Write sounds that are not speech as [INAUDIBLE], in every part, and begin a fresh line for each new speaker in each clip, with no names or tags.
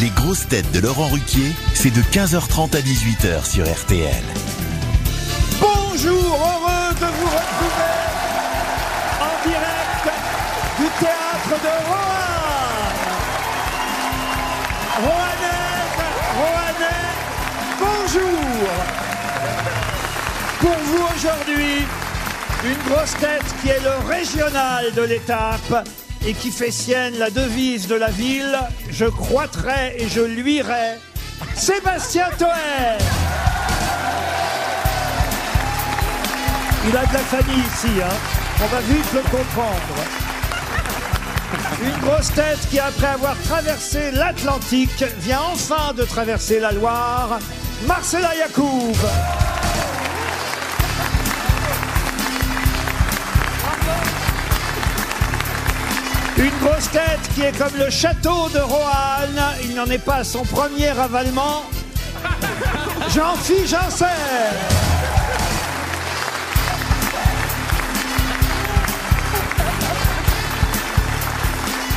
Les grosses têtes de Laurent Ruquier, c'est de 15h30 à 18h sur RTL.
Bonjour, heureux de vous retrouver en direct du théâtre de Roanne. Roanette, Roanais, bonjour. Pour vous aujourd'hui, une grosse tête qui est le régional de l'étape et qui fait sienne la devise de la ville Je croîtrai et je luirai. Sébastien Toer. Il a de la famille ici, hein. On va vite le comprendre. Une grosse tête qui, après avoir traversé l'Atlantique, vient enfin de traverser la Loire, Marcela Yacoub. Une grosse tête qui est comme le château de Roanne, il n'en est pas à son premier avalement, Jean-Philippe Janssen.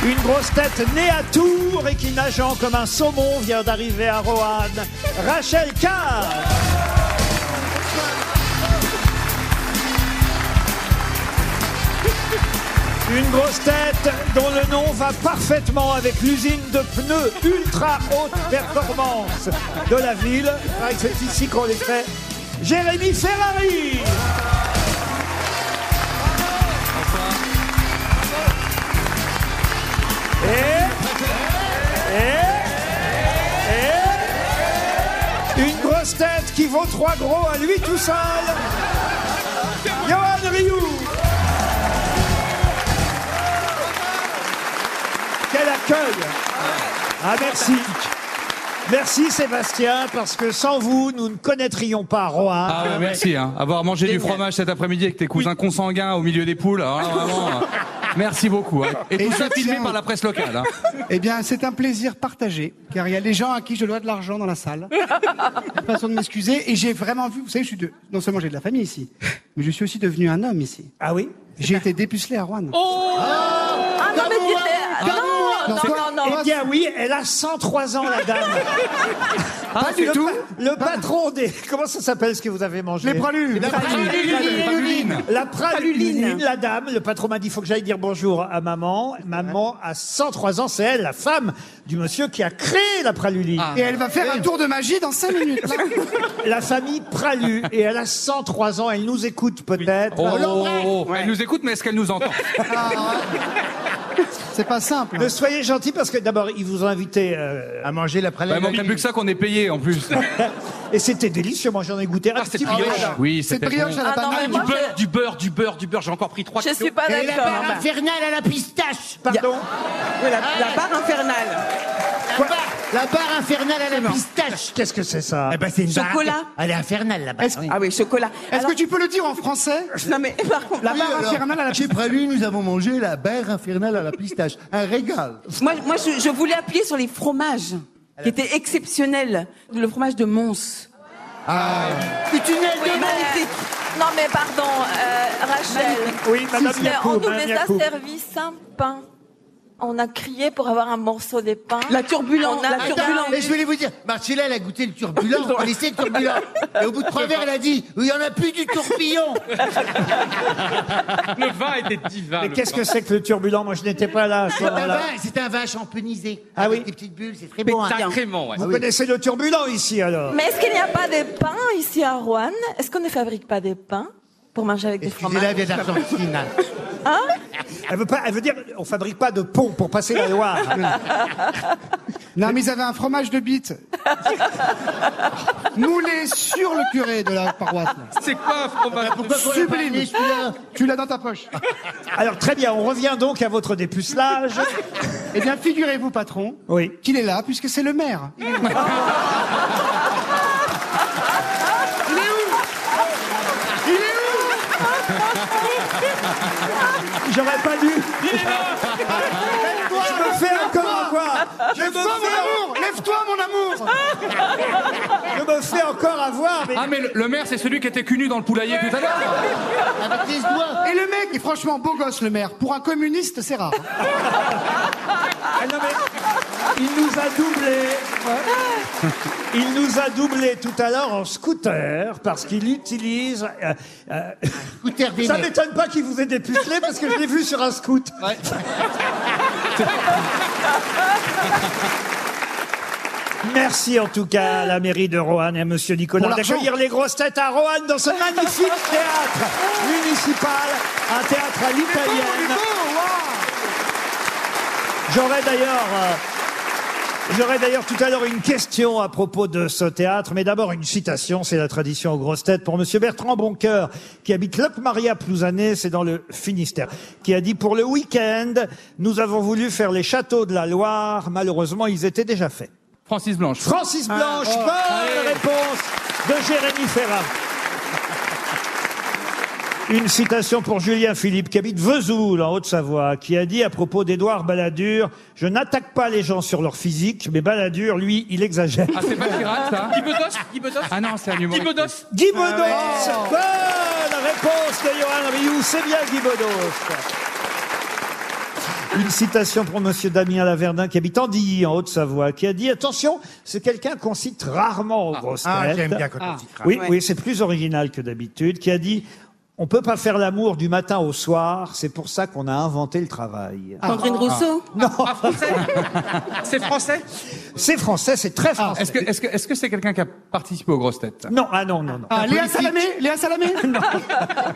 Une grosse tête née à Tours et qui, nageant comme un saumon, vient d'arriver à Roanne, Rachel Carr. Une grosse tête dont le nom va parfaitement avec l'usine de pneus ultra haute performance de la ville. C'est vrai que C'est ici qu'on les fait. Jérémy Ferrari. Et, et, et une grosse tête qui vaut trois gros à lui tout seul. Johan Rioux. Quel accueil Ah merci Merci Sébastien, parce que sans vous, nous ne connaîtrions pas Roanne.
Ah ouais, merci, hein. avoir mangé du fromage cet après-midi avec tes cousins consanguins au milieu des poules. alors là, vraiment, euh, merci beaucoup. hein. Et, tout ça
Sébastien.
filmé par la presse locale. hein.
Eh bien, c'est un plaisir partagé, car il y a des gens à qui je dois de l'argent dans la salle. Une façon de m'excuser. Et j'ai vraiment vu, vous savez, je suis de, non seulement j'ai de la famille ici, mais je suis aussi devenu un homme ici.
Ah oui
J'ai été dépucelé à Rouen.
Oh! Ah non, mais t'étais-
non,
Non, non, non, non.
Eh bien oui, elle a 103 ans la
[LAUGHS]
dame. Hein,
pas du
le,
tout.
pa- le patron des... Comment ça s'appelle ce que vous avez mangé
Les pralules.
Praluline.
La praluline, la dame, le patron m'a dit, faut que j'aille dire bonjour à maman. Maman à 103 ans, c'est elle, la femme du monsieur qui a créé la praluline.
Ah. Et elle va faire un tour de magie dans 5 minutes. là.
[LAUGHS] La famille Pralu, et elle a 103 ans, elle nous écoute peut-être.
Oh, oh, oh, oh. Elle nous écoute, mais est-ce qu'elle nous entend
C'est pas simple. hein.
Ne soyez gentils parce que d'abord, ils vous ont invité, euh,
À manger la
bah,
praline.
Il manquerait plus que ça qu'on est payé en plus.
et c'était délicieux, moi j'en ai goûté un
Ah, c'est
petit peu.
brioche. Oui,
C'est
c'était
brioche
bon.
à la
Ah non, mais
banane.
moi,
Du beurre, du beurre, du beurre, du beurre. J'ai encore pris trois.
Je suis pas
Et la
d'accord.
barre infernale à la pistache
Pardon
Oui, la, la barre infernale.
La barre, la barre infernale à la pistache
Qu'est-ce que c'est ça
Ah
Eh
bah,
ben, c'est une
Chocolat.
barre- Elle est infernale, la barre.
Est-ce-
oui.
Ah oui, chocolat.
Est-ce
Alors-
que tu peux le dire en français
Non mais par contre,
La barre infernale à la
Chez Pralu, nous avons mangé la barre infernale à la pistache. Un régal.
moi, moi je, je voulais appuyer sur les fromages, qui étaient exceptionnels. Le fromage de Mons.
Le tunnel
Oui,
de Mons.
mais- Non, mais pardon, euh, Rachel.
Oui, madame
Mais
Yacoub,
on nous
madame
les a
Yacoub.
servis sans pain. On a crié pour avoir un morceau de pain.
La turbulence,
On a-
la
Attends,
turbulence.
Mais je voulais vous dire, Marcella, elle a goûté le turbulent, on a laissé le turbulent. Et au bout de trois verres, elle a dit, il n'y en a plus du tourbillon.
Le vin était divin.
Mais
Ah, le
qu'est-ce
vin.
que c'est que le turbulent Moi je n'étais pas
Ah,
là à ce
C'est un
moment-là.
vin, c'est un vin champinisé.
Ah
avec
oui.
Des petites bulles, c'est très bon. hein.
Sacrément, ouais.
Vous connaissez le turbulent ici alors
Mais est-ce qu'il n'y a pas de pain ici à Rouen Est-ce qu'on ne fabrique pas des pains pour manger avec des
Excusez-la, elle
fromages Hein?
vient d'Argentine.
Elle veut pas, elle veut dire, on fabrique pas de pont pour passer la Loire.
[LAUGHS]
Non, mais ils avaient un fromage de bite. Moulé sur le curé de la paroisse. là.
C'est quoi un
Ah,
fromage
Pourquoi qu'on l'a pas amené, celui-là
Tu l'as dans ta poche.
Alors très bien, on revient donc à votre dépucelage.
[LAUGHS] Eh bien, figurez-vous, patron,
Oui.
qu'il est là puisque c'est le maire. Il est où Il est où Il est
J'aurais pas dû. Je me fais encore avoir. Je me
où Lève-toi,
fais,
mon amour Lève-toi, mon amour
[LAUGHS] je me fais encore avoir. Mais
Ah mais le, le maire, c'est celui qui était cunu dans le poulailler tout à l'heure.
Avec les doigts.
Et le mec est franchement beau gosse, le maire. Pour un communiste, c'est rare.
Ah non, mais- Il nous a doublé. Il nous a doublé tout à l'heure en scooter parce qu'il utilise. euh, euh,
Scooter des
[LAUGHS] ça
neiges.
m'étonne pas qu'il vous ait dépucelé parce que je l'ai vu sur un scoot. Merci en tout cas à la mairie de Roanne et à Monsieur Nicolas
Pour l'argent.
d'accueillir les grosses têtes à Roanne dans ce magnifique théâtre municipal, un théâtre à l'italienne. J'aurais d'ailleurs. euh, J'aurais d'ailleurs tout à l'heure une question à propos de ce théâtre, mais d'abord une citation, c'est la tradition aux grosses têtes, pour Monsieur Bertrand Boncoeur, qui habite Lop Maria Plouzané, c'est dans le Finistère, qui a dit pour le week-end, nous avons voulu faire les châteaux de la Loire, malheureusement ils étaient déjà faits.
Francis Blanche.
Francis
Ah,
Blanche,
oh.
bonne réponse de Jérémy Ferrat. Une citation pour Julien Philippe, qui habite Vesoul, en Haute-Savoie, qui a dit à propos d'Édouard Balladur, je n'attaque pas les gens sur leur physique, mais Balladur, lui, il exagère.
Ah, c'est pas pirate, ça
Guibedos Guibedos
Ah non, c'est un humour.
Guibedos
Guy Bedos,
Ah
bonne réponse de Johan Rioux, c'est bien Guy Bedos. [LAUGHS] Une citation pour Monsieur Damien Laverdin, qui habite Andilly, en Haute-Savoie, qui a dit, attention, c'est quelqu'un qu'on cite rarement aux grosses têtes.
Ah, j'aime bien quand on dit
Oui,
Ouais.
oui, c'est plus original que d'habitude, qui a dit on peut pas faire l'amour du matin au soir, c'est pour ça qu'on a inventé le travail.
Ah.
Sandrine
Ah.
Rousseau
Ah. Non,
C'est français
c'est français, c'est très français.
Ah, Est-ce que est-ce que est-ce que c'est quelqu'un qui a participé aux grosses têtes
Non, ah non, non, non.
Ah, Léa Salamé
[LAUGHS]
Léa Salamé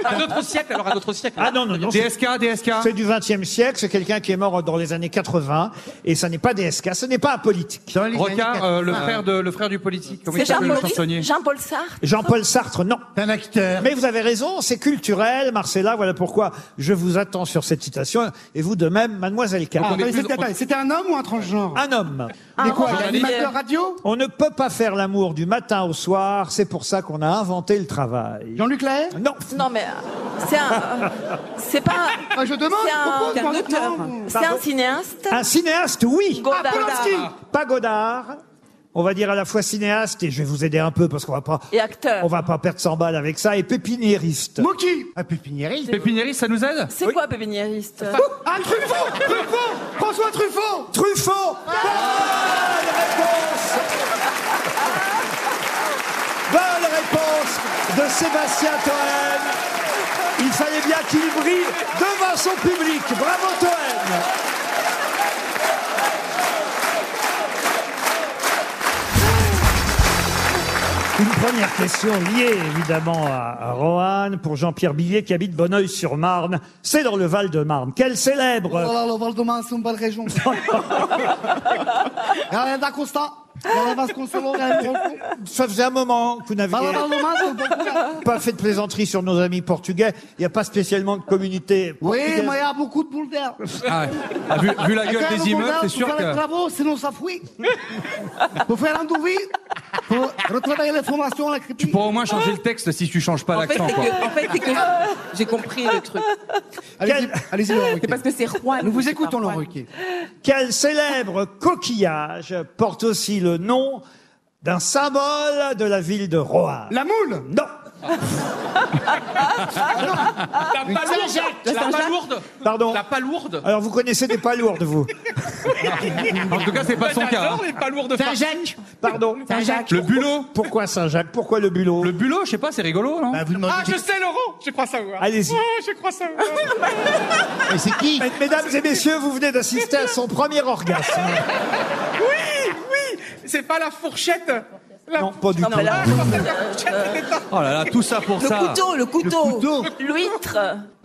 À notre siècle, alors à notre siècle.
Ah non, non, non. c'est-
DSK, DSK.
C'est du XXe siècle, c'est quelqu'un qui est mort dans les années 80, et ça n'est pas des SK, ce n'est pas un politique. Ah.
Dans les
Rocard,
années
euh, le
80.
frère de le frère du politique. Comment
C'est
il s'appelle le
Jean-Paul
chansonnier
Jean-Paul Sartre.
Jean-Paul Sartre, non.
C'est un acteur.
Mais vous avez raison, c'est culturel, Marcella, voilà pourquoi je vous attends sur cette citation, et vous de même, mademoiselle K.
Ah,
est
attendez,
plus-
c'était-
on-
attendez, C'était un homme ou un transgenre
Un homme.
Ah,
Mais quoi
Roland
il est
Barthes.
Animateur radio
On ne peut pas faire l'amour du matin au soir, c'est pour ça qu'on a inventé le travail.
Jean-Luc Lahaye
Non,
Non, mais euh, c'est un. euh,
[LAUGHS]
C'est pas.
Ah, Je demande,
C'est un-
je
c'est un
propose, moi,
auteur.
non.
C'est un cinéaste.
un cinéaste, oui. Ah,
Godard.
Pas Godard. On va dire à la fois cinéaste, et je vais vous aider un peu parce qu'on va pas,
Et acteur.
on va pas perdre 100 balles avec ça, et pépiniériste.
Moki
Un pépiniériste.
Pépiniéris, ça nous aide
C'est quoi, pépiniériste
Ah, Truffaut Truffaut François Truffaut
Truffaut. Bonne réponse. Bonne réponse de Sébastien Toen. Il fallait bien qu'il brille devant son public. Bravo Toen. Une première question liée évidemment à à Roanne pour Jean-Pierre Billet qui habite Bonneuil-sur-Marne. C'est dans le Val-de-Marne. Quel célèbre
Voilà, Oh le Val-de-Marne, c'est une
[LAUGHS]
belle région.
Oh
Regardez d'Acosta, regardez Vasconcelos, regardez Branco.
euh, Ça faisait un moment que vous n'aviez
Voilà, Bah, le Val-de-Marne, c'est une belle région.
pas fait de plaisanterie sur nos amis portugais. Il n'y a pas spécialement de communauté.
Oui,
portugaise.
mais il y a beaucoup de boules d'air.
Ah, ouais. Ah, vu, vu la
Il y a
gueule
quand même
des
beaucoup
immeubles,
d'air,
c'est
faut
sûr
faire les
que.
travaux, sinon ça fouille. Faut faire un douvi, faut retravailler les fondations, la
Tu pourras au moins changer le texte si tu changes pas
En fait,
l'accent.
c'est
quoi.
que, en fait, c'est que j'ai compris le truc.
Allez-y,
Quel-
allez-y, Laurent Ruquier.
C'est parce que c'est Juan.
Nous vous
Ah, c'est
écoutons,
pas
Laurent
Juan.
Ruquier.
Quel célèbre coquillage porte aussi le nom d'un symbole de la ville de Roanne
La moule
Non,
Ah,
La palourde La palourde
pardon.
La palourde
Alors vous connaissez des palourdes, vous
En tout cas, c'est pas son cas.
J'adore les palourdes
Saint-Jacques.
Pardon.
hein. Le bulot.
Pourquoi Saint-Jacques Pourquoi le bulot
Le bulot, je sais pas, c'est rigolo, non
Bah, vous demandez.
Ah, je sais, Laurent Je crois savoir.
Allez-y.
Ouais, je crois savoir.
Mais c'est qui
Mes- Mesdames et messieurs, vous venez d'assister à son premier orgasme.
C'est pas la fourchette La
Non, pas du
Non,
tout.
mais là,
Ah, je pensais que la
Euh,
fourchette, c'était pas-
Oh là là, tout ça pour
le
ça.
Oh,
couteau, le couteau.
couteau.
L'huître.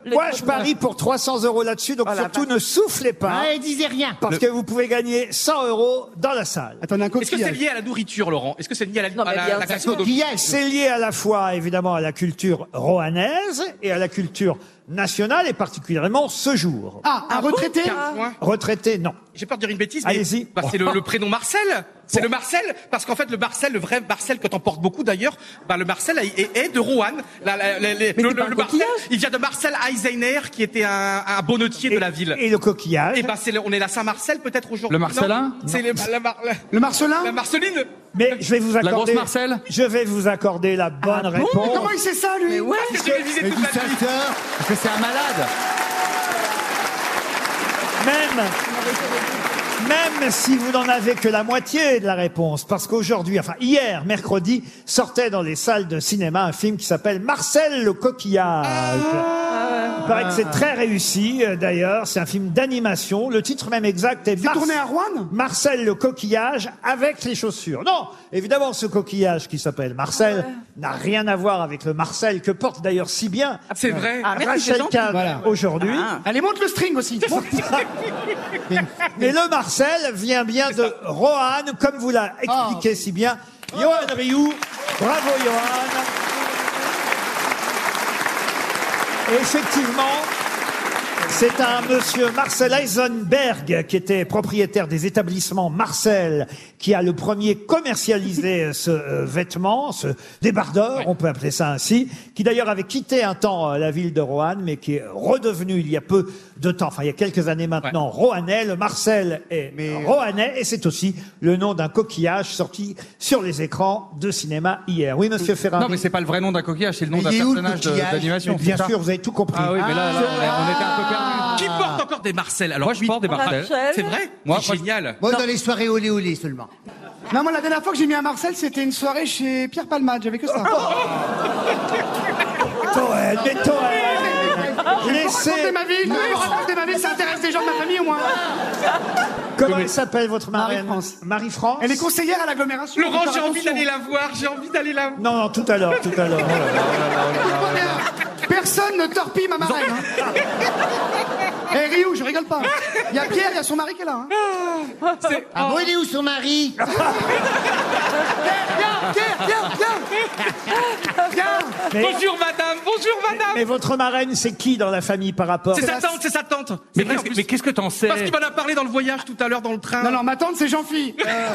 Le- Oh,
Moi, je parie pour 300 euros là-dessus, donc surtout ne soufflez pas,
Ah, il disait rien.
parce que vous pouvez gagner 100 euros dans la salle.
Attendez, un
Est-ce que c'est
coquillage.
lié à la nourriture, Laurent Est-ce que c'est lié à la,
Non,
à
mais
Ah, la-
bien
la
sûr.
gastronomie
Coquillage.
C'est lié à la fois, évidemment, à la culture roanaise et à la culture nationale, et particulièrement ce jour.
Ah, un retraité
Ouais.
Retraité, non.
J'ai peur de dire une bêtise, mais
Allez-y.
bah, c'est le, le prénom Marcel. C'est le Marcel, parce qu'en fait, le Marcel, le vrai Marcel, que t'en portes beaucoup d'ailleurs, bah, le Marcel est, est- est de Roanne. La- la- la- la- le,
c'est pas
le-
un
le Marcel,
coquillage
il vient de Marcel Eisener, qui était un, un bonnetier de la ville. Et,
Et le coquillage.
bah, c'est le- on est la Saint-Marcel peut-être aujourd'hui.
Le Marcelin
Non, C'est le- la, Mar- la-
Le
la
Marcelin
ben, Marceline.
Mais je vais vous accorder.
grosse Marcelle
Je vais vous accorder la bonne réponse.
Ah Mais comment il sait ça, lui
Parce que j'ai visé
Mais
toute
du
la vie.
salteur.
Parce que c'est un malade.
Même. Même si vous n'en avez que la moitié de la réponse, parce qu'aujourd'hui, enfin hier, mercredi, sortait dans les salles de cinéma un film qui s'appelle Marcel le coquillage.
Ah
Il paraît que c'est très réussi, euh, d'ailleurs. C'est un film d'animation. Le titre même exact est
C'est tourné à Rouen
Marcel le coquillage avec les chaussures. Non, évidemment, ce coquillage qui s'appelle Marcel
Ah
n'a rien à voir avec le Marcel que porte d'ailleurs si bien euh,
C'est vrai.
Ah, merci, c'est
Rachel
gentil.
Kahn
Voilà.
aujourd'hui.
Allez, monte le
[LAUGHS]
string aussi.
Mais le Marcel vient bien de Roanne, comme vous l'a expliqué si bien. Johan Rioux, bravo Johan. Et effectivement, c'est un monsieur Marcel Eisenberg qui était propriétaire des établissements Marcel qui a le premier commercialisé ce euh, vêtement, ce débardeur, on peut appeler ça ainsi, qui d'ailleurs avait quitté un temps euh, la ville de Roanne mais qui est redevenu il y a peu de temps, enfin il y a quelques années maintenant, Roanais. Le Marcel est Roanais et c'est aussi le nom d'un coquillage sorti sur les écrans de cinéma hier. Oui, monsieur Ferrand.
Non, mais c'est pas le vrai nom d'un coquillage, c'est le nom
Mais
d'un
il est où le
personnage de-
coquillage
d'animation.
bien
c'est ça
sûr, vous avez tout compris.
Ah oui, mais là, là, on était un peu perdus.
Ah. Qui porte
Ah.
encore des Marcel Alors
Moi, je
oui,
porte des Marcel.
Rachel.
C'est vrai
Moi, moi,
C'est
je-
génial.
Moi, dans les soirées olé olé seulement.
Non, moi, la dernière fois que j'ai mis un Marcel, c'était une soirée chez Pierre Palmade. J'avais
[LAUGHS]
que ça.
Toen, mais Toen,
Laissez...
laissez.
Ah. raconter ma vie, je vous raconter ma vie, ça intéresse les gens de ma famille au moins.
Comment elle s'appelle votre marraine
Marie-France.
Marie-France.
Elle est conseillère à l'agglomération.
Laurent,
Faut
j'ai
faire
envie
attention.
d'aller la voir, j'ai envie d'aller la voir.
Non, non, tout à l'heure, tout
[LAUGHS]
à l'heure.
Personne ne torpille ma marraine. Hein. Eh Ryu, je rigole pas. Il y a Pierre, il y a son mari qui est là. hein.
Ah bon, il est où son mari
Viens, Pierre, viens, [LAUGHS] viens. Viens.
Mais-
Bonjour madame, bonjour madame.
Mais votre marraine, c'est qui dans la famille par rapport
C'est sa tante, c'est sa tante.
Mais
C'est vrai,
qu'est-ce
en
que-
plus.
mais qu'est-ce que t'en sais
Parce qu'il m'en a parlé dans le voyage tout à l'heure dans le train.
Non, non, ma tante, c'est Jean-Phi. Euh,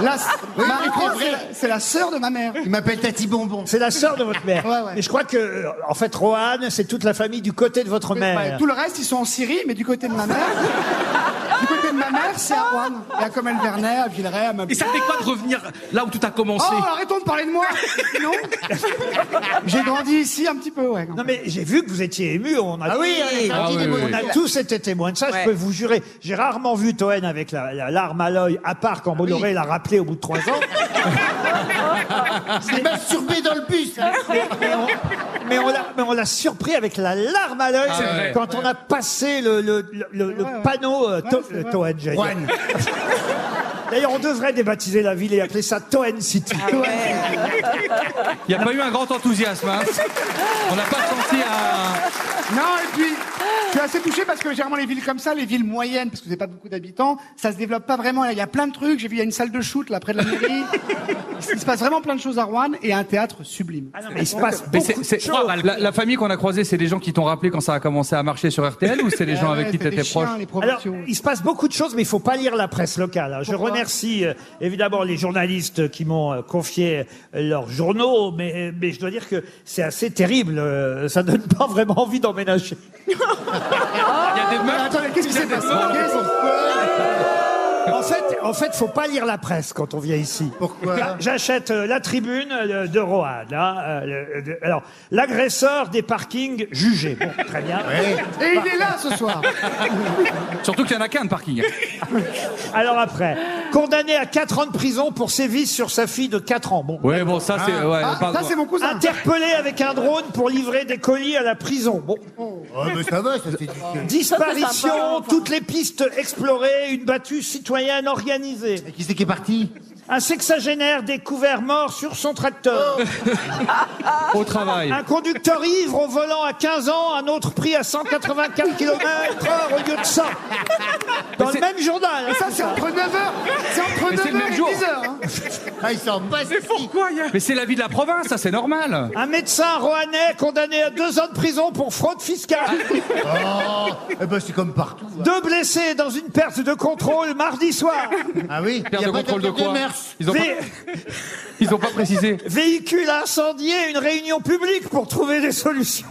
La...
Ah,
Marie-France, c'est la- c'est la sœur de ma mère.
Il m'appelle Tati Bonbon.
C'est la sœur de votre mère.
Ouais, ouais.
Mais je crois que, euh, en fait, Roanne, c'est toute la famille du côté de votre
Ouais,
mère.
tout le reste, ils sont en Syrie, mais du côté de ma mère, du côté de ma mère, c'est à Rouen. Et à Comel-Vernet, à Villeray, à
Et
Meublé.
ça fait quoi de revenir là où tout a
Oh,
commencé
arrêtons de
[LAUGHS]
parler de moi Non J'ai grandi ici un petit peu, ouais.
Non, mais j'ai vu que vous étiez ému. On a
Ah oui, on est
Ah
sorti
oui,
des
oui,
mots.
On a tous été témoins de ça, je peux vous jurer. J'ai rarement vu Toen avec la, la larme à l'œil, à part quand Bolloré l'a rappelé au bout de trois ans.
[LAUGHS]
Il s'est masturbé dans le bus. hein.
Mais on l'a- mais on l'a surpris avec la larme à l'œil
Ah ouais.
quand on a passé le, le- le- le- le
ouais.
panneau euh, To-
Ouais, c'est
euh,
vrai.
Toen, j'allais dire. [LAUGHS] D'ailleurs, on devrait débaptiser la ville et appeler ça Toen City.
Ah
Il n'y a pas eu un grand enthousiasme. hein. On n'a pas senti un.
Non, et puis, je suis assez touché parce que généralement, les villes comme ça, les villes moyennes, parce que vous n'avez pas beaucoup d'habitants, ça se développe pas vraiment. Il y a plein de trucs. J'ai vu, il y a une salle de shoot, là, près de la mairie. Il se passe vraiment plein de choses à Rouen et un théâtre sublime.
Ah non, mais il se passe
Mais
beaucoup
c'est- c'est-
de choses.
la, la famille qu'on a croisée, c'est des gens qui t'ont rappelé quand ça a commencé à marcher sur RTL ou c'est les gens
Ah
avec
ouais,
qui
c'est des
t'étais
chiens,
proche
les
Alors,
provinciaux.
il se passe beaucoup de choses, mais il faut pas lire la presse locale. hein. Je remercie euh, évidemment les journalistes qui m'ont euh, confié euh, leurs journaux, mais, euh, mais je dois dire que c'est assez terrible. euh, ça donne pas vraiment envie d'emménager.
Il y a des
Mais
meufs.
attendez, qu'est-ce qui s'est passé
En fait, en fait, faut pas lire la presse quand on vient ici. Pourquoi J'achète euh, la Tribune euh, de Roanne. hein, euh, le- de- alors, l'agresseur des parkings jugé. Bon, très bien.
Et il est là ce soir.
Surtout qu'il n'y en a qu'un de parking.
Alors après, condamné à 4 ans de prison pour sévices sur sa fille de 4 ans. Bon.
Ouais, bon, ça c'est. Ouais,
Ah,
pardon.
ça, c'est mon cousin.
Interpellé avec un drone pour livrer des colis à la prison. Bon.
Oh, mais ça va, ça fait du
Ça, c'est
Disparition,
sympa.
toutes les pistes explorées, une battue citoyenne organisée.
Qui c'est qui est parti
Un sexagénaire découvert mort sur son tracteur.
Oh.
Au travail.
[LAUGHS] Un conducteur ivre au volant à 15 ans, un autre pris à 184 km heure au lieu de 100. Dans le même journal. hein,
Ça, c'est entre 9h. C'est entre
Mais c'est le même
9h
jour.
et 10h. hein.
Ah, il s'en passe.
Mais pourquoi il y a...
Mais c'est la vie de la province, ça c'est normal.
Un médecin roanais condamné à deux ans de prison pour fraude
[LAUGHS]
fiscale.
Eh ben, c'est comme partout. hein.
Deux blessés dans une perte de contrôle mardi soir.
Ah oui Il y
Perte de
a pas
contrôle de
d'acteur
quoi
mœurs.
Ils ont
[LAUGHS]
pas,
Vé-
ils ont pas précisé.
véhicule incendié, une réunion publique pour trouver des
[LAUGHS]
solutions.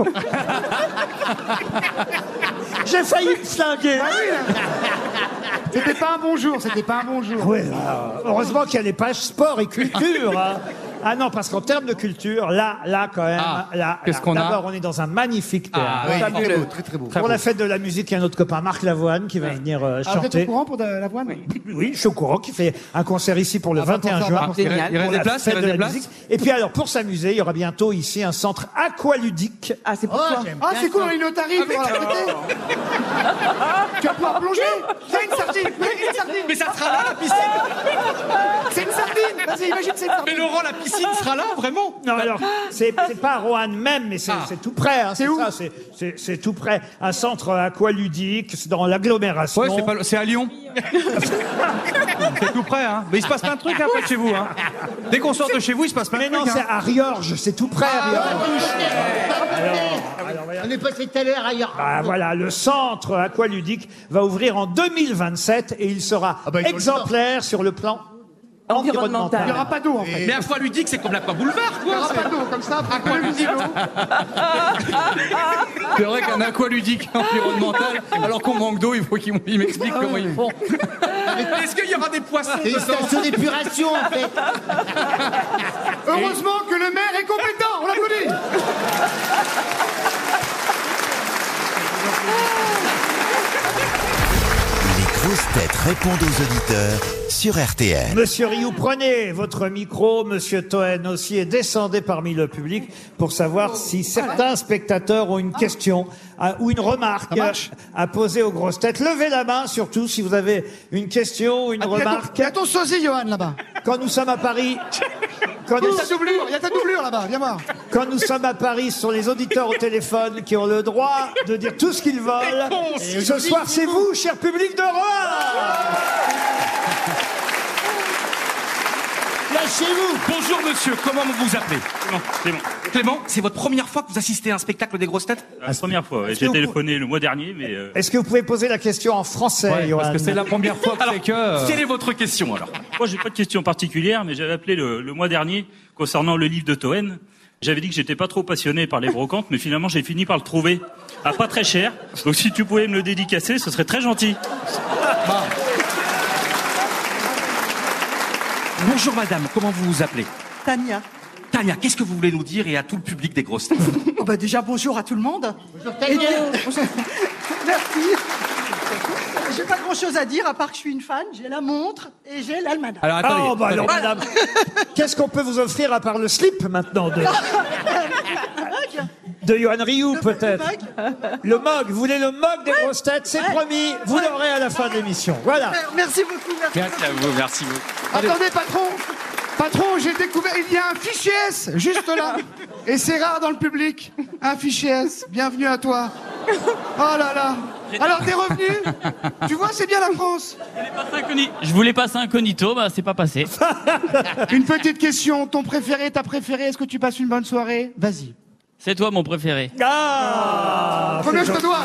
J'ai failli me flinguer.
Ah C'était pas un bon jour, Ah, c'était pas un bon jour.
euh, Ouais, euh, heureusement qu'il y a les pages sport et culture. hein. Ah non, parce qu'en termes de culture, là, là, quand même,
Ah,
là,
qu'est-ce
là.
qu'on a
D'abord, on est dans un magnifique théâtre.
Ah,
Ouais,
fabuleux.
très beau, très très beau.
pour la fête de la musique, il y a notre copain Marc Lavoine qui va venir euh,
Ah, vous êtes au
chanter.
courant pour de l'avoine
Oui, je suis au courant, qui fait un concert ici
Ah,
pour le
bah,
21
bonsoir,
juin.
Marc.
Il reste- il reste
pour
des
la
places, il
fête
reste
de
des
la
places.
musique. Et puis alors, pour s'amuser, il y aura bientôt ici un centre aqualudique.
Ah, c'est pour
Oh,
toi.
j'aime
Ah,
bien
c'est cool,
ça.
on a une otarie pour
Ah,
la fêter. Tu vas pouvoir plonger Fais une sardine fais une sardine
Mais ça sera là, la piscine
C'est une sardine Vas-y, imagine, c'est une
Mais
sardine
Laurent, la piscine sera là, vraiment
Non, alors, c'est c'est pas à Roanne même, mais c'est
Ah.
c'est tout près. hein, c'est
où
ça, c'est- c'est- C'est tout près. Un centre aqualudique, c'est dans l'agglomération.
Ouais, c'est pas- c'est à Lyon. c'est tout près, hein. Mais il se passe plein de trucs hein, près de chez vous, hein. Dès qu'on sort de chez vous, il se passe plein
mais
de
non,
trucs.
c'est
hein.
à Riorges, c'est tout près.
Ah,
à Riorges. Alors, voilà.
On est passé tout à l'heure ailleurs.
Ah, voilà, le centre aqualudique va ouvrir en 2027 et il sera
bah, ils ont le
exemplaire sur le plan
Environnemental.
Il n'y
environnemental.
aura pas d'eau, en fait.
Mais à lui dit que c'est comme l'Aqua Boulevard,
Il n'y
quoi
aura pas d'eau, comme ça, après le vidéo.
C'est vrai qu'un aqualudique environnemental, alors qu'on manque d'eau, il faut qu'il il m'explique comment ils font.
Mais Est-ce qu'il y aura des poissons
Ah,
C'est une station d'épuration en fait.
Heureusement que le maire est compétent, on l'applaudit
Les grosses têtes répondent aux auditeurs sur RTL.
Monsieur Rioux, prenez votre micro, Monsieur Toen aussi, et descendez parmi le public pour savoir si certains spectateurs ont une question à- ou une remarque à, à poser aux grosses têtes. Levez la main surtout si vous avez une question ou une
Il y a ton-
remarque.
Il y a ton sosie, Johan, là-bas.
Quand nous sommes à Paris, quand
Il y
nous,
a ta doublure, il y a ta doublure, là-bas, viens voir.
quand nous sommes à Paris, ce sont les auditeurs au téléphone qui ont le droit de dire tout ce qu'ils veulent. Et ce soir, c'est vous, cher public de Rouen
Lâchez-vous.
Bonjour monsieur, comment vous vous appelez Clément, Clément, c'est votre première fois que vous assistez à un spectacle des grosses têtes
La première fois, ouais.
Est-ce
j'ai
que vous-
téléphoné le mois dernier, mais euh,
Est-ce que vous pouvez poser la question en français,
Ouais, parce
Johan
que c'est la première fois que c'est que. euh,
Quelle est votre question alors
moi j'ai pas de question particulière, mais j'avais appelé le, le mois dernier concernant le livre de Toen. J'avais dit que j'étais pas trop passionné par les brocantes, mais finalement j'ai fini par le trouver à pas très cher. Donc si tu pouvais me le dédicacer, ce serait très gentil.
Bonjour madame, comment vous vous appelez
Tania.
Tania, qu'est-ce que vous voulez nous dire et à tout le public des grosses
[LAUGHS]
têtes
Oh bah déjà bonjour à tout le monde.
Bonjour Tania.
[LAUGHS] Merci. J'ai pas grand chose à dire à part que je suis une fan, j'ai la montre et j'ai l'almanach.
Alors attendez.
Ah, oh, bah alors,
attendez.
madame, qu'est-ce qu'on peut vous offrir à part le slip maintenant de, de Johan Rioux,
Le- le
peut-être Le mug, vous voulez le mug des grosses têtes C'est
Ouais.
promis, vous
Ouais.
l'aurez à la fin de l'émission. Voilà.
Euh, Merci beaucoup, merci. beaucoup.
à vous, merci beaucoup.
Attendez, patron Patron, j'ai découvert, il y a un fichier S, juste là. Et c'est rare dans le public. Un fichier S, bienvenue à toi. Oh là là Alors, t'es revenu Tu vois, c'est bien la France.
Je voulais passer incognito, bah c'est pas [LAUGHS] passé.
Une petite question, ton préféré, ta préférée, est-ce que tu passes une bonne soirée Vas-y.
C'est toi mon préféré.
Ah
Combien je te dois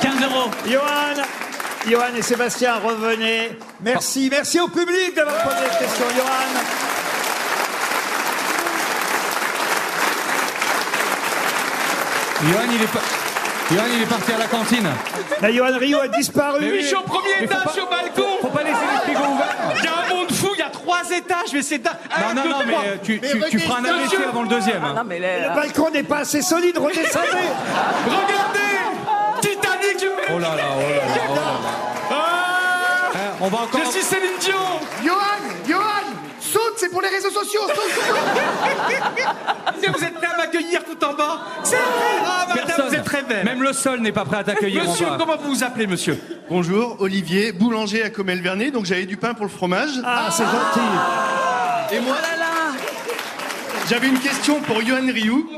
15 euros.
Johan, Johan et Sébastien, revenez. Merci, merci au public d'avoir posé cette question, Johan.
Johan, il est pas- Johan, il est parti à la cantine.
La Johan Rio a disparu.
Mais oui.
Je suis au premier
Mais faut
étage,
pas-
je suis au balcon Ah.
Faut pas laisser les frigos ouverts.
ben, Il y a un monde fou, il y a trois étages, mais c'est dingue
Non,
Un,
non,
deux,
non, mais
trois.
euh, tu,
Mais
tu, tu
redescends,
feras un AVC
monsieur.
avant le deuxième. hein.
Non, mais là,
Le balcon n'est pas assez solide, redescendez.
Regardez Titanic du
Oh là là, oh là là, oh là là.
Ah
Hein, on va encore.
Je suis Céline Dion
Johan Johan Saute, c'est pour les réseaux sociaux saute, saute.
Et vous êtes prêt à m'accueillir tout en bas C'est vrai Ah, madame,
Personne.
vous êtes très belle
Même le sol n'est pas prêt à t'accueillir.
Monsieur,
on va-
comment vous vous appelez, monsieur
Bonjour, Olivier, boulanger à Comel-Vernet, donc j'avais du pain pour le fromage.
Ah, c'est gentil. Oh
Et moi,
Ah là,
j'avais une question pour Johan Rioux.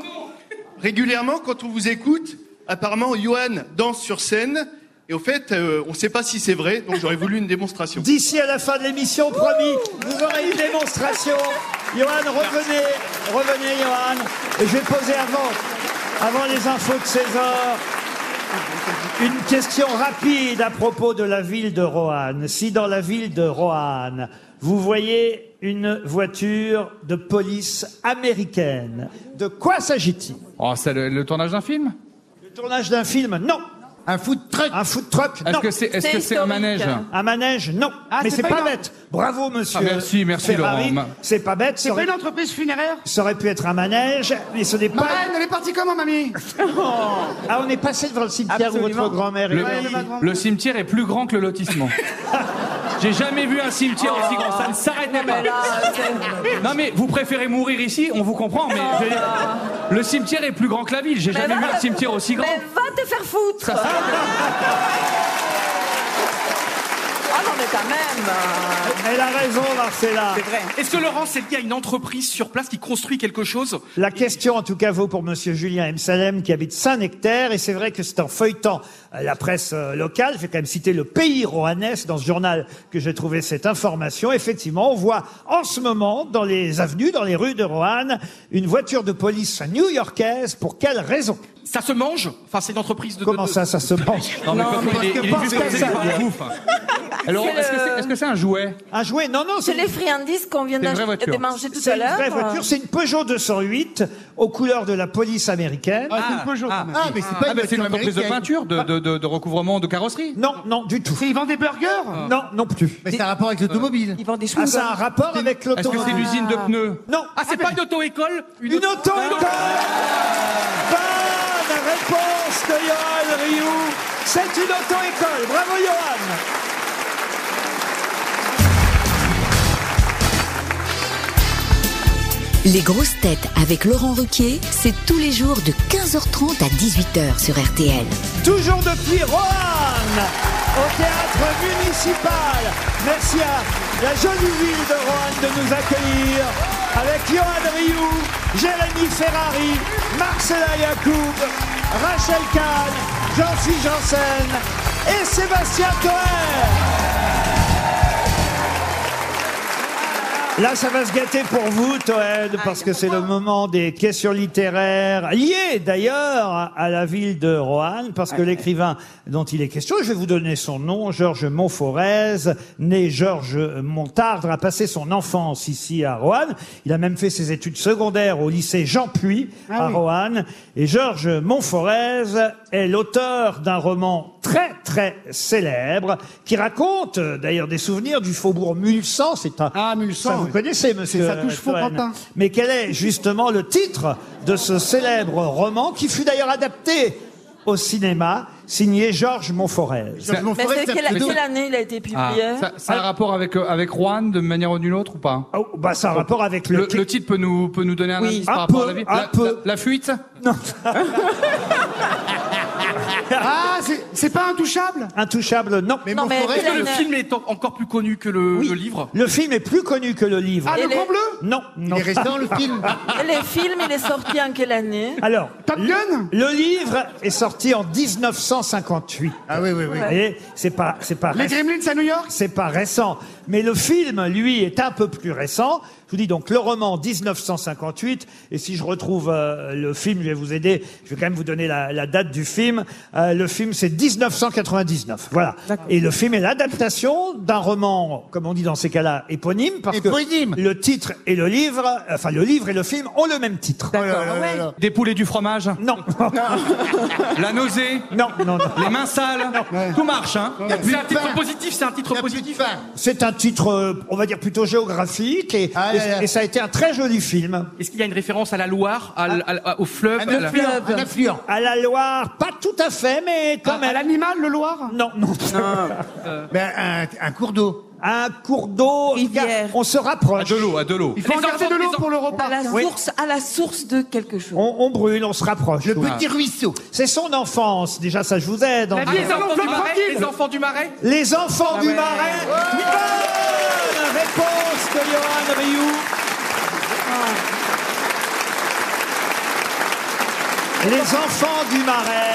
Régulièrement, quand on vous écoute, apparemment, Johan danse sur scène. Et au fait, euh, on ne sait pas si c'est vrai, donc j'aurais voulu une démonstration.
D'ici à la fin de l'émission, promis, vous aurez une démonstration. Johan, revenez, revenez, Johan. Et je vais poser avant, avant les infos de César. Une question rapide à propos de la ville de Roanne. Si dans la ville de Roanne, vous voyez une voiture de police américaine, de quoi s'agit-il
Oh, c'est le, le tournage d'un film
Le tournage d'un film Non.
Un food truck
Un food truck
Est-ce que c'est- est-ce C'est que c'est un historique. manège
Un manège, non.
Ah,
Mais
c'est
c'est
pas
pas,
une-
bête. Bravo, monsieur.
Ah, merci, merci,
Ferrari.
Laurent.
C'est pas bête.
C'est
Ça
pas
aurait,
une entreprise funéraire
ça aurait pu être un manège, mais ce n'est pas.
Marraine, elle est partie comment, mamie
[LAUGHS] Ah, on est passé devant le cimetière où votre grand-mère est.
Le,
morte.
le cimetière est plus grand que le lotissement. J'ai jamais vu un cimetière aussi grand, ça ne s'arrêtait pas. Non mais vous préférez mourir ici, on vous comprend, mais je veux dire, le cimetière est plus grand que la ville. J'ai jamais vu un cimetière aussi grand.
Mais va te faire foutre
Ah non, mais quand même
Ah, Elle a raison, Marcella.
C'est vrai. Est-ce que Laurent, c'est lié à une entreprise sur place qui construit quelque chose
La question, en tout cas, vaut pour Monsieur Julien M. Salem, qui habite Saint-Nectaire. Et c'est vrai que c'est en feuilletant euh, la presse euh, locale, je vais quand même citer le pays rohanais, c'est dans ce journal que j'ai trouvé cette information. Effectivement, on voit en ce moment, dans les avenues, dans les rues de Roanne, une voiture de police new-yorkaise. Pour quelle raison
Ça se mange Enfin, c'est une entreprise de.
Comment ça, ça se mange
Non, mais
Non,
parce
mais
qu'il est-
parce
il
que
est juste
parce
posé
que
par la
ça-
bouffe. Alors,
C'est
est-ce que
le-
c'est est-ce que c'est un jouet
Un jouet Non, non,
C'est les friandises qu'on vient
C'est une vraie
d'ach- de
voiture.
manger tout
C'est
à
une
l'heure.
vraie voiture, c'est une Peugeot 208 aux couleurs de la police américaine.
Ah, c'est une Peugeot. quand même.
Ah, mais c'est pas
Ah,
une
bah, c'est une
voiture
entreprise de
américaine.
peinture, de, de- de- de recouvrement, de carrosserie.
Non, non, du tout.
C'est ils vendent des burgers
Non, non plus.
Mais c'est un rapport avec l'automobile.
Ils vendent des
Ah,
choses.
ça a un rapport avec
Est-ce que
l'automobile
c'est une usine de pneus
Non.
Ah, c'est pas une auto-école
Une auto école Bonne réponse de Johan Rioux C'est une auto-école Bravo Johan
Les grosses têtes avec Laurent Ruquier, c'est tous les jours de 15h30 à 18h sur RTL.
Toujours depuis Roanne, au théâtre municipal. Merci à la jolie ville de Roanne de nous accueillir avec Johan Rioux, Jérémy Ferrari, Marcela Yacoub, Rachel Kahn, Jean-Philippe Janssen et Sébastien Toer. Là, ça va se gâter pour vous, Toed, parce que c'est le moment des questions littéraires, liées d'ailleurs à- à la ville de Roanne, parce que l'écrivain dont il est question, je vais vous donner son nom, Georges Montforez, né Georges Montardre, a passé son enfance ici à Roanne. Il a même fait ses études secondaires au lycée Jean Puy
Ah
à Roanne. Et Georges Montforez est l'auteur d'un roman très très célèbre qui raconte euh, d'ailleurs des souvenirs du faubourg Mulsan. C'est un
Ah, Mulsan,
Ça, vous
oui.
connaissez, monsieur.
C'est ça touche
euh, Toen.
Fauquentin.
Mais quel est justement le titre de ce célèbre roman qui fut d'ailleurs adapté au cinéma, signé Georges Montforez
Georges
Mais
Montforest,
c'est
ça
quelle,
fait deux.
quelle année il a été
Ah,
publié
ça, ça a un rapport avec, euh, avec Rouen de manière ou d'une autre ou pas
Oh, bah, ça a un rapport avec le,
le, le titre peut nous, peut nous donner un
Oui.
indice
Un
par rapport
peu,
à la vie
un
La-
peu.
la- la fuite [LAUGHS]
Ah, c'est- c'est pas intouchable
Intouchable, non.
Non, mais
Est-ce que
quelle
le
année-
film est en- encore plus connu que le, le livre
Le film est plus connu que le livre.
Ah, le
Elle est-
grand bleu
Non, non.
Il est resté dans le
[LAUGHS]
film.
[LAUGHS] Les films, il est sorti en quelle année
Alors,
Top Gun
le livre est sorti en 1958.
Ah oui, oui, oui.
Vous voyez, c'est pas, c'est pas
Les
récent.
Gremlins à New York
C'est pas récent. Mais le film, lui, est un peu plus récent. Je vous dis donc le roman 1958. Et si je retrouve euh, le film, je vais vous aider. Je vais quand même vous donner la, la date du film. Euh, le film, c'est 1999. Voilà. Et le film est l'adaptation d'un roman, comme on dit dans ces cas-là, éponyme. Parce
Éponyme.
que le titre et le livre, enfin le livre et le film ont le même titre.
Ah Des poules et du fromage
Euh, Non.
[LAUGHS] La nausée
non, non, non.
Les mains sales Tout marche, hein
C'est un titre positif, c'est un titre positif.
C'est un titre, euh, on va dire plutôt géographique, et,
Ah, là, là.
et- et ça a été un très joli film.
Est-ce qu'il y a une référence à la Loire, à l- à l- à- au fleuve à la-
Un affluent.
À la Loire, pas tout à fait, mais
Ah,
quand
À
même.
l'animal, le Loire
Non, non. [LAUGHS]
Mais un, un cours d'eau.
Un cours d'eau,
Rivière.
regarde, on se
À
rapproche.
de l'eau, à de l'eau.
Il faut en
Les
garder
enfants,
de l'eau
les
pour le repas.
À la
Oui.
source, à la source de quelque chose.
On, on brûle, on se rapproche.
Le
Oui.
petit ruisseau.
C'est son enfance, déjà ça je vous aide. hein. en
Ah,
disant.
les, enfants du
l'enveloppe
marais,
tranquille.
les enfants du marais
Les enfants du
Ah ouais.
marais. Bonne réponse de Johan Rioux. Les enfants du marais.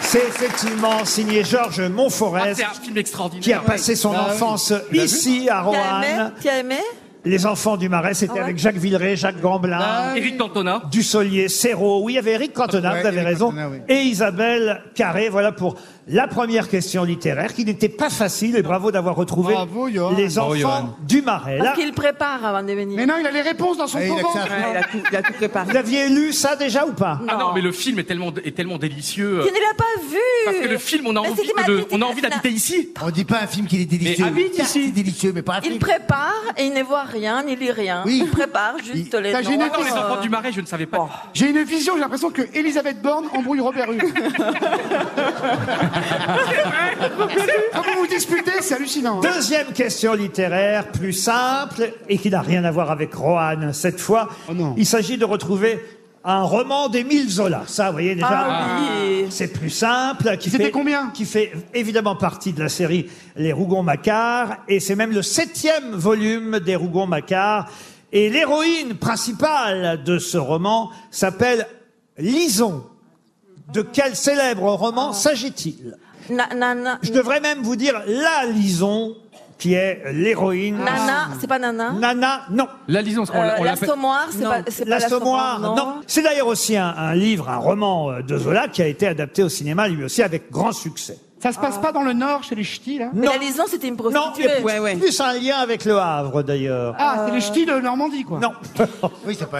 C'est effectivement signé Georges
Ah,
Montforest.
C'est un film extraordinaire.
qui a passé son enfance ici à
Tu as aimé
Roanne.
Tu as aimé
Les enfants du Marais, c'était
Ah ouais Bah
avec Jacques Villeray, Jacques
Ah,
Gamblin,
Eric Cantona.
Dussolier, Serrault. Oui, il y avait Eric Cantona,
Ouais,
vous avez
Eric
raison.
Cantona, oui.
Et Isabelle Carré, voilà pour la première question littéraire qui n'était pas facile et bravo d'avoir retrouvé
Bravo,
les
Bravo,
enfants
Johan.
du marais.
Parce
Là,
qu'il prépare avant de venir.
Mais non, il a les réponses dans son
Ah,
Ouais, il a que
courant.
ça à faire.
tout préparé.
vous aviez lu ça déjà ou pas
Ah non, mais le film est tellement, est tellement délicieux.
Tu ne l'as pas vu
Parce que le film, on a
Mais
envie
c'était ma
de-
petite
on a envie
Christina.
d'habiter ici.
Ah, On dit pas un film qu'il est délicieux.
habite
Certes, C'est délicieux, mais pas un film.
Il prépare et il ne voit rien, il lit rien.
Oui.
Il prépare juste les
T'as
noms.
gêné
Attends, Ah les enfants du marais, je ne savais pas.
J'ai une vision, j'ai l'impression que Elisabeth Borne embrouille Robert Hue.
Comment vous disputez C'est hallucinant. hein. Deuxième question littéraire, plus simple, et qui n'a rien à voir avec Roanne cette fois. Il s'agit de retrouver un roman d'Émile Zola. Ça, vous voyez déjà,
Ah oui.
c'est plus simple. Qui fait, combien Qui fait évidemment partie de la série Les Rougon-Macquart, et c'est même le septième volume des Rougon-Macquart. Et l'héroïne principale de ce roman s'appelle Lison. De quel célèbre roman s'agit-il
Ah. Na- na- na-
je devrais même vous dire la Lison, qui est l'héroïne.
Nana, c'est pas Nana
Nana, non.
La Lison,
on l'a- on Euh, l'appelle- l'Assommoir, c'est
Non.
pas- c'est pas l'Assommoir,
L'Assommoir, non.
non.
C'est d'ailleurs aussi un, un livre, un roman euh, de Zola qui a été adapté au cinéma lui aussi avec grand succès.
Ça se passe pas dans le Nord, chez les ch'tis, là
Mais Non. la
Lison, c'était une
Non, il y a plus un lien avec Le Havre d'ailleurs.
Ah, c'est les ch'tis de Normandie, quoi.
Non.
Oui,
Ah,
ça peut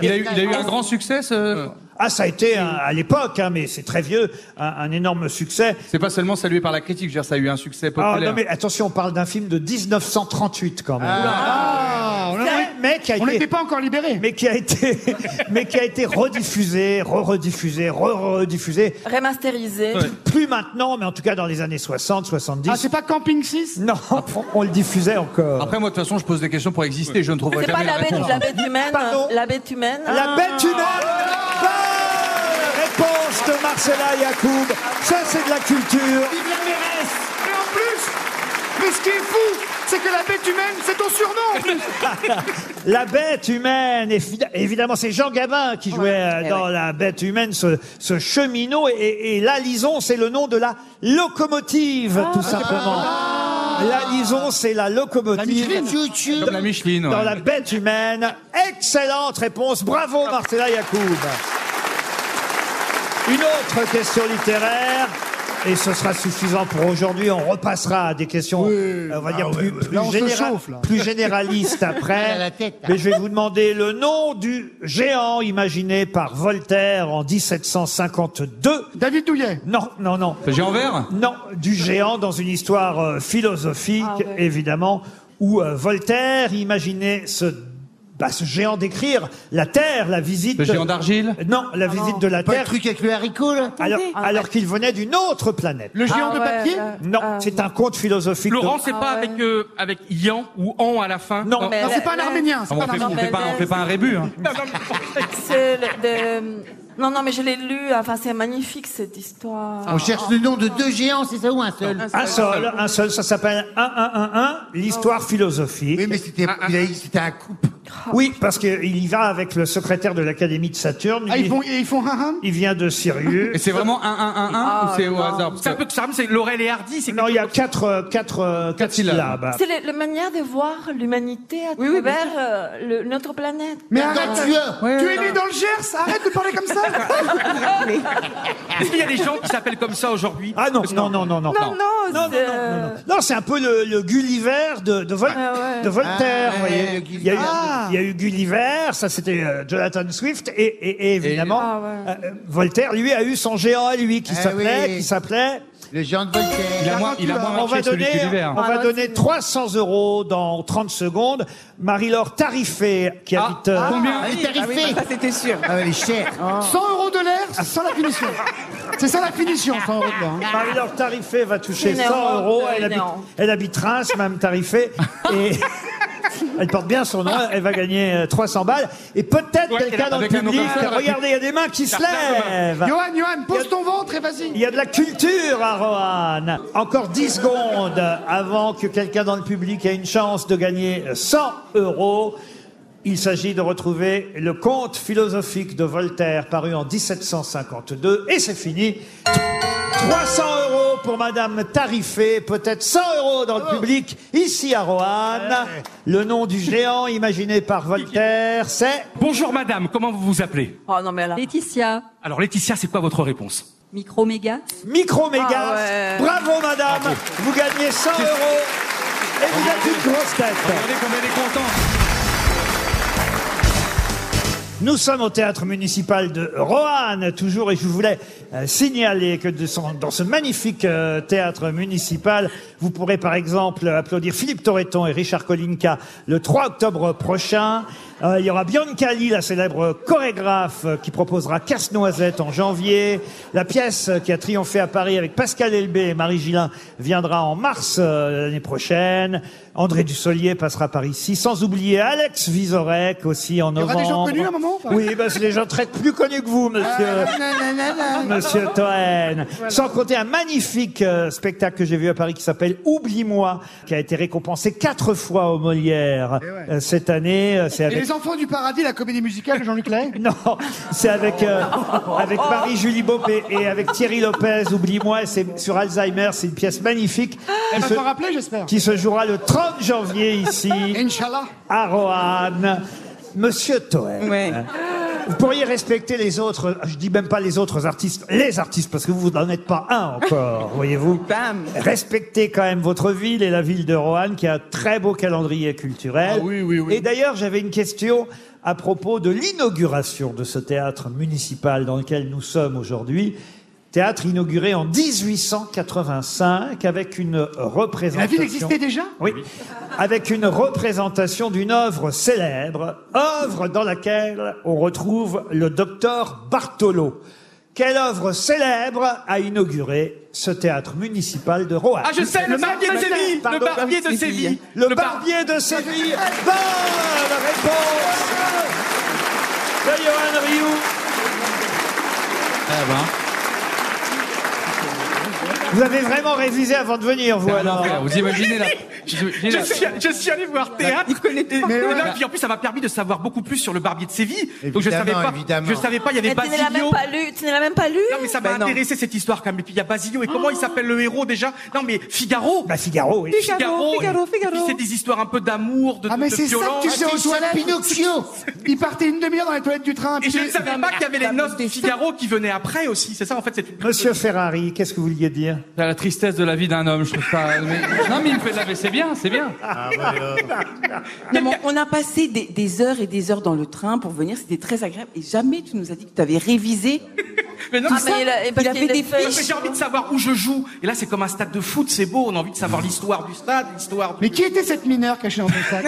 Il a eu- il a eu un grand
succès, ce...
Ah, ça a été un- à l'époque, hein, mais c'est très vieux, un, un énorme succès.
C'est pas seulement salué par la critique, je veux dire, ça a eu un succès
Ah,
populaire.
non, mais attention, on parle d'un film de 1938 quand même.
Ah,
C'est un mec qui a
on
été-
n'était pas encore libérés.
mais qui a été, [LAUGHS] mais qui a été rediffusé, re-rediffusé, re-rediffusé.
Remasterisé.
Plus maintenant, mais en tout cas dans les années 60, 70.
Ah, c'est pas Camping 6
Non, on, on le diffusait
euh,
encore.
Après, moi, de toute façon, je pose des questions pour exister. Je ne trouverai
C'est pas
jamais la
la bête,
réponse. Ah,
la bête humaine. La bête humaine. hein
La bête humaine Bonne réponse de Marcella Yacoub. Ça, c'est de la culture.
Et en plus, mais ce qui est fou, c'est que la bête humaine, c'est ton surnom en plus.
[LAUGHS] La bête humaine, évi- évidemment, c'est Jean Gabin qui jouait
eh
euh, dans La bête humaine, ce, ce cheminot. Et, et la lison, c'est le nom de la locomotive,
Ah.
tout simplement. La lison, c'est la locomotive.
La Micheline.
Dans-
Comme la Micheline, ouais.
Dans La bête humaine. Excellente réponse. Bravo, Marcella Yacoub. Une autre question littéraire. Et ce sera suffisant pour aujourd'hui. On repassera à des questions, euh, on
Ah
va dire, plus, plus
Là, on se
généra-
chauffe, là.
plus
[LAUGHS]
généralistes
Elle a la
après.
tête, là.
Mais je vais vous demander le nom du géant imaginé par Voltaire en 1752.
David Douillet.
Non, non, non.
Le géant vert
Non, du géant dans une histoire euh, philosophique,
Ah ouais.
évidemment, où euh, Voltaire imaginait ce, bah, ce géant décrire la Terre, la visite.
Le
de-
géant d'argile
Non, la
Ah,
visite de la
Pas
Terre.
le truc avec le haricot, là
Alors, alors qu'il venait d'une autre planète.
Le géant Ah de ouais, Ah, papier
là.
Non, c'est un conte philosophique. de-
Laurent,
Ah
c'est pas avec, euh, avec Yan ou An à la fin
Non,
mais
Non, c'est pas un Arménien,
Ah, on, fait, on fait pas, on fait pas un rébut. hein.
C'est le- de- Non, non, mais je l'ai lu. Enfin, c'est magnifique cette histoire.
On cherche le nom de deux géants, c'est ça ou un seul
Un seul, un seul, ça s'appelle 1111, l'histoire philosophique. Oui, mais
c'était
un couple. Oui, parce qu'il y va avec le secrétaire de l'Académie de Saturne.
Ah,
Il-
ils font, ils font un, un
Il vient de Sirius.
Et c'est vraiment un, un, un, un,
Ah,
ou c'est au hasard
C'est un peu ça, c'est Laurel et Hardy, c'est
Non, il y a quatre, euh, quatre, euh, quatre syllabes.
Bah.
C'est le- la manière de voir l'humanité à
oui,
travers euh, le- notre planète. Ah.
Mais arrête, tu, es né dans le Gers, arrête de parler comme ça.
[LAUGHS]
Est-ce qu'il y a des gens qui s'appellent comme ça aujourd'hui
Ah non, non, non, non, non.
Non, non, c'est, euh,
Non, c'est un peu le, le Gulliver de, de, Vol- de Voltaire.
Ah,
vous voyez.
ouais, le
il, y a eu,
Gulliver.
il y a eu Gulliver, ça c'était euh, Jonathan Swift, et, et- et évidemment,
Ah
euh, euh, Voltaire, lui, a eu son géant à lui qui
Ah
s'appelait,
oui.
qui s'appelait.
Le géant de Voltaire.
Il a moins- il a moins
on va
marché que celui
donner,
de Gulliver.
on
Ah,
va donner 300 euros dans 30 secondes. Marie-Laure Tarifé, qui habite. euh,
combien
Elle est tarifée.
c'était sûr.
Ah, elle est chère.
100 euros de l'air, sans la finition. C'est ça la finition, 100 euros de l'air. hein.
Marie-Laure Tarifé va toucher
Une
100
honte, euh,
euros. Elle
une
habite,
honte.
elle habite Reims, Mme Tarifé.
[LAUGHS]
Et elle porte bien son nom. Elle va gagner euh, 300 balles. Et peut-être quelqu'un dans le
avec un nom
public.
comme ça, elle a-
Regardez, il y a des mains qui se lèvent.
Johan, Johan, pose ton ventre et vas-y.
Il y a de la culture à Roanne. Encore 10 secondes avant que quelqu'un dans le public ait une chance de gagner 100 euros. Il s'agit de retrouver le conte philosophique de Voltaire paru en 1752. Et c'est fini. 300 euros pour Madame Tarifé, peut-être 100 euros dans le public, ici à Roanne. Le nom du géant imaginé par Voltaire, c'est...
Bonjour madame, comment vous vous appelez
Oh non, mais là.
Laetitia.
Alors Laetitia, c'est quoi votre réponse
Microméga.
Micromégas.
Ah ouais.
Bravo, madame. Vous gagnez 100 euros. Et vous êtes une grosse tête. Regardez
comme elle est contente.
Nous sommes au théâtre municipal de Roanne, toujours, et je voulais euh, signaler que de son- dans ce magnifique euh, théâtre municipal, vous pourrez par exemple applaudir Philippe Torreton et Richard Kolinka le 3 octobre prochain. Euh, il y aura Bianca Lee, la célèbre chorégraphe, euh, qui proposera Casse-Noisette en janvier. La pièce euh, qui a triomphé à Paris avec Pascal Elbé et Marie Gillin viendra en mars euh, l'année prochaine. André Dussolier passera par ici, sans oublier Alex Vizorek aussi en
Il y
novembre.
aura des gens connus à un moment ou pas Ah,
Oui, bah, c'est des gens très plus connus que vous, monsieur. Monsieur Toen.
Voilà.
Sans compter un magnifique euh, spectacle que j'ai vu à Paris qui s'appelle Oublie-moi, qui a été récompensé quatre fois au Molière
Eh ouais.
euh, cette année. euh, C'est
Et
avec,
les enfants du paradis, la comédie musicale de Jean-Luc Lay
[LAUGHS] Non, c'est avec, euh, avec Marie-Julie Bop et, et avec Thierry Lopez. Oublie-moi, et c'est sur Alzheimer. C'est une pièce magnifique.
Elle
qui
va
se-
s'en rappeler, j'espère.
qui se jouera le 30 janvier ici.
Inch'Allah.
À Roanne. Monsieur Toen. Vous pourriez respecter les autres, je dis même pas les autres artistes, les artistes, parce que vous n'en êtes pas un encore, voyez-vous. Respectez quand même votre ville et la ville de Roanne, qui a un très beau calendrier culturel.
Ah
Et d'ailleurs, j'avais une question à propos de l'inauguration de ce théâtre municipal dans lequel nous sommes aujourd'hui. Théâtre inauguré en 1885 avec une représentation.
La ville existait déjà
Oui. Avec une représentation d'une œuvre célèbre, œuvre dans laquelle on retrouve le docteur Bartolo. Quelle œuvre célèbre a inauguré ce théâtre municipal de Roanne
Ah, je sais, le barbier de Séville, le
Pardon,
barbier de Séville.
Le,
Le bar-
barbier de Séville Bonne réponse de Johan Rioux Vous avez vraiment révisé avant de venir, vous alors
Vous imaginez la...
Je suis, je suis allé voir théâtre.
Mais
Et
voilà.
là, puis en plus, ça m'a permis de savoir beaucoup plus sur le barbier de Séville. donc je
Évidemment,
savais pas.
évidemment.
Je savais pas. Il y avait
Mais tu ne l'as
Basilio.
même pas lu. Tu ne l'as même pas lu.
Non mais ça m'a intéressé cette histoire quand même. Et puis il y a Basilio et comment il s'appelle le héros déjà Non mais Figaro.
Bah Figaro. Oui.
Figaro. Figaro. Figaro. C'est des histoires un peu d'amour, de
Ah mais
de
c'est ça
violence.
que tu sais aux toilettes
Pinocchio
Il partait une demi-heure dans les toilettes du train.
Et je ne savais pas qu'il y avait les noces de Figaro qui venaient après aussi. C'est ça en fait. C'est une...
Monsieur Ferrari, qu'est-ce que vous vouliez dire
La tristesse de la vie d'un homme, je trouve ça. euh, mais- Non, mais il me fait de la. mais c'est bien, c'est bien.
Non, mais on a passé des, des heures et des heures dans le train pour venir, c'était très agréable. Et jamais tu nous as dit que tu avais révisé.
Mais non,
Tout ça, il avait des
Non, mais
fiches.
J'ai envie de savoir où je joue. Et là, c'est comme un stade de foot, c'est beau. On a envie de savoir l'histoire du stade, l'histoire.
Mais qui était cette mineure cachée dans ton
[LAUGHS]
sac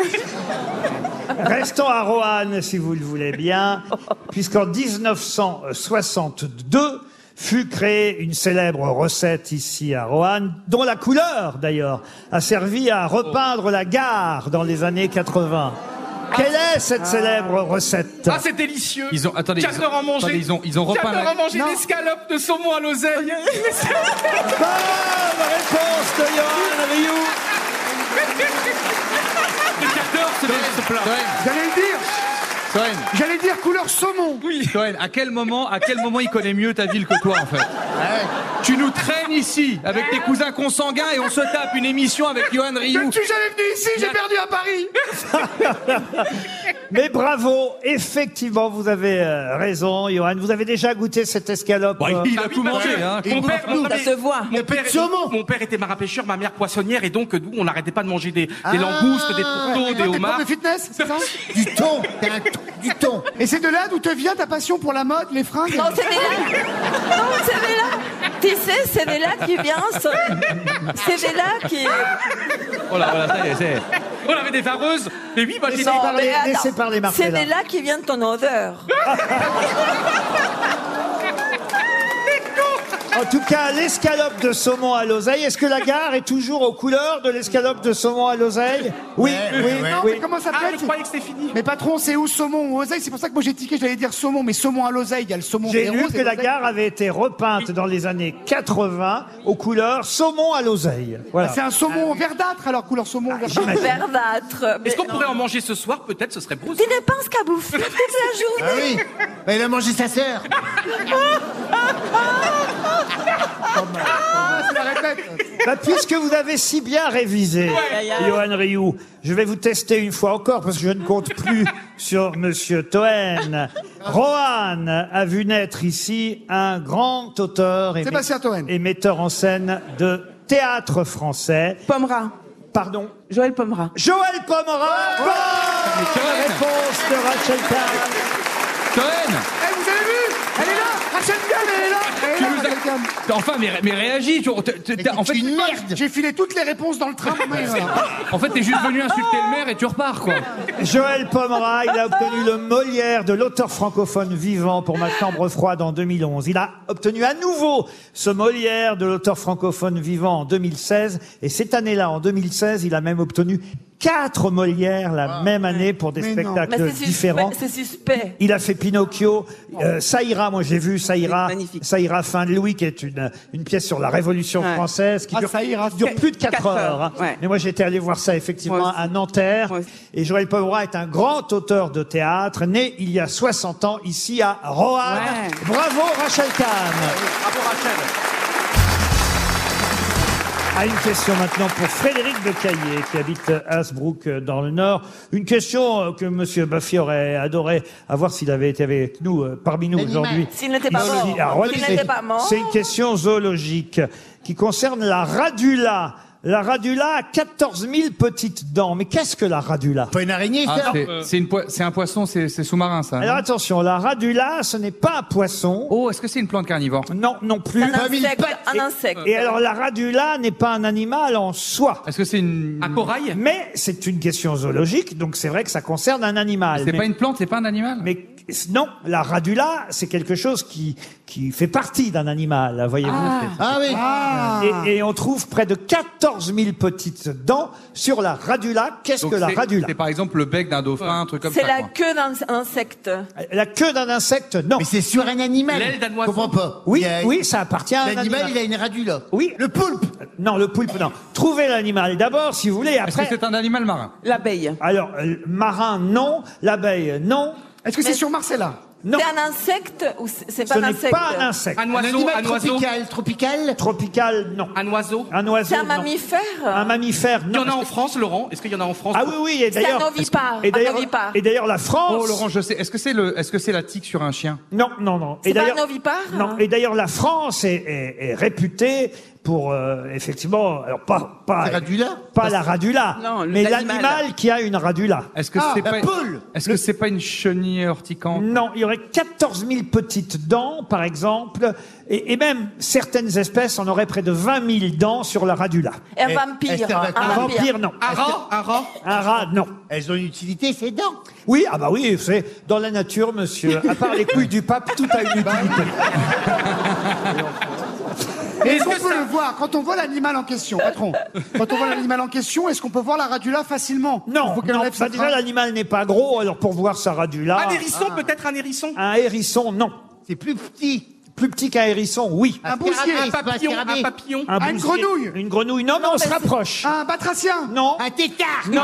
[LAUGHS] Restons à Roanne, si vous le voulez bien, puisqu'en 1962 fut créée une célèbre recette ici à Roanne, dont la couleur, d'ailleurs, a servi à repeindre la gare dans les années 80. Quelle est cette célèbre recette
Ah, c'est délicieux.
Ils ont- attendez,
J'adore
ils ont-
en manger.
attendez, ils ont- ils ont repeint
J'adore
la- Ah,
en manger
Non.
l'escalope de saumon à l'oseille.
Bonne réponse de Johan Rioux.
J'adore ce, ce plat.
J'allais le dire J'allais dire couleur saumon
Oui.
Toen, à quel moment, à quel moment il connaît mieux ta ville que toi, en fait Tu nous traînes ici avec tes cousins consanguins et on se tape une émission avec Johan Rioux.
Je ne suis jamais venu ici, j'ai perdu à Paris
Mais bravo, effectivement, vous avez euh, raison, Johan. Vous avez déjà goûté cette escalope euh,
Bah oui, parce que
hein.
Mon père, mon- Mon père, mon pêche était marin pêcheur, ma mère poissonnière, et donc nous, on n'arrêtait pas de manger des, des
Ah.
langoustes, des
Ouais,
tourteaux,
mais toi,
des
t'es
homards.
prof de fitness, c'est ça
Du thon, t'as un thon, du thon.
Et c'est de là d'où te vient ta passion pour la mode, les fringues
Non, c'est des lacs. Non, c'est des lacs. Tu sais, c'est des lacs qui viennent. C'est des lacs [LAUGHS] qui.
Oh là, voilà, ça y est, c'est.
On avait des vareuses, mais oui, bah, j'ai
Non,
des-
mais attends.
[LAUGHS]
laissez parler
C'est
Marcella.
des lacs qui viennent ton odeur.
En tout cas, l'escalope de saumon à l'oseille. Est-ce que la gare est toujours aux couleurs de l'escalope de saumon à l'oseille Oui, oui,
non,
oui.
mais comment ça
Ah,
s'appelle
je
c'est-
croyais que c'était fini.
Mais patron, c'est où saumon ou oseille C'est pour ça que moi j'ai tiqué, j'allais dire saumon, mais saumon à l'oseille, il y a le saumon
J'ai
zéro,
lu
c'est
que la
l'oseille.
gare avait été repeinte dans les années 80 aux couleurs saumon à l'oseille. Voilà.
Ah, C'est un saumon verdâtre alors, couleur saumon
Ah,
verdâtre.
Verdâtre. Mais
Est-ce qu'on
non.
pourrait en manger ce soir Peut-être, ce serait beau.
Tu ne penses qu'à bouffer toute la
Ah
journée.
[LAUGHS]
Ah
[LAUGHS]
euh,
oui, bah, il a mangé sa sœur.
Ah,
Bah, puisque vous avez si bien révisé,
Ouais.
Johan Rioux, je vais vous tester une fois encore parce que je ne compte plus sur Monsieur Toen. Rohan a vu naître ici un grand auteur et,
Sébastien
et metteur en scène de théâtre français.
Pomera.
Pardon
Joël Pomera.
Joël Pomera Bonne réponse de Rachel Kahn.
Toen
Eh, vous avez vu Elle est là Rachel Kahn, elle est là Elle est
Tu
là,
nous as-
Rachel Kahn.
T'as- Enfin, mais, mais réagis. tu- t'es- t'es- t'as- en fait, une merde.
J'ai filé toutes les réponses dans le train. mais voilà.
En fait, t'es juste venu insulter le maire et tu repars, quoi.
Joël Pomera, il a obtenu le Molière de l'auteur francophone vivant pour Ma Chambre froide en 2011. Il a obtenu à nouveau ce Molière de l'auteur francophone vivant en 2016. Et cette année-là, en 2016, il a même obtenu quatre Molières la même année pour des spectacles
Mais Bah, c'est
différents.
suspect- C'est suspect.
Il a fait Pinocchio,
Oh.
euh, ça ira, moi j'ai vu ça ira, ça ira fin de Louis, qui est une, une pièce sur la Révolution
Ouais.
française qui
Ah,
dure,
Ça ira,
qui dure
c'est-
plus de 4,
quatre
heures.
heures,
hein.
ouais.
Mais moi j'étais allé voir ça effectivement à Nanterre. Et Joël Povra est un grand auteur de théâtre, né il y a 60 ans ici à Roanne.
Ouais.
Bravo Rachel Kahn
Bravo Rachel.
À une question maintenant pour Frédéric de Caillé, qui habite Hasbrook euh, dans le Nord. Une question euh, que Monsieur Baffy aurait adoré avoir s'il avait été avec nous, euh, parmi nous
L'animal.
aujourd'hui.
S'il n'était pas
Zoologie.
mort.
Alors,
S'il
c'est-
n'était pas mort.
ah, C'est une question zoologique qui concerne la radula. La radula a 14 000 petites dents. Mais qu'est-ce que la radula Pas une araignée,
Ah, c'est- c'est une poi- c'est un poisson, c'est c'est sous-marin, ça.
alors attention, la radula, ce n'est pas un poisson.
hein. Oh, est-ce que c'est une plante carnivore
Non, non plus.
Un insecte. Un insecte.
Et alors la radula n'est pas un animal en soi.
Est-ce que c'est une...
Un corail Mais c'est une question zoologique, donc c'est vrai que ça concerne un animal.
C'est pas
une
plante, c'est pas un animal
Mais non, la radula, c'est quelque chose qui, qui fait partie d'un animal, voyez-vous.
Ah oui. Ah.
Et, et on trouve près de 14 000 petites dents sur la radula. Qu'est-ce
Donc
Ah,
que la
c'est-
radula
C'est par exemple le bec d'un dauphin, un truc comme ça.
C'est la
quoi.
queue d'un insecte.
La queue d'un insecte, non. Mais
c'est sur un animal.
L'aile d'un
Je comprends pas.
Oui,
Il y a-
oui, ça appartient à un
L'animal, il a une radula.
Oui.
Le poulpe.
Non, le poulpe, non. Trouvez l'animal d'abord, si vous voulez,
Est-ce
après.
que c'est un animal marin
L'abeille.
Alors, euh, marin, non. L'abeille, non. Est-ce que c'est sur Marcella Non.
C'est un insecte ou c'est c'est pas
Ce
un
n'est
insecte
pas un insecte. tropical, tropical Tropical, non.
Un oiseau
Un oiseau,
C'est un
non.
mammifère
Un mammifère,
Il y en a en France, Laurent Est-ce qu'il y en a en France
Ah oui, oui, et
C'est un
d'ailleurs...
ovipare.
et d'ailleurs-
un ovipare.
et d'ailleurs, la France...
Oh, Laurent, je sais. Est-ce que c'est le, est-ce que c'est la tique sur un chien
Non, non, non.
C'est
Et
pas
d'ailleurs-
un ovipare hein
Non. Et d'ailleurs, la France est, est- est réputée pour euh, effectivement, alors pas pas pas la radula,
Non, le-
mais
l'animal.
l'animal qui a une radula.
Est-ce
Ah,
que c'est pas Est-ce que c'est pas une chenille urticante
Non, il y aurait 14 000 petites dents, par exemple, et, et même certaines espèces en auraient près de 20 000 dents sur la radula.
Et un vampire,
Est-ce
un
Un
vampire.
vampire, non.
Un
rat
Un rat
Un rat, non.
Elles ont une utilité, ces dents.
Oui, ah bah oui, c'est dans la nature, monsieur. À part les couilles du pape, tout a une utilité.
Mais est-ce qu'on peut le voir Quand on voit l'animal en
[LAUGHS]
question, patron, quand on voit l'animal en question, est-ce qu'on peut voir la radula facilement
Non, non, bah déjà l'animal n'est pas gros, alors pour voir sa radula.
Ah,
Ah,
Un hérisson, peut-être un hérisson
Un hérisson, non. C'est plus petit. Plus petit qu'un hérisson, oui.
Un bousier. Un papillon, un papillon. Ah, une
bousier.
grenouille.
Une grenouille, non, mais on se rapproche.
Un batracien
Non.
Un tétard Euh,
Non,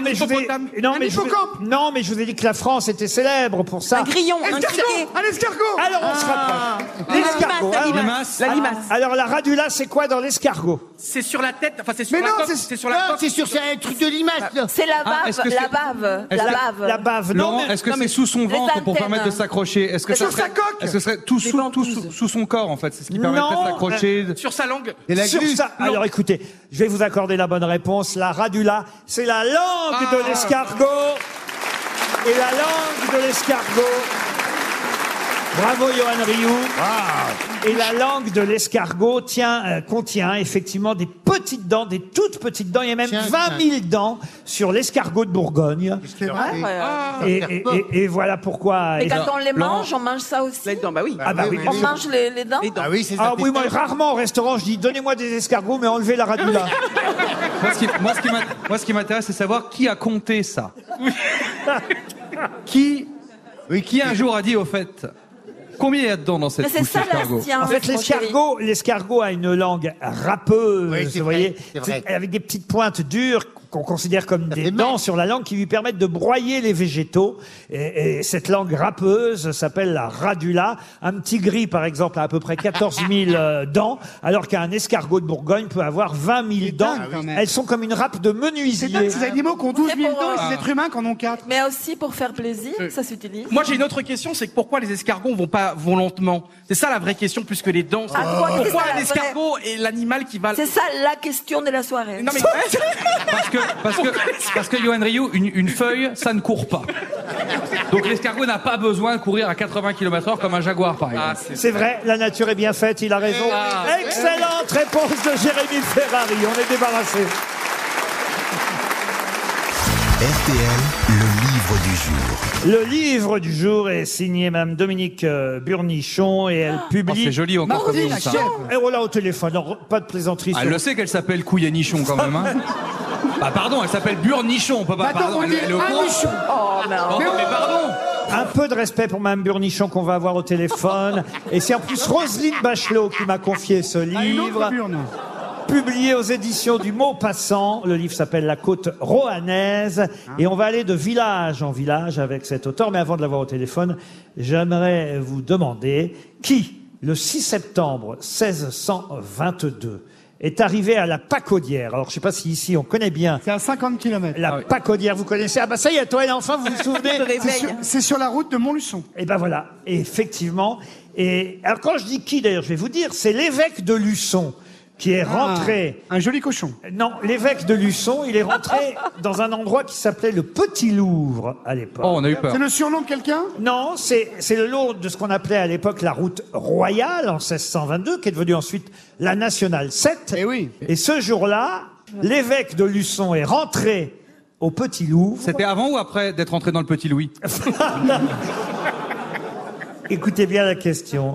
mais je vais- non, mais je vais- non, mais je vous ai dit que la France était célèbre pour ça. Un
grillon,
un Escargot, criquet. un escargot.
Alors on se
Ah.
rapproche.
La
L'escargot.
limace, la
ah ouais.
limace. La limace.
Alors la radula, c'est quoi dans l'escargot
C'est sur la tête, enfin c'est sur
Mais
la
non,
coque,
c'est-
c'est sur la
non,
coque.
c'est sur- c'est un truc de limace, là.
C'est la bave,
Ah, est-ce que
la
c'est-
bave,
Est-ce
la
que-
bave.
Laurent, est-ce que c'est sous son
Les
ventre pour
antennes.
permettre de s'accrocher Est-ce que
Sur
ça serait-
sa coque
Est-ce que ce serait tout
Des
sous, tout sous, sous son corps en fait C'est ce qui permettrait de s'accrocher.
Sur sa langue.
Sur ça- Alors écoutez, je vais vous accorder la bonne réponse. La radula, c'est la langue
Ah.
de l'escargot. Et la langue de l'escargot. Bravo Johan Rioux.
Ah.
Et la langue de l'escargot tient, euh, contient effectivement des petites dents, des toutes petites dents. Il y a même 20 000 dents sur l'escargot de Bourgogne.
vrai Ah.
Et, et- et- et voilà pourquoi. eh
Mais
Ah, et-
Ah, quand on les mange, on mange ça aussi. Les dents, bah oui.
Ah bah oui, bien
on
sûr.
mange les, les dents.
Ah oui, moi, rarement au restaurant, je dis donnez-moi des escargots, mais enlevez la radula.
Moi, ce qui- moi, ce qui m'int- moi, ce qui m'intéresse, c'est savoir qui a compté ça. qui, qui un jour a dit au fait combien il y a dedans dans cette couche d'escargot
En fait, l'escargot, l'escargot a une langue râpeuse,
Oui, c'est
vous
vrai,
voyez,
c'est vrai.
avec des petites pointes dures qu'on considère comme des dents sur la langue qui lui permettent de broyer les végétaux. Et, et cette langue râpeuse s'appelle la radula. Un petit gris, par exemple, a à peu près 14 000 euh, dents, alors qu'un escargot de Bourgogne peut avoir 20 000 dents.
dingue, quand même.
Elles sont comme une râpe de menuisier.
C'est dingue, ces animaux qui ont 12 000 dents et ces
Ah.
êtres humains qui en ont 4.
euh, Mais aussi pour faire plaisir, ça s'utilise.
Moi, j'ai une autre question, c'est que pourquoi les escargots vont pas vont lentement C'est ça la vraie question, plus que les dents.
Ah, quoi, c'est
pourquoi
ça, la
un escargot est l'animal qui va
C'est ça la question de la soirée.
Non mais
[LAUGHS] Parce que, parce que, parce que Johan Ryu, une, une feuille, ça ne court pas. Donc l'escargot n'a pas besoin de courir à 80 km/h comme un jaguar, par exemple.
C'est vrai, la nature est bien faite, il a raison.
Ah.
Excellente réponse de Jérémy Ferrari, on est débarrassé.
RTL, le livre du jour.
Le livre du jour est signé Mme Dominique euh, Burnichon et elle publie.
Ah. Oh, c'est joli encore comme nom, ça. Burnichon
Et voilà au téléphone, alors, pas de plaisanterie.
Ah,
sur-
Elle le sait qu'elle s'appelle Couille et Nichon quand même. Hein. [LAUGHS] Bah pardon, elle s'appelle Burnichon, papa.
Attends,
Pardon,
on
elle,
dit
Ah, elle est au
un
Ah,
courant.
nichon.
Oh,
Non, mais pardon.
Ah, Un peu de respect pour Mme Burnichon qu'on va avoir au téléphone. Et c'est en plus Roselyne Bachelot qui m'a confié ce livre. Publié aux éditions du Mot Passant. Le livre s'appelle La Côte Roanaise. Et on va aller de village en village avec cet auteur. Mais avant de l'avoir au téléphone, j'aimerais vous demander qui, le 6 septembre 1622, est arrivé à la Pacodière. Alors, je sais pas si ici on connaît bien.
C'est à 50 km.
La Pacodière, vous connaissez. Ah bah ça y est, toi et l'enfant, vous vous souvenez
C'est sur, c'est sur la route de Montluçon.
et ben voilà, effectivement. Et alors quand je dis qui d'ailleurs, je vais vous dire, c'est l'évêque de Luçon qui est
Ah,
rentré.
un joli cochon.
Non, l'évêque de Luçon, il est
[LAUGHS]
rentré dans un endroit qui s'appelait le Petit Louvre à l'époque.
Oh, on a eu peur. C'est le
surnom de quelqu'un Non, c'est c'est le lot de ce qu'on appelait à l'époque la route royale en 1622, qui est devenue ensuite la nationale 7.
Eh
Et oui. Et ce jour-là, l'évêque de Luçon est rentré au Petit Louvre.
C'était avant ou après d'être entré dans le petit Louis
Écoutez bien la question.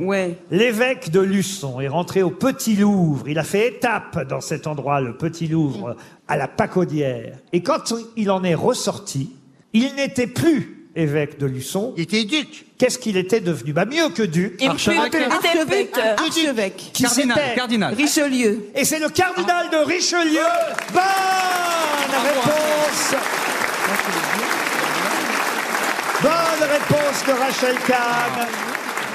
L'évêque de Luçon est rentré au Petit Louvre. Il a fait étape dans cet endroit, le Petit Louvre, à la Pacodière. Et quand il en est ressorti, il n'était plus évêque de Luçon. Il était duc. Qu'est-ce qu'il était devenu Bah mieux que duc.
Archevêque. Archevêque. Archevêque.
Qui c'était
Richelieu.
Et c'est le cardinal de Richelieu. Bonne réponse. Bonne réponse de Rachel Kahn.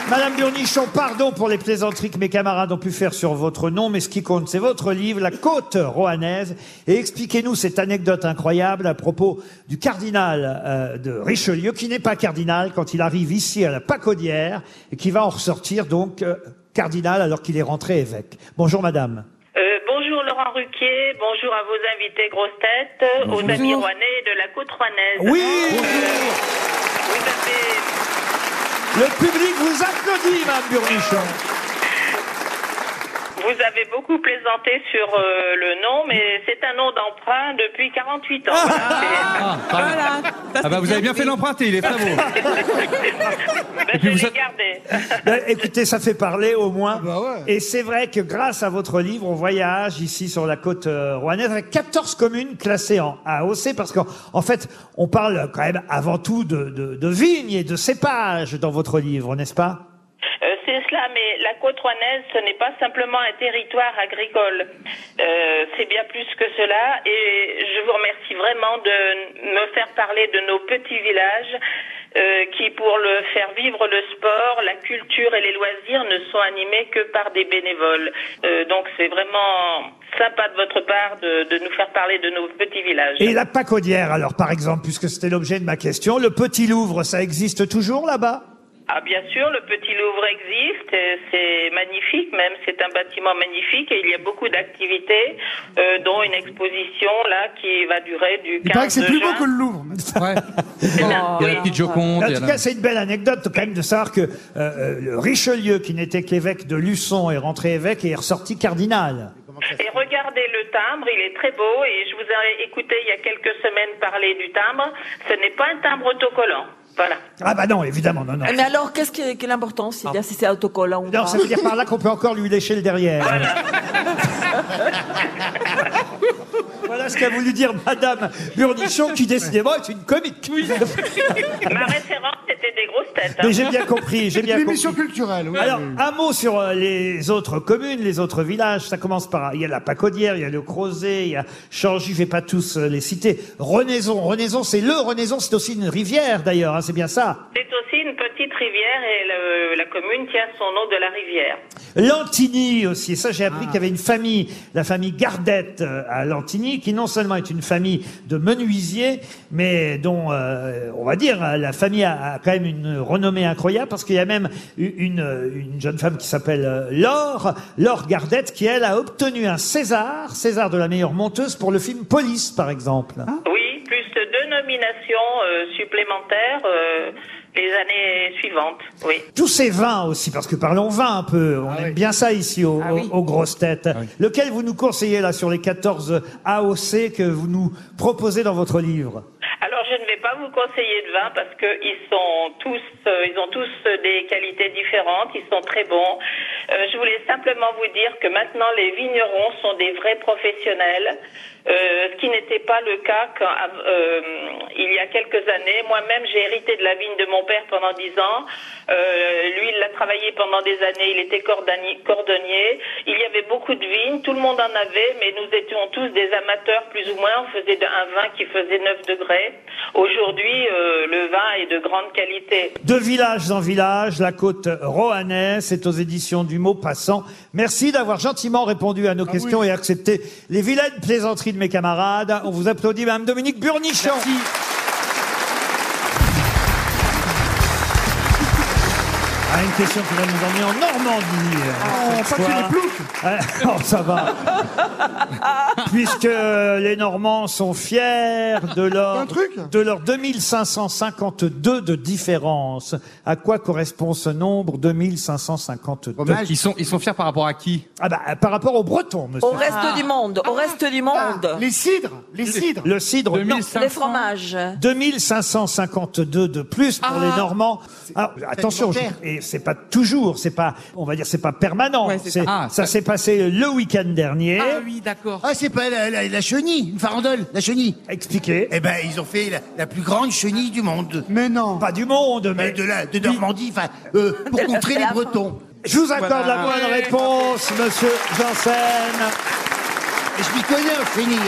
Madame Burnichon, pardon pour les plaisanteries que mes camarades ont pu faire sur votre nom, mais ce qui compte, c'est votre livre, La Côte Roanaise. Et expliquez-nous cette anecdote incroyable à propos du cardinal euh, de Richelieu, qui n'est pas cardinal quand il arrive ici à la Pacodière, et qui va en ressortir donc euh, cardinal alors qu'il est rentré évêque. Bonjour madame.
Euh, bonjour Laurent Ruquier, bonjour à vos invités grosses têtes,
Bonjour.
aux amis rouennais de la côte rouennaise.
Oui
Euh,
Le public vous applaudit, madame Burnichon.
vous avez beaucoup plaisanté sur euh, le nom, mais c'est un nom d'emprunt depuis 48 ans. Voilà, c'est-
Ah, bah vous avez bien fait l'emprunter, il est très beau.
Ben, je l'ai gardé.
Ben, écoutez, ça fait parler au moins. Et c'est vrai que grâce à votre livre, on voyage ici sur la côte euh, rouennaise avec 14 communes classées en AOC parce qu'en en fait, on parle quand même avant tout de, de, de vignes et de cépages dans votre livre, n'est-ce pas
Euh, c'est cela, mais la côte rouennaise, ce n'est pas simplement un territoire agricole. Euh, c'est bien plus que cela. Et je vous remercie vraiment de me faire parler de nos petits villages euh, qui, pour le faire vivre le sport, la culture et les loisirs, ne sont animés que par des bénévoles. Euh, donc c'est vraiment sympa de votre part de, de nous faire parler de nos petits villages.
Et la Pacodière, alors par exemple, puisque c'était l'objet de ma question, le Petit Louvre, ça existe toujours là-bas
Ah bien sûr, le Petit Louvre existe, et c'est magnifique même, c'est un bâtiment magnifique et il y a beaucoup d'activités, euh, dont une exposition là qui va durer du 15
Il paraît que Ah, c'est plus
juin.
beau que le Louvre.
Ouais.
[LAUGHS]
Eh Il y a la petite Joconde.
En
il y a
tout
la-
cas, c'est une belle anecdote quand même de savoir que euh, euh, le Richelieu, qui n'était qu'évêque de Luçon, est rentré évêque et est ressorti cardinal.
Et regardez le timbre, il est très beau et je vous ai écouté il y a quelques semaines parler du timbre, ce n'est pas un timbre autocollant. Voilà.
Ah bah non, évidemment, non, non.
Eh, Mais alors, qu'est-ce que, quelle importance
Ah.
il y a si c'est autocollant ou
Non,
pas
ça veut dire par là qu'on peut encore lui lécher le derrière. Voilà, Voilà ce qu'a voulu dire Madame Burnichon, qui décidément est une comique. [LAUGHS]
Ma référence, c'était des grosses têtes. hein.
Mais j'ai bien compris, j'ai bien compris.
culturelle, oui.
Alors, un mot sur euh, les autres communes, les autres villages. Ça commence par, il y a la Pacodière, il y a le Crozet, il y a Changy, je vais pas tous euh, les citer. Renaison, Renaison, c'est le Renaison, c'est aussi une rivière d'ailleurs, hein, c'est bien ça.
C'est aussi une petite rivière et le- la commune tient son nom de la rivière.
Lantigny aussi, ça j'ai appris qu'il y avait une famille, la famille Gardette euh, à Lantigny, qui non seulement est une famille de menuisiers, mais dont, euh, on va dire, euh, la famille a, a quand même une renommée incroyable, parce qu'il y a même eu- une, euh, une jeune femme qui s'appelle euh, Laure, Laure Gardette, qui elle a obtenu un César, César de la meilleure monteuse, pour le film Police, par exemple.
Oui, plus de deux nominations euh, supplémentaires euh, les années suivantes. Oui.
Tous ces vins aussi, parce que parlons vin un peu, on aime bien ça ici au- au- aux grosses têtes. Lequel vous nous conseillez là sur les 14 AOC que vous nous proposez dans votre livre
Alors je ne vais pas vous conseiller de vin parce que ils sont tous, euh, ils ont tous euh, des qualités différentes, ils sont très bons. Euh, je voulais simplement vous dire que maintenant les vignerons sont des vrais professionnels, euh, ce qui n'était pas le cas quand, av- euh, il y a quelques années. Moi-même j'ai hérité de la vigne de mon père pendant dix ans. Euh, lui il l'a travaillé pendant des années, il était cordani- cordonnier. Il y avait beaucoup de vignes, tout le monde en avait, mais nous étions tous des amateurs plus ou moins. On faisait de- un vin qui faisait 9 degrés. Aujourd'hui, euh, le vin est de grande qualité.
De village en village, la côte roannaise, c'est aux éditions du mot passant. Merci d'avoir gentiment répondu
Ah
à nos questions et accepté les vilaines plaisanteries de mes camarades. On vous applaudit, Madame Dominique Burnichon. Ah, une question qui va nous emmener en Normandie. euh, cette
pas que
fois.
les
Ah, [LAUGHS] oh, ça va. Puisque les Normands sont fiers de leur, de leur 2552 de différence. À quoi correspond ce nombre 2552
Ils sont, ils sont fiers par rapport à qui
Ah bah, par rapport aux Bretons, monsieur.
[LAUGHS]
Ah.
Au reste du monde, au reste du monde.
Les cidres, les
cidres. Le cidre, non.
Les fromages.
2552 de plus pour
Ah.
les Normands. Ah, attention, je- et c'est pas toujours, c'est pas, on va dire, c'est pas permanent.
Ouais, c'est
C'est-
ça. Ah,
ça s'est passé le week-end dernier.
oui, d'accord.
Ah, c'est pas la, la- la chenille, une farandole, la chenille.
Expliquez.
Eh ben, ils ont fait la, la plus grande chenille du monde.
Mais non.
Pas du monde, mais.
de, la, de Normandie, enfin, euh,
[LAUGHS]
pour contrer les Bretons.
Je vous accorde la bonne réponse, monsieur Janssen.
Je m'y connais, au chenille.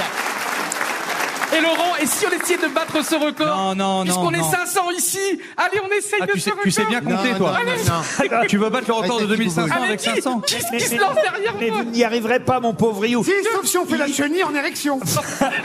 Et Laurent, et si on essayait de battre ce record
Non, non, non,
Puisqu'on est
non.
500 ici, allez, on essaye
Ah,
de
tu
ce
sais-
record.
tu sais bien compter, Non, toi. non,
Allez.
non,
[LAUGHS]
non. [LAUGHS] Tu veux battre le record de 2500
Allez,
avec
qui-
500?
Qui, qui
Mais-
se
mais-
lance derrière
Mais
moi
vous n'y arriverez pas, mon pauvre Ryu.
Si, sauf si on fait la chenille en
[LAUGHS]
érection.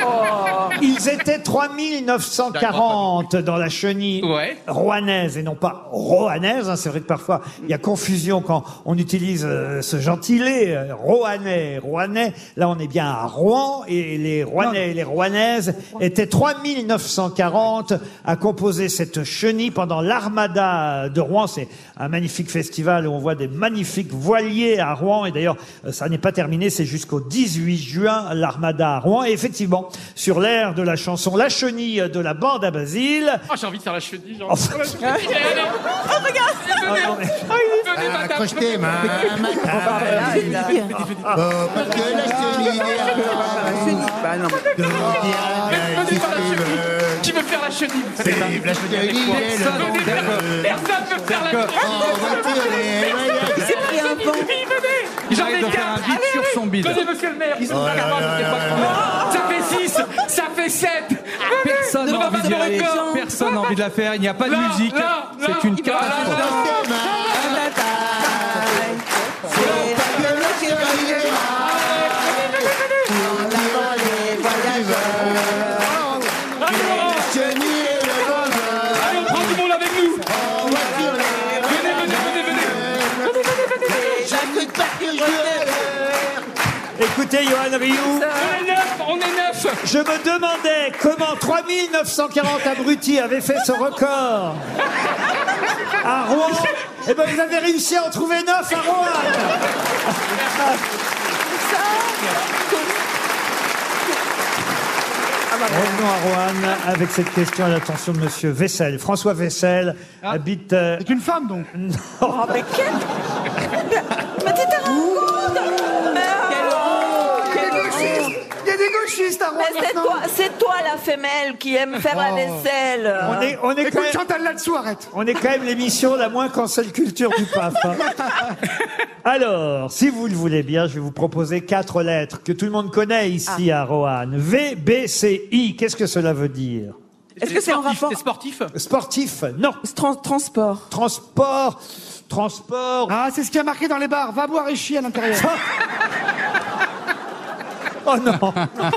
Oh.
[LAUGHS] Ils étaient 3940 dans la chenille rouanaise et non pas roanaise. hein. C'est vrai que parfois il y a confusion quand on utilise euh, ce gentilé euh, roanais, rouanais. Là on est bien à Rouen et les rouanais et les rouanaises étaient 3940 à composer cette chenille pendant l'armada de Rouen. C'est un magnifique festival où on voit des magnifiques voiliers à Rouen et d'ailleurs euh, ça n'est pas terminé, c'est jusqu'au 18 juin l'armada à Rouen. Et effectivement, sur l'air de la chanson La chenille de la bande à Basile,
Oh, j'ai envie de faire la chenille, j'ai
Oh,
envie de faire la chenille. Eh, non. Oh, regarde
Ah,
Venez, madame
Accroche-tes, ma, ma, Oh, parce que la chenille est à De dire
Venez faire la chenille Qui veut faire la chenille
C'est la chenille est
Personne
Euh,
le monde.
ne personne veut faire la chenille
Oh, va tirer, va
C'est pris un vent J'en ai
Arrête de faire un
quatre
bide sur son bide.
Venez, monsieur le maire
Ils ont pas la main, c'est pas grave.
Ça fait 6 Ça fait 7
Ah,
Personne n'a envie d'y aller. Personne n'a envie de la faire. Il n'y a pas de
Là,
musique.
là, là,
C'est une
là, là, là.
catastrophe.
Allez, on prend du monde avec nous Venez, venez, venez, venez
écoutez Johan Rioux,
On est neuf, on est neuf
je me demandais comment 3940 abrutis avaient fait ce record à Rouen. Eh ben vous avez réussi à en trouver 9 à Rouen. Revenons à Roanne avec cette question à l'attention de Monsieur Vessel. François Vessel
Ah.
habite. C'est
une femme donc.
Oh,
Non.
Mais quel... Mais tu te rends compte Mais, euh,
Il y a des sexes, il y a des
des gauchistes à Rouen
Mais c'est
maintenant.
toi, c'est toi la femelle qui aime faire la
Oh.
vaisselle.
On est, on est quand même...
là-dessous, arrête.
On est quand même l'émission la moins cancel culture du pape.
[LAUGHS]
hein. Alors, si vous le voulez bien, je vais vous proposer quatre lettres que tout le monde connaît ici
Ah.
à Roanne. V, B, C, I. Qu'est-ce que cela veut dire
Est-ce que c'est en rapport
sportif
Sportif, non.
Transport.
Transport. Transport.
Ah, c'est ce qui a marqué dans les bars. Va boire et chier à l'intérieur.
[LAUGHS] Oh non
[LAUGHS]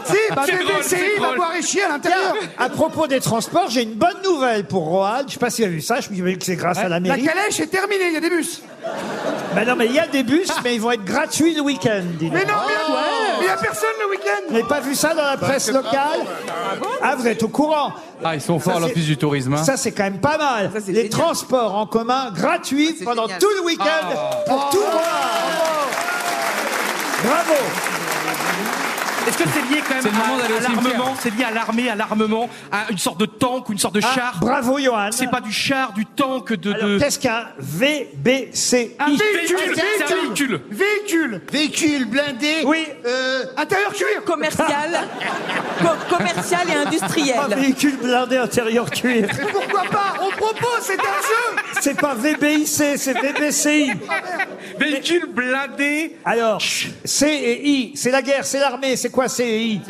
Si, bah, C'est bébé, drôle, c'est c'est I, va drôle. boire et chier à l'intérieur.
Tiens, À propos des transports, j'ai une bonne nouvelle pour Roanne. Je ne sais pas si vous avez vu ça, je me dis que c'est grâce à la
La
mairie.
calèche est terminée, il y a des bus. Ah.
Mais non, mais il y a des bus, mais ils vont être gratuits le week-end. dis
Mais
donc.
non, mais il n'y a personne le week-end.
Vous n'avez pas vu ça dans la presse
Ah Bah, c'est
locale Ah, vous êtes au courant
Ah, ils sont
Ça,
forts,
c'est-
l'Office du tourisme. hein.
Ça, c'est quand même pas mal. Les transports en commun
Ah,
gratuits pendant
génial.
tout le week-end pour tout voir. Bravo
Est-ce que c'est lié quand même
C'est le moment
à,
d'aller au
à l'armement
cimetière.
C'est lié à l'armée, à l'armement, à une sorte de tank ou une sorte de
Ah,
char
bravo, Johan.
C'est pas du char, du tank, de... de-
Qu'est-ce qu'un VBCI
Un véhicule, c'est un véhicule.
Véhicule Euh,
Véhicule blindé
Oui
Intérieur cuir
Commercial. Co- commercial et industriel.
Un véhicule blindé intérieur cuir.
Mais Oh, pourquoi pas On propose, c'est un jeu
C'est pas VBIC, c'est VBCI.
Véhicule blindé.
Alors, C et I, c'est la guerre, c'est l'armée, c'est quoi C et I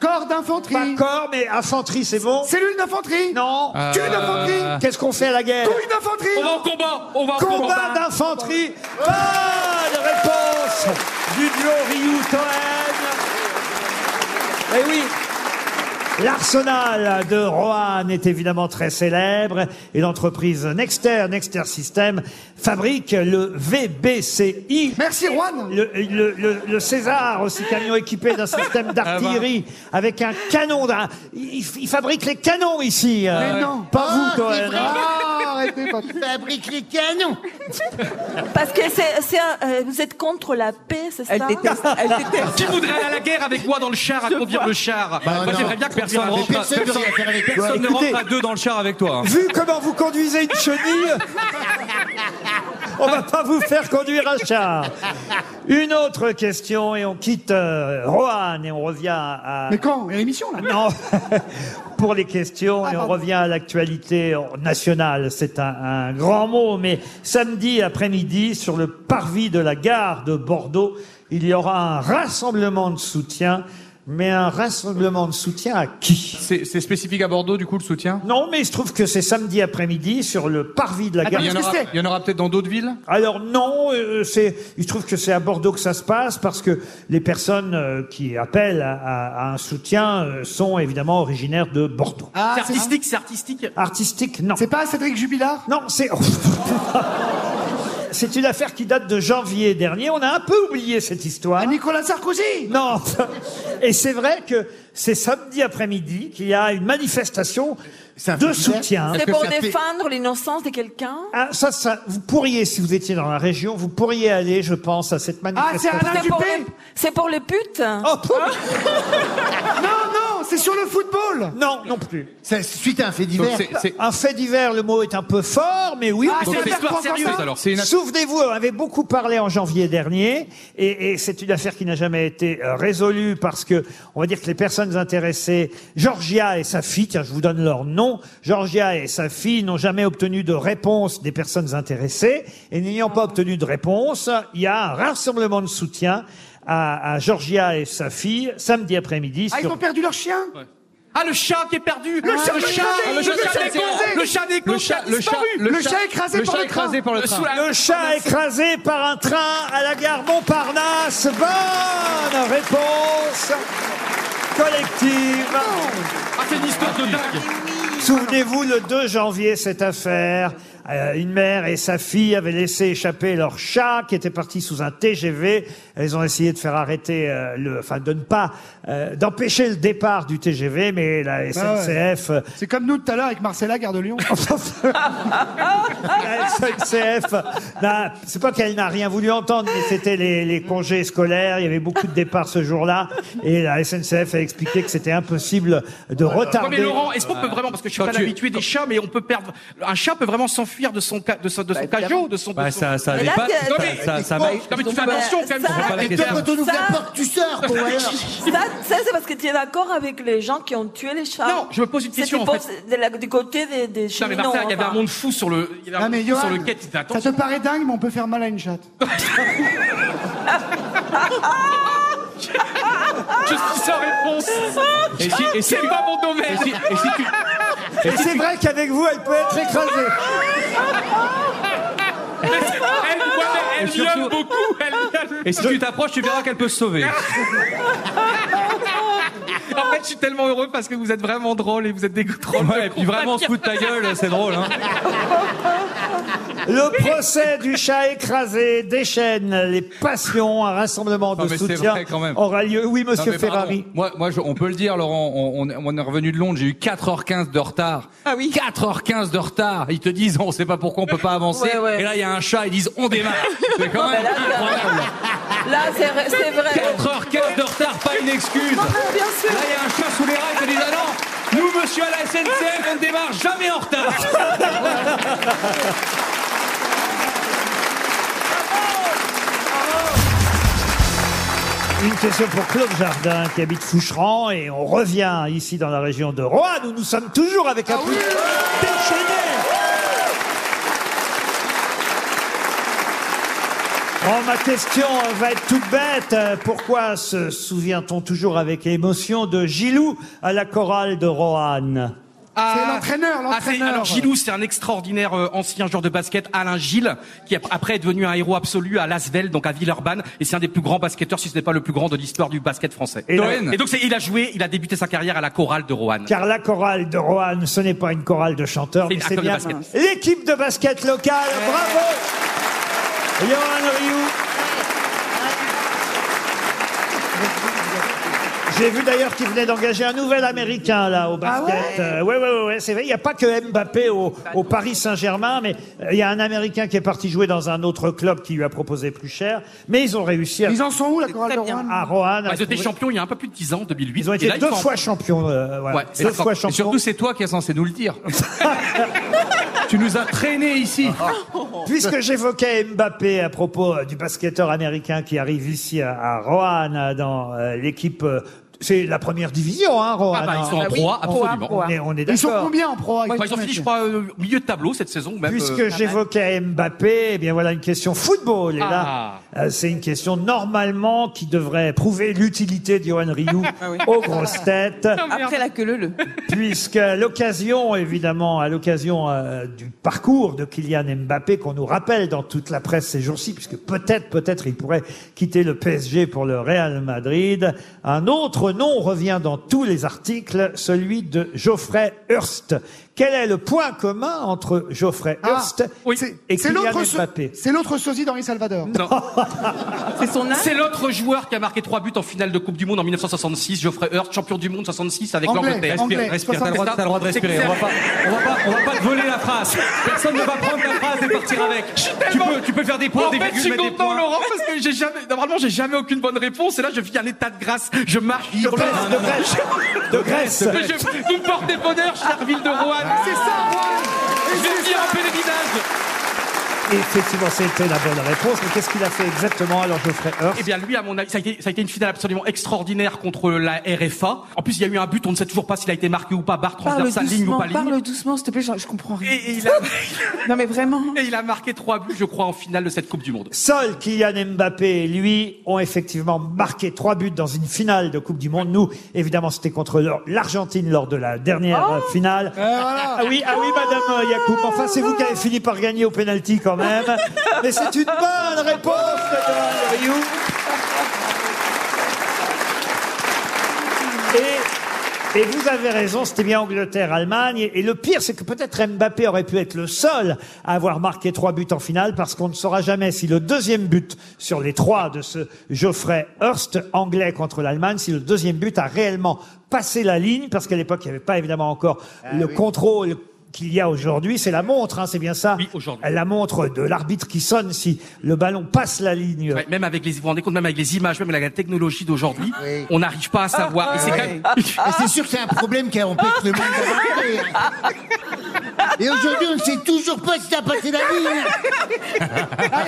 Corps d'infanterie
Pas corps, mais infanterie, c'est bon
Cellule d'infanterie
Non
Cul d'infanterie
Qu'est-ce qu'on fait à la guerre
Couille d'infanterie
On va au combat On va au
Combat
combat
d'infanterie Bonne réponse du Gloriou Toen Eh oui L'arsenal de Roanne est évidemment très célèbre et l'entreprise Nexter, Nexter System, fabrique le VBCI.
Merci Roanne
Le, le- le- le César, aussi camion équipé d'un système d'artillerie avec un canon. d'un- Il, il fabrique les canons ici. euh,
non.
Pas
Ah,
vous, Ah. Cohen.
c'est vrai.
Ah,
Il fabrique les canons.
Parce que c'est, c'est un- euh, vous êtes contre la paix, c'est ça
Elle déteste-
[LAUGHS]
Qui voudrait aller à la guerre avec moi dans le char à conduire le char
Bah,
Moi
non.
j'aimerais bien que
Personne
personne
rentre
rentre.
à- personne- personne ne rentre à deux dans le char avec toi. hein.
Vu comment vous conduisez une chenille, on va pas vous faire conduire un char. Une autre question et on quitte euh, Roanne et on revient à.
Ah. Mais quand Il y a l'émission là
Non [LAUGHS] Pour les questions, et on revient à l'actualité nationale. C'est un, un grand mot, mais samedi après-midi, sur le parvis de la gare de Bordeaux, il y aura un rassemblement de soutien. Mais un rassemblement de soutien à qui
C'est c'est spécifique à Bordeaux, du coup, le soutien
Non, mais il se trouve que c'est samedi après-midi sur le parvis de la
Il
gare.
y en aura, il y en aura peut-être dans d'autres villes
Alors non, euh, c'est, il se trouve que c'est à Bordeaux que ça se passe parce que les personnes euh, qui appellent à, à- à un soutien euh, sont évidemment originaires de Bordeaux.
C'est artistique, c'est artistique.
Artistique, non.
Ah, C'est pas Cédric Jubilard
Non, c'est... oh, [LAUGHS] c'est une affaire qui date de janvier dernier. On a un peu oublié cette histoire.
Nicolas Sarkozy
Non. [LAUGHS] Et c'est vrai que c'est samedi après-midi qu'il y a une manifestation de soutien.
C'est pour défendre l'innocence de quelqu'un
Ah, ça, ça, vous pourriez, si vous étiez dans la région, vous pourriez aller, je pense, à cette
Ah,
Ah,
manifestation.
pour les, c'est pour les putes
Oh,
Ah.
Non, non, c'est sur le football
Non, non plus.
C'est suite à un fait divers.
Un fait divers, le mot est un peu fort, mais oui.
Ah,
on peut
c'est une
faire
histoire
croire
sérieuse,
ça.
alors, c'est une-
Souvenez-vous, on avait beaucoup parlé en janvier dernier, et, et c'est une affaire qui n'a jamais été euh, résolue parce que, on va dire que les personnes intéressées, Georgia et sa fille, tiens, je vous donne leur nom, Georgia et sa fille n'ont jamais obtenu de réponse des personnes intéressées, et n'ayant pas obtenu de réponse, il y a un rassemblement de soutien à, à Georgia et sa fille samedi après-midi.
Ah, ils
sur-
ont perdu leur chien
Ah, le chat qui est perdu
Le
Ah,
chat,
le
le
chat
chat,
Le
le chat
chat des cons
écrasé.
Le chat des cons
Le
qui a
chat- le chat-
disparu.
le Le chat chat- écrasé le par le chat train. écrasé par le train.
sous la-
Le chat écrasé par un train à la gare Montparnasse. Bonne réponse collective.
Oh.
Ah, c'est une histoire de dingue
Souvenez-vous, le 2 janvier, cette affaire, euh, une mère et sa fille avaient laissé échapper leur chat qui était parti sous un TGV. Elles ont essayé de faire arrêter euh, le, enfin de ne pas, euh, d'empêcher le départ du TGV, mais la
Bah ouais.
SNCF, euh,
C'est comme nous tout à l'heure avec Marcella, Gare
[LAUGHS]
de Lyon.
La SNCF, n'a- Bah, c'est pas qu'elle n'a rien voulu entendre, mais c'était les, les congés scolaires, il y avait beaucoup de départs ce jour-là, et la SNCF a expliqué que c'était impossible de
Ouais, mais
retarder.
Laurent, est-ce qu'on peut vraiment, parce que suis pas l'habitué des chats, mais on peut perdre. Un chat peut vraiment s'enfuir de son ca- de son de son cajot, de son. de
Bah,
son-
ça- ça Mais là, dépasse- t'es- ça- t'es- ça- ça-
Non, mais-
t'es-
non, mais tu fais
ça-
attention quand même.
ça-
comprends pas la
Et toi,
question.
quand on ouvre la porte,
tu sors,
ça, ça, c'est parce que tu es d'accord avec les gens qui ont tué les chats. Non,
je me pose une question,
Du,
en
poste- de la- du côté des, des
Non, mais
cheminots.
Marcel, il y avait
enfin.
un monde fou sur le. Il y avait un
Ah, mais
monde fou sur
Johan,
le quai. tu fais
Ça
attention.
te paraît dingue, mais on peut faire mal à une chatte.
[LAUGHS] Je suis sans réponse.
Et si- et si-
c'est pas mon domaine.
Et si- et si tu- Et c'est vrai qu'avec vous, elle peut être écrasée.
Elle, elle,
Et
elle
surtout-
miaule beaucoup. Elle
Et si tu t'approches, tu verras qu'elle peut se sauver.
[LAUGHS] En fait, je suis tellement heureux parce que vous êtes vraiment drôle et vous êtes des drôles.
Ouais, et puis vraiment, on se fout de ta gueule, c'est drôle.
[LAUGHS]
Hein.
Le procès du chat écrasé déchaîne les passions. Un rassemblement de
Non, mais c'est
soutien
vrai, quand même.
aura lieu. Oui,
Non,
monsieur
mais pardon.
Ferrari.
Moi, moi je- on peut le dire, Laurent, on, on- on est revenu de Londres, j'ai eu 4h15 de retard.
Ah oui
4h15 de retard Ils te disent, on sait pas pourquoi on peut pas avancer.
Ouais, ouais.
Et là, il y a un chat, ils disent, on démarre. C'est quand même incroyable.
Là, c'est vrai- c'est vrai.
4h15 de retard, pas une excuse.
bien sûr.
Là, il y a un chat sous les rails, ils te disent, ah non, nous, monsieur à la SNCF, on ne démarre jamais en retard.
Une question pour Claude Jardin qui habite Foucheran et on revient ici dans la région de Roanne où nous sommes toujours avec
Ah
un public déchaîné. Oh, ma question euh, va être toute bête. Euh, Pourquoi se souvient-on toujours avec émotion de Gilou à la chorale de Roanne
Ah,
C'est l'entraîneur,
ah, c'est-
l'entraîneur.
alors Gilou, c'est un extraordinaire euh, ancien joueur de basket, Alain Gilles, qui ap- après est devenu un héros absolu à Lasvel, donc à Villeurbanne, et c'est un des plus grands basketteurs, si ce n'est pas le plus grand de l'histoire du basket français.
Et
Et,
Toen.
donc c'est- il a joué, il a débuté sa carrière à la chorale de Roanne.
Car la chorale de Roanne, ce n'est pas une chorale de chanteurs,
C'est
mais
une
c'est
école de
bien
basket.
l'équipe de basket locale. Bravo Johan Rioux. J'ai vu d'ailleurs qu'il venait d'engager un nouvel Américain là au
Ah
basket. Euh, ouais, ouais, ouais, ouais, c'est vrai. Il n'y a pas que Mbappé au, au Paris Saint-Germain, mais euh, il y a un Américain qui est parti jouer dans un autre club qui lui a proposé plus cher. Mais ils ont réussi à.
Ils en sont où, la chorale de Rouen
À Roanne.
Bah,
à
ils ont été
trouver-
champions il y a un peu plus de 10 ans, en 2008.
Ils ont été
Et là,
deux
sont en-
fois champions. euh, voilà.
Ouais, et
deux
là,
fois
et
champions.
Surtout, c'est toi qui es censé nous
[LAUGHS]
le dire. tu nous as traînés ici.
Ah. Puisque j'évoquais Mbappé à propos euh, du basketteur américain qui arrive ici à, à Roanne, euh, dans euh, l'équipe. euh, c'est la première division, hein, Roanne.
Ah bah, ils sont en
hein.
Ah oui, proie, absolument. proie,
On est, on est
Ils sont
d'accord.
combien en proie
Bah, ils ont fini, je crois, euh, milieu de tableau cette saison. Même,
Puisque
euh,
j'évoquais Mbappé, eh bien voilà une question football. Et
Ah.
là, euh, c'est une question normalement qui devrait prouver l'utilité d'Yohan
[LAUGHS]
Rioux
Ah
aux grosses têtes.
Après la queue le
Puisque à l'occasion, évidemment, à l'occasion euh, du parcours de Kylian Mbappé, qu'on nous rappelle dans toute la presse ces jours-ci, puisque peut-être, peut-être, il pourrait quitter le PSG pour le Real Madrid, un autre nom revient dans tous les articles, celui de Geoffrey Hurst. Quel est le point commun entre Geoffrey Hurst et
Ah, C'est
Kylian
l'autre so-
Mbappé
c'est l'autre sosie d'Henri Salvador.
Non.
[LAUGHS]
C'est l'autre joueur qui a marqué trois buts en finale de Coupe du Monde en 1966, Geoffrey Hurst, champion du monde 66 avec
Anglais,
l'Angleterre.
anglais,
respire,
67.
t'as le droit de respirer. On va pas,
on va pas, on va pas te voler la phrase. Personne ne va prendre la phrase et partir avec. Tu peux, tu peux faire des points,
En
des
fait, je
virgules,
suis
mettre des
content,
points.
Laurent, parce que j'ai jamais, normalement, j'ai jamais aucune bonne réponse. Et là, je vis un état de grâce. Je marche, je
Grèce, de Grèce, de Grèce.
Vous me portez bonheur, chère ville de Roanne. C'est ça, Roanne. Ah. Je tire un pèlerinage.
Effectivement, c'était la bonne réponse, mais qu'est-ce qu'il a fait exactement alors Geoffrey Hurst
Eh bien, lui, à mon avis, ça a, été, ça a été une finale absolument extraordinaire contre la RFA. En plus, il y a eu un but, on ne sait toujours pas s'il a été marqué ou pas, barre
Parle
transversale, ligne ou
doucement,
pas ligne.
parle doucement, s'il te plaît, je, je comprends rien.
Et il a...
non mais vraiment.
Et il a marqué trois buts, je crois, en finale de cette Coupe du Monde.
Seul Kylian Mbappé et lui ont effectivement marqué trois buts dans une finale de Coupe du Monde. Nous, évidemment, c'était contre l'Or- l'Argentine lors de la dernière euh, finale. Ah oui, ah oui, Madame euh, Yacoub. Enfin, c'est vous qui avez fini par gagner au penalty quand même. Mais c'est une bonne réponse de Johan Rioux. Et, et vous avez raison, c'était bien Angleterre-Allemagne. Et, et le pire, c'est que peut-être Mbappé aurait pu être le seul à avoir marqué trois buts en finale, parce qu'on ne saura jamais si le deuxième but sur les trois de ce Geoffrey Hurst, anglais contre l'Allemagne, si le deuxième but a réellement passé la ligne, parce qu'à l'époque, il n'y avait pas évidemment encore le contrôle qu'il y a aujourd'hui, c'est la montre, hein, c'est bien ça La montre de l'arbitre qui sonne si le ballon passe la ligne.
Ouais, même avec les, vous vous rendez compte, même avec les images, même avec la technologie d'aujourd'hui, on n'arrive
Ah,
pas à savoir. Et c'est quand même-
Ah,
Et c'est sûr que c'est un problème qui a empêche le monde
[LAUGHS]
d'avancer. Et aujourd'hui, on ne sait toujours pas si t'as passé la
hein.
ligne.
Ah,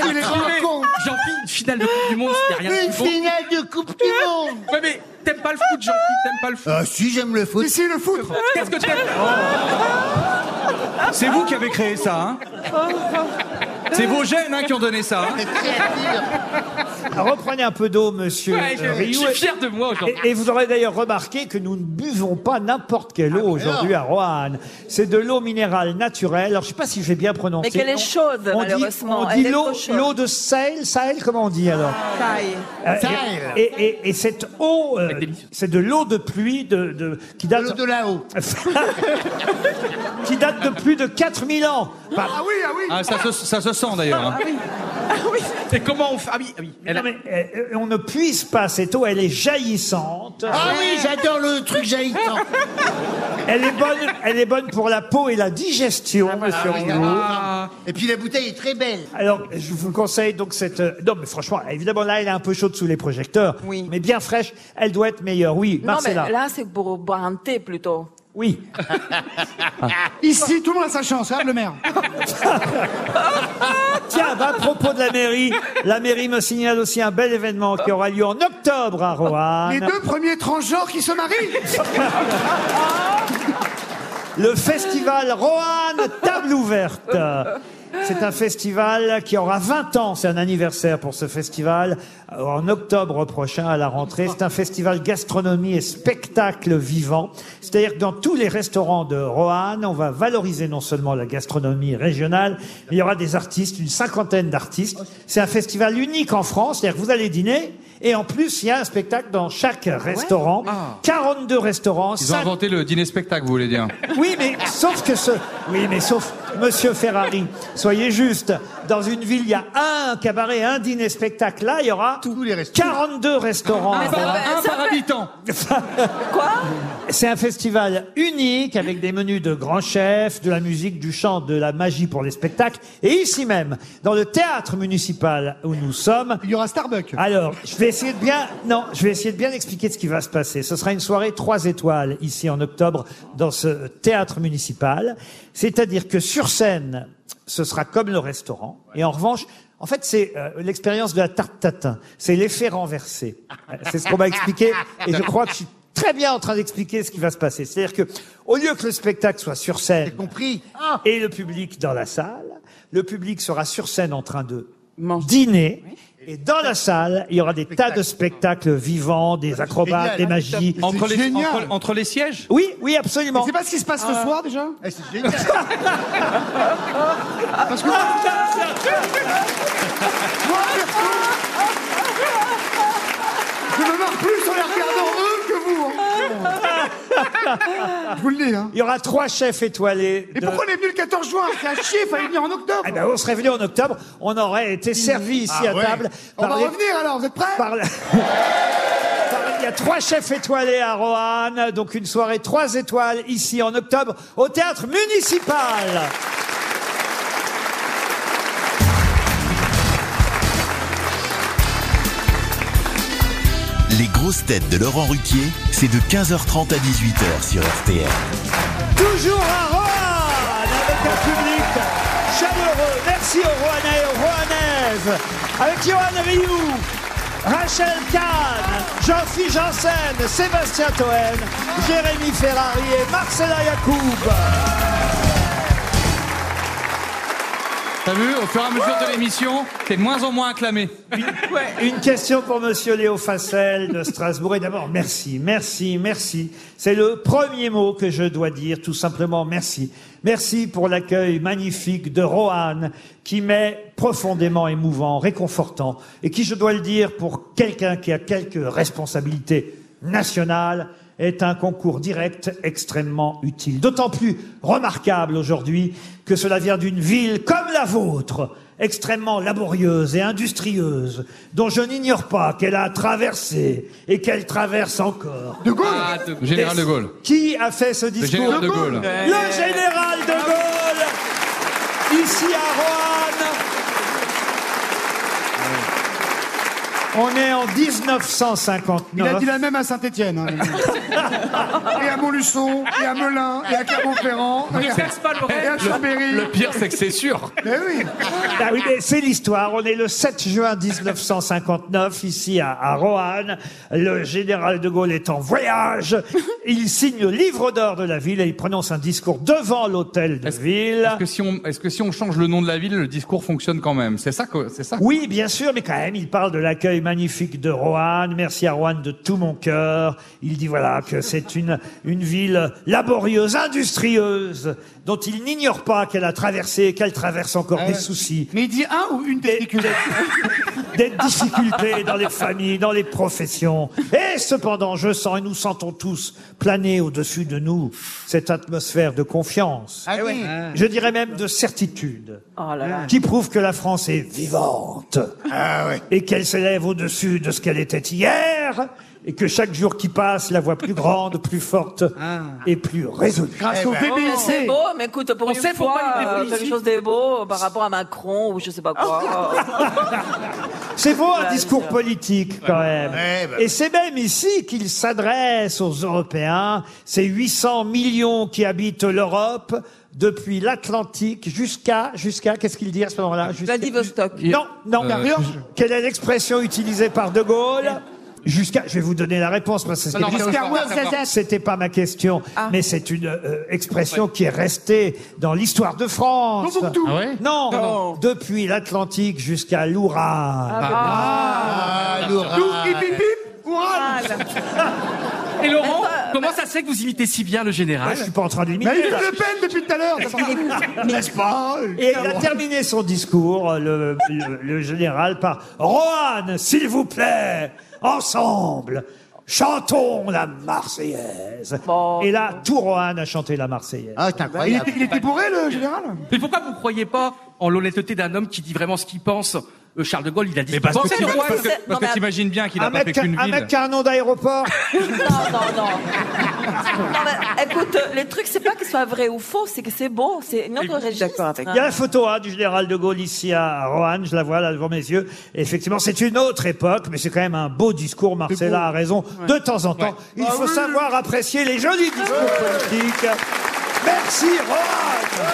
Tu
mais
te
les
rends
jouets,
compte
Jean-Pierre, une finale de Coupe du Monde, c'était rien de
Une
plus beau.
finale de Coupe du Monde.
Ouais, mais t'aimes pas le foot, Jean-Pierre, t'aimes pas le foot.
Ah si, j'aime le foot.
si, le foot. Qu'est-ce que t'aimes
Oh. C'est vous qui avez créé ça, hein C'est vos gènes hein, qui ont donné ça. hein.
Reprenez un peu d'eau, monsieur.
Ouais, je-
euh, Rioux.
je suis fier de moi aujourd'hui.
Et, et vous aurez d'ailleurs remarqué que nous ne buvons pas n'importe
Ah,
quelle eau aujourd'hui à Roanne. C'est de l'eau minérale naturelle. Alors, je sais pas si j'ai bien prononcé.
Mais qu'elle est
On-
chaude,
on dit-
malheureusement.
on
Elle
dit
est
l'eau-
trop chaude. Ah.
l'eau de Sahel. Sahel, comment on dit alors
Taille.
Euh, et, et- et- et cette eau, euh, c'est de l'eau de pluie de, de- qui date. de
là-haut.
[LAUGHS] qui date de plus de 4000 ans. Enfin,
Ah, ça, se, ça se sent d'ailleurs.
Ah
hein.
Et comment on fait Ah oui, ah oui. Elle a-
euh, on ne puise pas cette eau, elle est jaillissante.
Ah oui, j'adore le truc jaillissant.
[LAUGHS] Elle est bonne, elle est bonne pour la peau et la digestion, monsieur
Ah oui,
Rouault.
ah. Et puis la bouteille est très belle.
Alors, je vous conseille donc cette. euh, Non, mais franchement, évidemment, là, elle est un peu chaude sous les projecteurs. Mais bien fraîche, elle doit être meilleure. Oui,
Non, mais
Marcella. [LAUGHS]
là, c'est pour boire un thé plutôt.
Oui.
Ici, tout le
Ah,
monde a sa chance, hein, le maire.
[LAUGHS] Tiens, bah, à propos de la mairie, la mairie me signale aussi un bel événement qui aura lieu en octobre à Roanne.
Les deux premiers transgenres qui se marient.
Le festival Roanne Table Ouverte. C'est un festival qui aura 20 ans. C'est un anniversaire pour ce festival. euh, En octobre prochain, à la rentrée, c'est un festival gastronomie et spectacle vivant. C'est-à-dire que dans tous les restaurants de Roanne, on va valoriser non seulement la gastronomie régionale, mais il y aura des artistes, une cinquantaine d'artistes. C'est un festival unique en France. C'est-à-dire que vous allez dîner et en plus, il y a un spectacle dans chaque restaurant. 42 restaurants,
Ah. Ils ont inventé le dîner spectacle, vous voulez dire
oui, mais sauf que ce. Oui, mais sauf Monsieur Ferrari. Soyez juste. Dans une ville, il y a un cabaret, un dîner spectacle. Là, il y aura 42 restaurants.
Un par- un par habitant.
Quoi C'est un festival unique avec des menus de grands chefs, de la musique, du chant, de la magie pour les spectacles. Et ici même, dans le théâtre municipal où nous sommes,
il y aura Starbucks.
Alors, je vais essayer de bien, non, je vais essayer de bien expliquer ce qui va se passer. Ce sera une soirée trois étoiles ici en octobre dans ce théâtre municipal. C'est-à-dire que sur scène, ce sera comme le restaurant. Et en revanche, en fait, c'est euh, l'expérience de la tarte tatin. C'est l'effet renversé. Euh, C'est ce qu'on m'a expliqué. Et je crois que je suis très bien en train d'expliquer ce qui va se passer. C'est-à-dire que, au lieu que le spectacle soit sur scène, et le public dans la salle, le public sera sur scène en train de dîner. Et dans la salle, il y aura des tas de spectacles vivants, des acrobates,
génial.
hein.
des magies.
Entre les- entre- entre les sièges
Oui, [LAUGHS] oui, absolument. Ah.
C'est pas ce qui se passe ce soir déjà
C'est
[LAUGHS]
génial.
Parce que. Moi, perso, Je me marre plus en les regardant eux que vous. hein. Je [LAUGHS] vous le dis. Hein.
Il y aura trois chefs étoilés.
Et
de-
pourquoi on est venu le 14 juin C'est un chier, fallait venir en octobre.
Eh ben, on serait venu en octobre, on aurait été servi ici
Ah
à
ouais.
table.
On va revenir alors, vous êtes prêts
Il y a trois chefs étoilés à Roanne, donc une soirée trois étoiles ici en octobre au théâtre municipal.
Les grosses têtes de Laurent Ruquier, c'est de 15h30 à 18h sur RTL.
Toujours à Roanne, avec un public chaleureux. Merci aux Roanais et aux Roanaises. Avec Johan Rioux, Rachel Kahn, Jean-Philippe Janssen, Sébastien Toen, Jérémy Ferrari et Marcela Yacoub.
T'as vu, au fur et à mesure de l'émission, t'es de moins en moins acclamé.
Une question pour Monsieur Léo Facel de Strasbourg. Et d'abord, merci, merci, merci. C'est le premier mot que je dois dire, tout simplement merci. Merci pour l'accueil magnifique de Roanne, qui m'est profondément émouvant, réconfortant, et qui, je dois le dire, pour quelqu'un qui a quelques responsabilités nationales, est un concours direct extrêmement utile. D'autant plus remarquable aujourd'hui que cela vient d'une ville comme la vôtre, extrêmement laborieuse et industrieuse, dont je n'ignore pas qu'elle a traversé et qu'elle traverse encore. De Gaulle
Général Ah, de Gaulle.
Qui a fait ce
Le
discours
général de Gaulle.
Le général de Gaulle Ici à Roanne On est en 1959.
Il a dit la même à Saint-Étienne. hein, le
Ah
mec. et à Montluçon, et à Melun, et à Clermont-Ferrand, et, à-
Eh,
et à Chambéry.
Le pire, c'est que c'est sûr.
Mais oui.
Ah oui, mais c'est l'histoire. On est le 7 juin 1959, ici à, à Roanne. Le général de Gaulle est en voyage. Il signe le livre d'or de la ville et il prononce un discours devant l'hôtel de ville.
Est-ce que, si on, est-ce que si on change le nom de la ville, le discours fonctionne quand même C'est ça que, c'est ça
Oui, bien sûr, mais quand même, il parle de l'accueil magnifique de Roanne. Merci à Roanne de tout mon cœur. Il dit voilà que c'est une, une ville laborieuse, industrieuse, dont il n'ignore pas qu'elle a traversé et qu'elle traverse encore
Ah
des soucis. Mais il dit un ou une difficulté Des difficultés dans les familles, dans les professions. Et cependant, je sens et nous sentons tous planer au-dessus de nous cette atmosphère de confiance.
Ah oui.
Eh Je dirais même de certitude
Oh là là.
qui prouve que la France est vivante et qu'elle s'élève au-dessus de ce qu'elle était hier et que chaque jour qui passe la voit plus grande, plus forte et plus résolue.
Eh ben, oh, C'est beau, mais écoute, pour une fois, euh, quelque chose de beau par rapport à Macron ou je sais pas quoi. Oh.
C'est beau un discours politique quand même.
Ouais, bah.
Et c'est même ici qu'il s'adresse aux Européens, ces 800 millions qui habitent l'Europe depuis l'Atlantique jusqu'à jusqu'à qu'est-ce qu'il dit à ce moment-là Vladivostok. Non, non,
Euh,
Marion,
je-
Quelle est l'expression utilisée par De Gaulle Jusqu'à, je vais vous donner la réponse parce que
Non, non,
c'était-
jusqu'à où, Zazette
c'était pas ma question, mais c'est une euh, expression qui est restée dans l'histoire de France.
Tombouctou. Ah ouais
non,
Non.
depuis l'Atlantique jusqu'à l'Oural.
Ah, bah,
bah,
Ah,
Ah, l'oral.
hip, hip, hip. Et Laurent,
Attends,
comment ça se fait que vous imitez si bien le général
Bah, Je suis pas en train d'imiter.
Mais il fait Le Pen depuis tout à l'heure.
N'est-ce pas Et il a terminé son discours, euh, le, le- le général, par Roanne, s'il vous plaît, ensemble, chantons la Marseillaise. Et là, tout Roanne a chanté la Marseillaise. Ah, c'est
incroyable. Il était- il était bourré,
le général
Mais pourquoi vous ne croyez pas en l'honnêteté d'un homme qui dit vraiment ce qu'il pense Euh, Charles de Gaulle, il a dit ce qu'il
parce que
pensait,
tu-
Rouen.
parce que- parce Non, mais- que t'imagines bien qu'il a
un
pas
mec
fait
qui a-
qu'une
Un
ville.
mec qui a un nom d'aéroport.
Non, non, non. Non, mais écoute, le truc, c'est pas que ce soit vrai ou faux, c'est que c'est beau. C'est une autre région. D'accord avec
Il y a la photo hein, du général de Gaulle ici à Roanne, je la vois là devant mes yeux. Et effectivement, c'est une autre époque, mais c'est quand même un beau discours. Marcella
beau.
a raison. De temps en temps, il
Ah
faut savoir apprécier les jolis discours
[LAUGHS]
politiques. Merci Roanne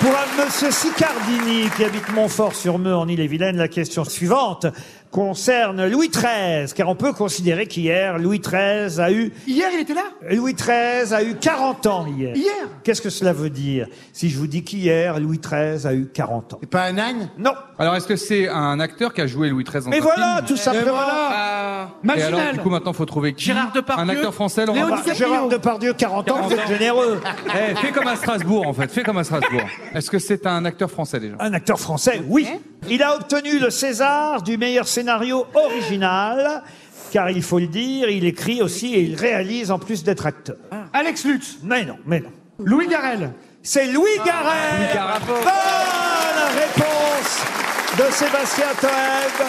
Pour un monsieur Sicardini qui habite Montfort-sur-Meux en Ille-et-Vilaine, la question suivante concerne Louis XIII, car on peut considérer qu'hier, Louis XIII a eu... Hier, il était là Louis XIII a eu 40 ans hier.
Hier
Qu'est-ce que cela veut dire si je vous dis qu'hier, Louis XIII a eu 40 ans C'est pas un âne Non.
Alors, est-ce que c'est un acteur qui a joué Louis XIII dans
Mais
un
voilà,
film
tout simplement. Ah.
Et alors, du coup, maintenant, faut trouver qui
Gérard Depardieu.
Un acteur français, Laurent
Bah, Gérard Depardieu, 40 ans, vous êtes généreux.
Eh, fais comme à Strasbourg, en fait. Fais comme à Strasbourg. Est-ce que c'est un acteur français, déjà
Un acteur français, oui. Il a obtenu le César du meilleur scénario original, car il faut le dire, il écrit aussi et il réalise en plus d'être acteur. Ah. Alex Lutz Mais non, mais non. Louis Garrel C'est Louis Garrel
Louis Garrel.
Bonne réponse de Sébastien Toeb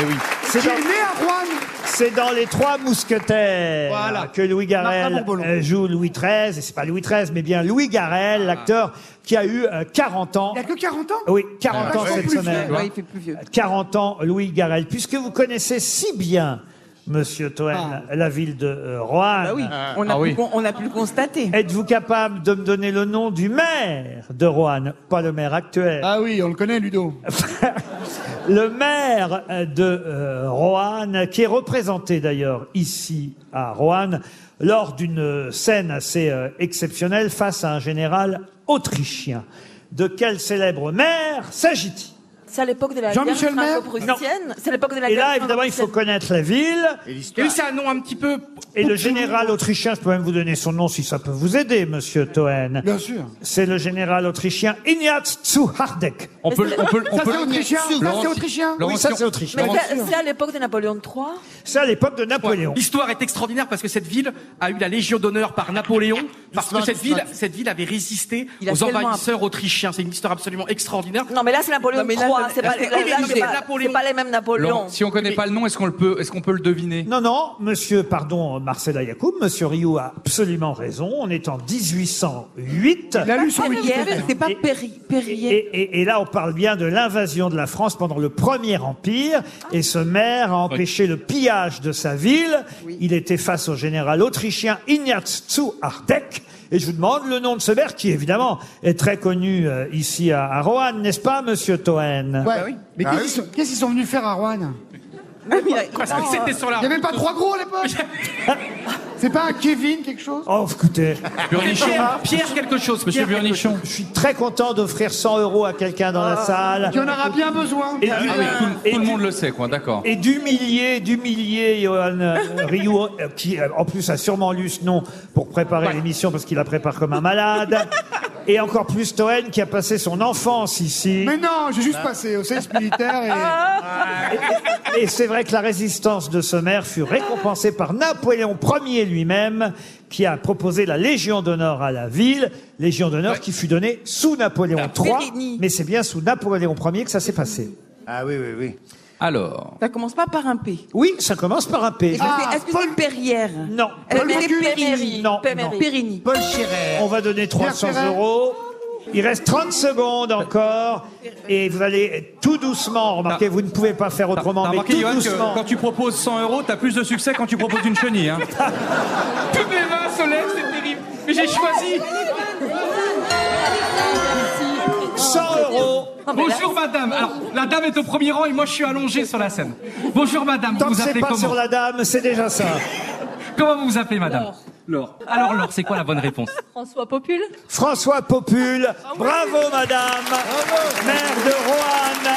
Eh oui.
C'est dans... C'est dans les trois mousquetaires que Louis Garrel euh, joue Louis XIII. Et c'est pas Louis XIII, mais bien Louis Garrel, l'acteur qui a eu euh, 40 ans. Ah. Il a que 40 ans Ah, Oui, 40 ans cette semaine.
Ouais, il fait plus vieux.
40 ans Louis Garrel. Puisque vous connaissez si bien, monsieur Toen, la ville de euh, Roanne.
Ah. Bah oui,
Ah
on a, pu, con- on a pu le constater.
Êtes-vous capable de me donner le nom du maire de Roanne Pas le maire actuel. Ah oui, on le connaît, Ludo. [LAUGHS] le maire euh, de euh, Roanne, qui est représenté d'ailleurs ici à Roanne, lors d'une scène assez euh, exceptionnelle face à un général autrichien. De quel célèbre maire s'agit-il
C'est à l'époque de la guerre
Jean-Michel Maire
franco-prussienne. C'est à l'époque de la
Et
guerre
là, évidemment, il faut connaître la ville. Et
l'histoire. c'est un nom un petit peu.
Et le général autrichien, je peux même vous donner son nom si ça peut vous aider, monsieur Toen. Bien sûr. C'est le général autrichien Ignaz zu Hardek.
On
peut- on peut- on Ça, peut- c'est autrichien. Ça, c'est
Laurent-
autrichien.
Oui, ça, c'est autrichien.
Mais c'est- c'est à l'époque de Napoléon III.
C'est à l'époque de Napoléon.
L'histoire est extraordinaire parce que cette ville a eu la Légion d'honneur par Napoléon, parce que
Doucement,
cette ville,
doucement.
cette ville avait résisté
Il a
aux
tellement
envahisseurs autrichiens. C'est une histoire absolument extraordinaire.
Non, mais là, c'est Napoléon
Non, mais là,
III.
je-
C'est pas,
est-ce que-
là,
oui, mais
là, c'est
c'est
pas- c'est pas les mêmes Napoléon.
Laurent, si on connaît pas le nom, est-ce qu'on le peut, est-ce qu'on peut le deviner
Non, non, monsieur, pardon, Marcella Yacoub, monsieur Rioux a absolument raison. On est en 1808.
La luce,
Ah,
oui, Perrier, tout à fait. c'est pas
Et, et- et là, on parle bien de l'invasion de la France pendant le Premier Empire. Et ce maire a empêché le pillage de sa ville. Il était face au général autrichien Ignaz zu Hardegg. Et je vous demande le nom de ce maire qui, évidemment, est très connu euh, ici à, à Roanne, n'est-ce pas, monsieur Toen
Bah
Ouais. Bah Mais qu'est-ce qu'ils sont- qu'est-ce qu'ils sont venus faire à
Ah,
Rouen
Parce que c'était sur la
Il n'y avait
route.
pas trois gros à
[LAUGHS]
l'époque C'est pas un Kevin quelque chose
Oh, écoutez.
Burnichon. Pierre- Pierre quelque chose, monsieur
Pierre quelque
Burnichon.
chose. Je suis très content d'offrir 100 euros à quelqu'un dans la salle.
Tu Ah. en auras bien besoin.
Et, euh,
Ah oui, tout, tout le monde le sait, quoi. D'accord.
et d'humilier, d'humilier Johan
[LAUGHS]
euh, Ryu, euh, qui euh, en plus a sûrement lu ce nom pour préparer l'émission parce qu'il la prépare comme un
[LAUGHS]
malade. Et encore plus Toen qui a passé son enfance ici. Ah.
Mais non, j'ai juste passé au service militaire et.
Ah.
Et c'est vrai que la résistance de ce maire fut récompensée par Napoléon Ier lui-même, qui a proposé la Légion d'honneur à la ville. Légion d'honneur qui fut donnée sous Napoléon III. Mais c'est bien sous Napoléon Ier que ça s'est passé.
Ah oui, oui, oui.
Alors.
Ça commence pas par un P.
Oui, ça commence par un P.
Est-ce que c'est- est-ce que c'est Perrière
Non.
Est-ce
Paul
que c'est
Auguste.
Périni
Non, non.
Périni.
Paul Scherrer.
On va donner 300
Ferrer.
euros. Il reste 30 secondes encore. Et vous allez tout doucement, remarquez, vous ne pouvez pas faire autrement,
T'as
mais
remarqué,
tout
Johan,
doucement.
que quand tu proposes 100 euros, t'as plus de succès quand tu proposes une chenille. Hein.
Toutes les mains se lèvent, c'est terrible. Mais j'ai choisi.
100 euros.
Bonjour madame. Alors, la dame est au premier rang et moi je suis allongé sur la scène. Bonjour madame,
Tant
vous
que
vous
c'est
appelez
pas sur
comment
la dame, c'est déjà ça.
Comment vous vous appelez madame Laure. Alors Laure, c'est quoi la bonne réponse
François Popule
François Popule, bravo madame, maire de Roanne.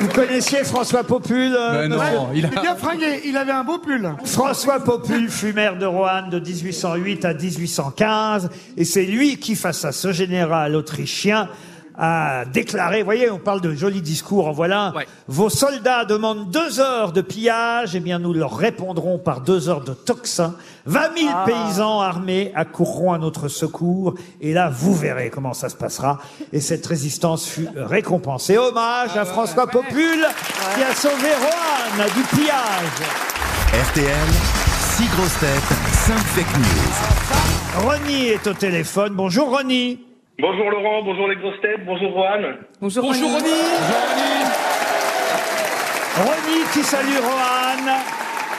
Vous connaissiez François Popule euh,
Ben non,
monsieur
il a-
C'est bien Ah, fringué, il avait un beau pull.
François Popule fut maire de Roanne de 1808 à 1815, et c'est lui qui, face à ce général autrichien, a déclaré, vous voyez, on parle de jolis discours, en voilà, un. vos soldats demandent deux heures de pillage, eh bien nous leur répondrons par deux heures de toxin. 20 000 paysans armés accourront à notre secours, et là vous verrez comment ça se passera. Et cette résistance fut récompensée. Hommage à François Popule qui a sauvé Roanne du pillage.
RTL, 6 grosses têtes, 5 fake news.
Ronny est au téléphone. Bonjour Ronny.
Bonjour Laurent, bonjour les grosses têtes, bonjour Juan.
Bonjour, Ronny. Ronny qui salue Rohan.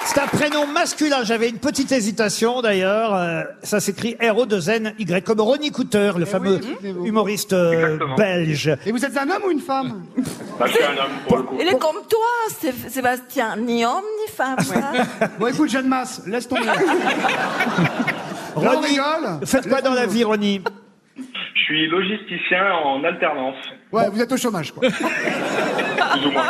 C'est un prénom masculin. J'avais une petite hésitation d'ailleurs. Euh, ça s'écrit R-O-2-N-Y comme Ronny Cooter, le fameux humoriste euh, belge.
Eh Et vous êtes un homme ou une femme
Bah,
Il est comme toi, Sé- Sébastien. Ni homme, ni
[LAUGHS]
femme. hein.
Bon, écoute, Jeanne Masse, laisse
[LAUGHS]
tomber. Là, on
Ronny,
rigole.
faites quoi dans la vie, Ronny
Je suis logisticien en alternance,
Ouais, vous êtes au chômage,
[LAUGHS]
quoi.
plus ou moins.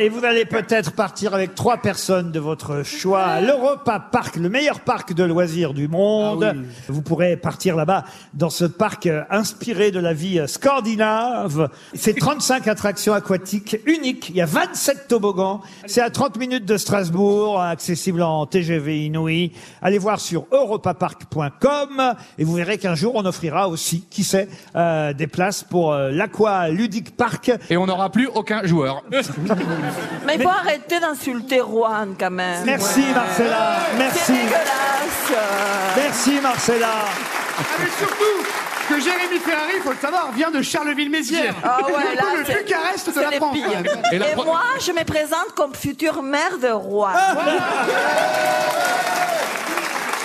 Et vous allez peut-être partir avec trois personnes de votre choix à l'Europa Park, le meilleur parc de loisirs du monde.
Ah
Vous pourrez partir là-bas dans ce parc euh, inspiré de la vie euh, scandinave.
[LAUGHS]
C'est 35 attractions aquatiques uniques. Il y a 27 toboggans. C'est à 30 minutes de Strasbourg, accessible en TGV Inouï. Allez voir sur europapark.com et vous verrez qu'un jour on offrira aussi, qui sait, euh, des places pour euh, l'Aqua Ludic Park.
Et on n'aura plus
[LAUGHS]
aucun joueur.
Mais il faut arrêter d'insulter Juan quand même.
Merci, Marcella. Merci.
C'est
Ah,
dégueulasse.
Merci Marcella.
Ah, mais surtout que Jérémy Ferrari, faut le savoir, vient de Charleville-Mézières.
Ah ouais, là,
le
c'est-
Bucarest de
c'est
la
les
France.
pires.
ouais.
Et, moi, je me présente comme future mère de roi.
Ah,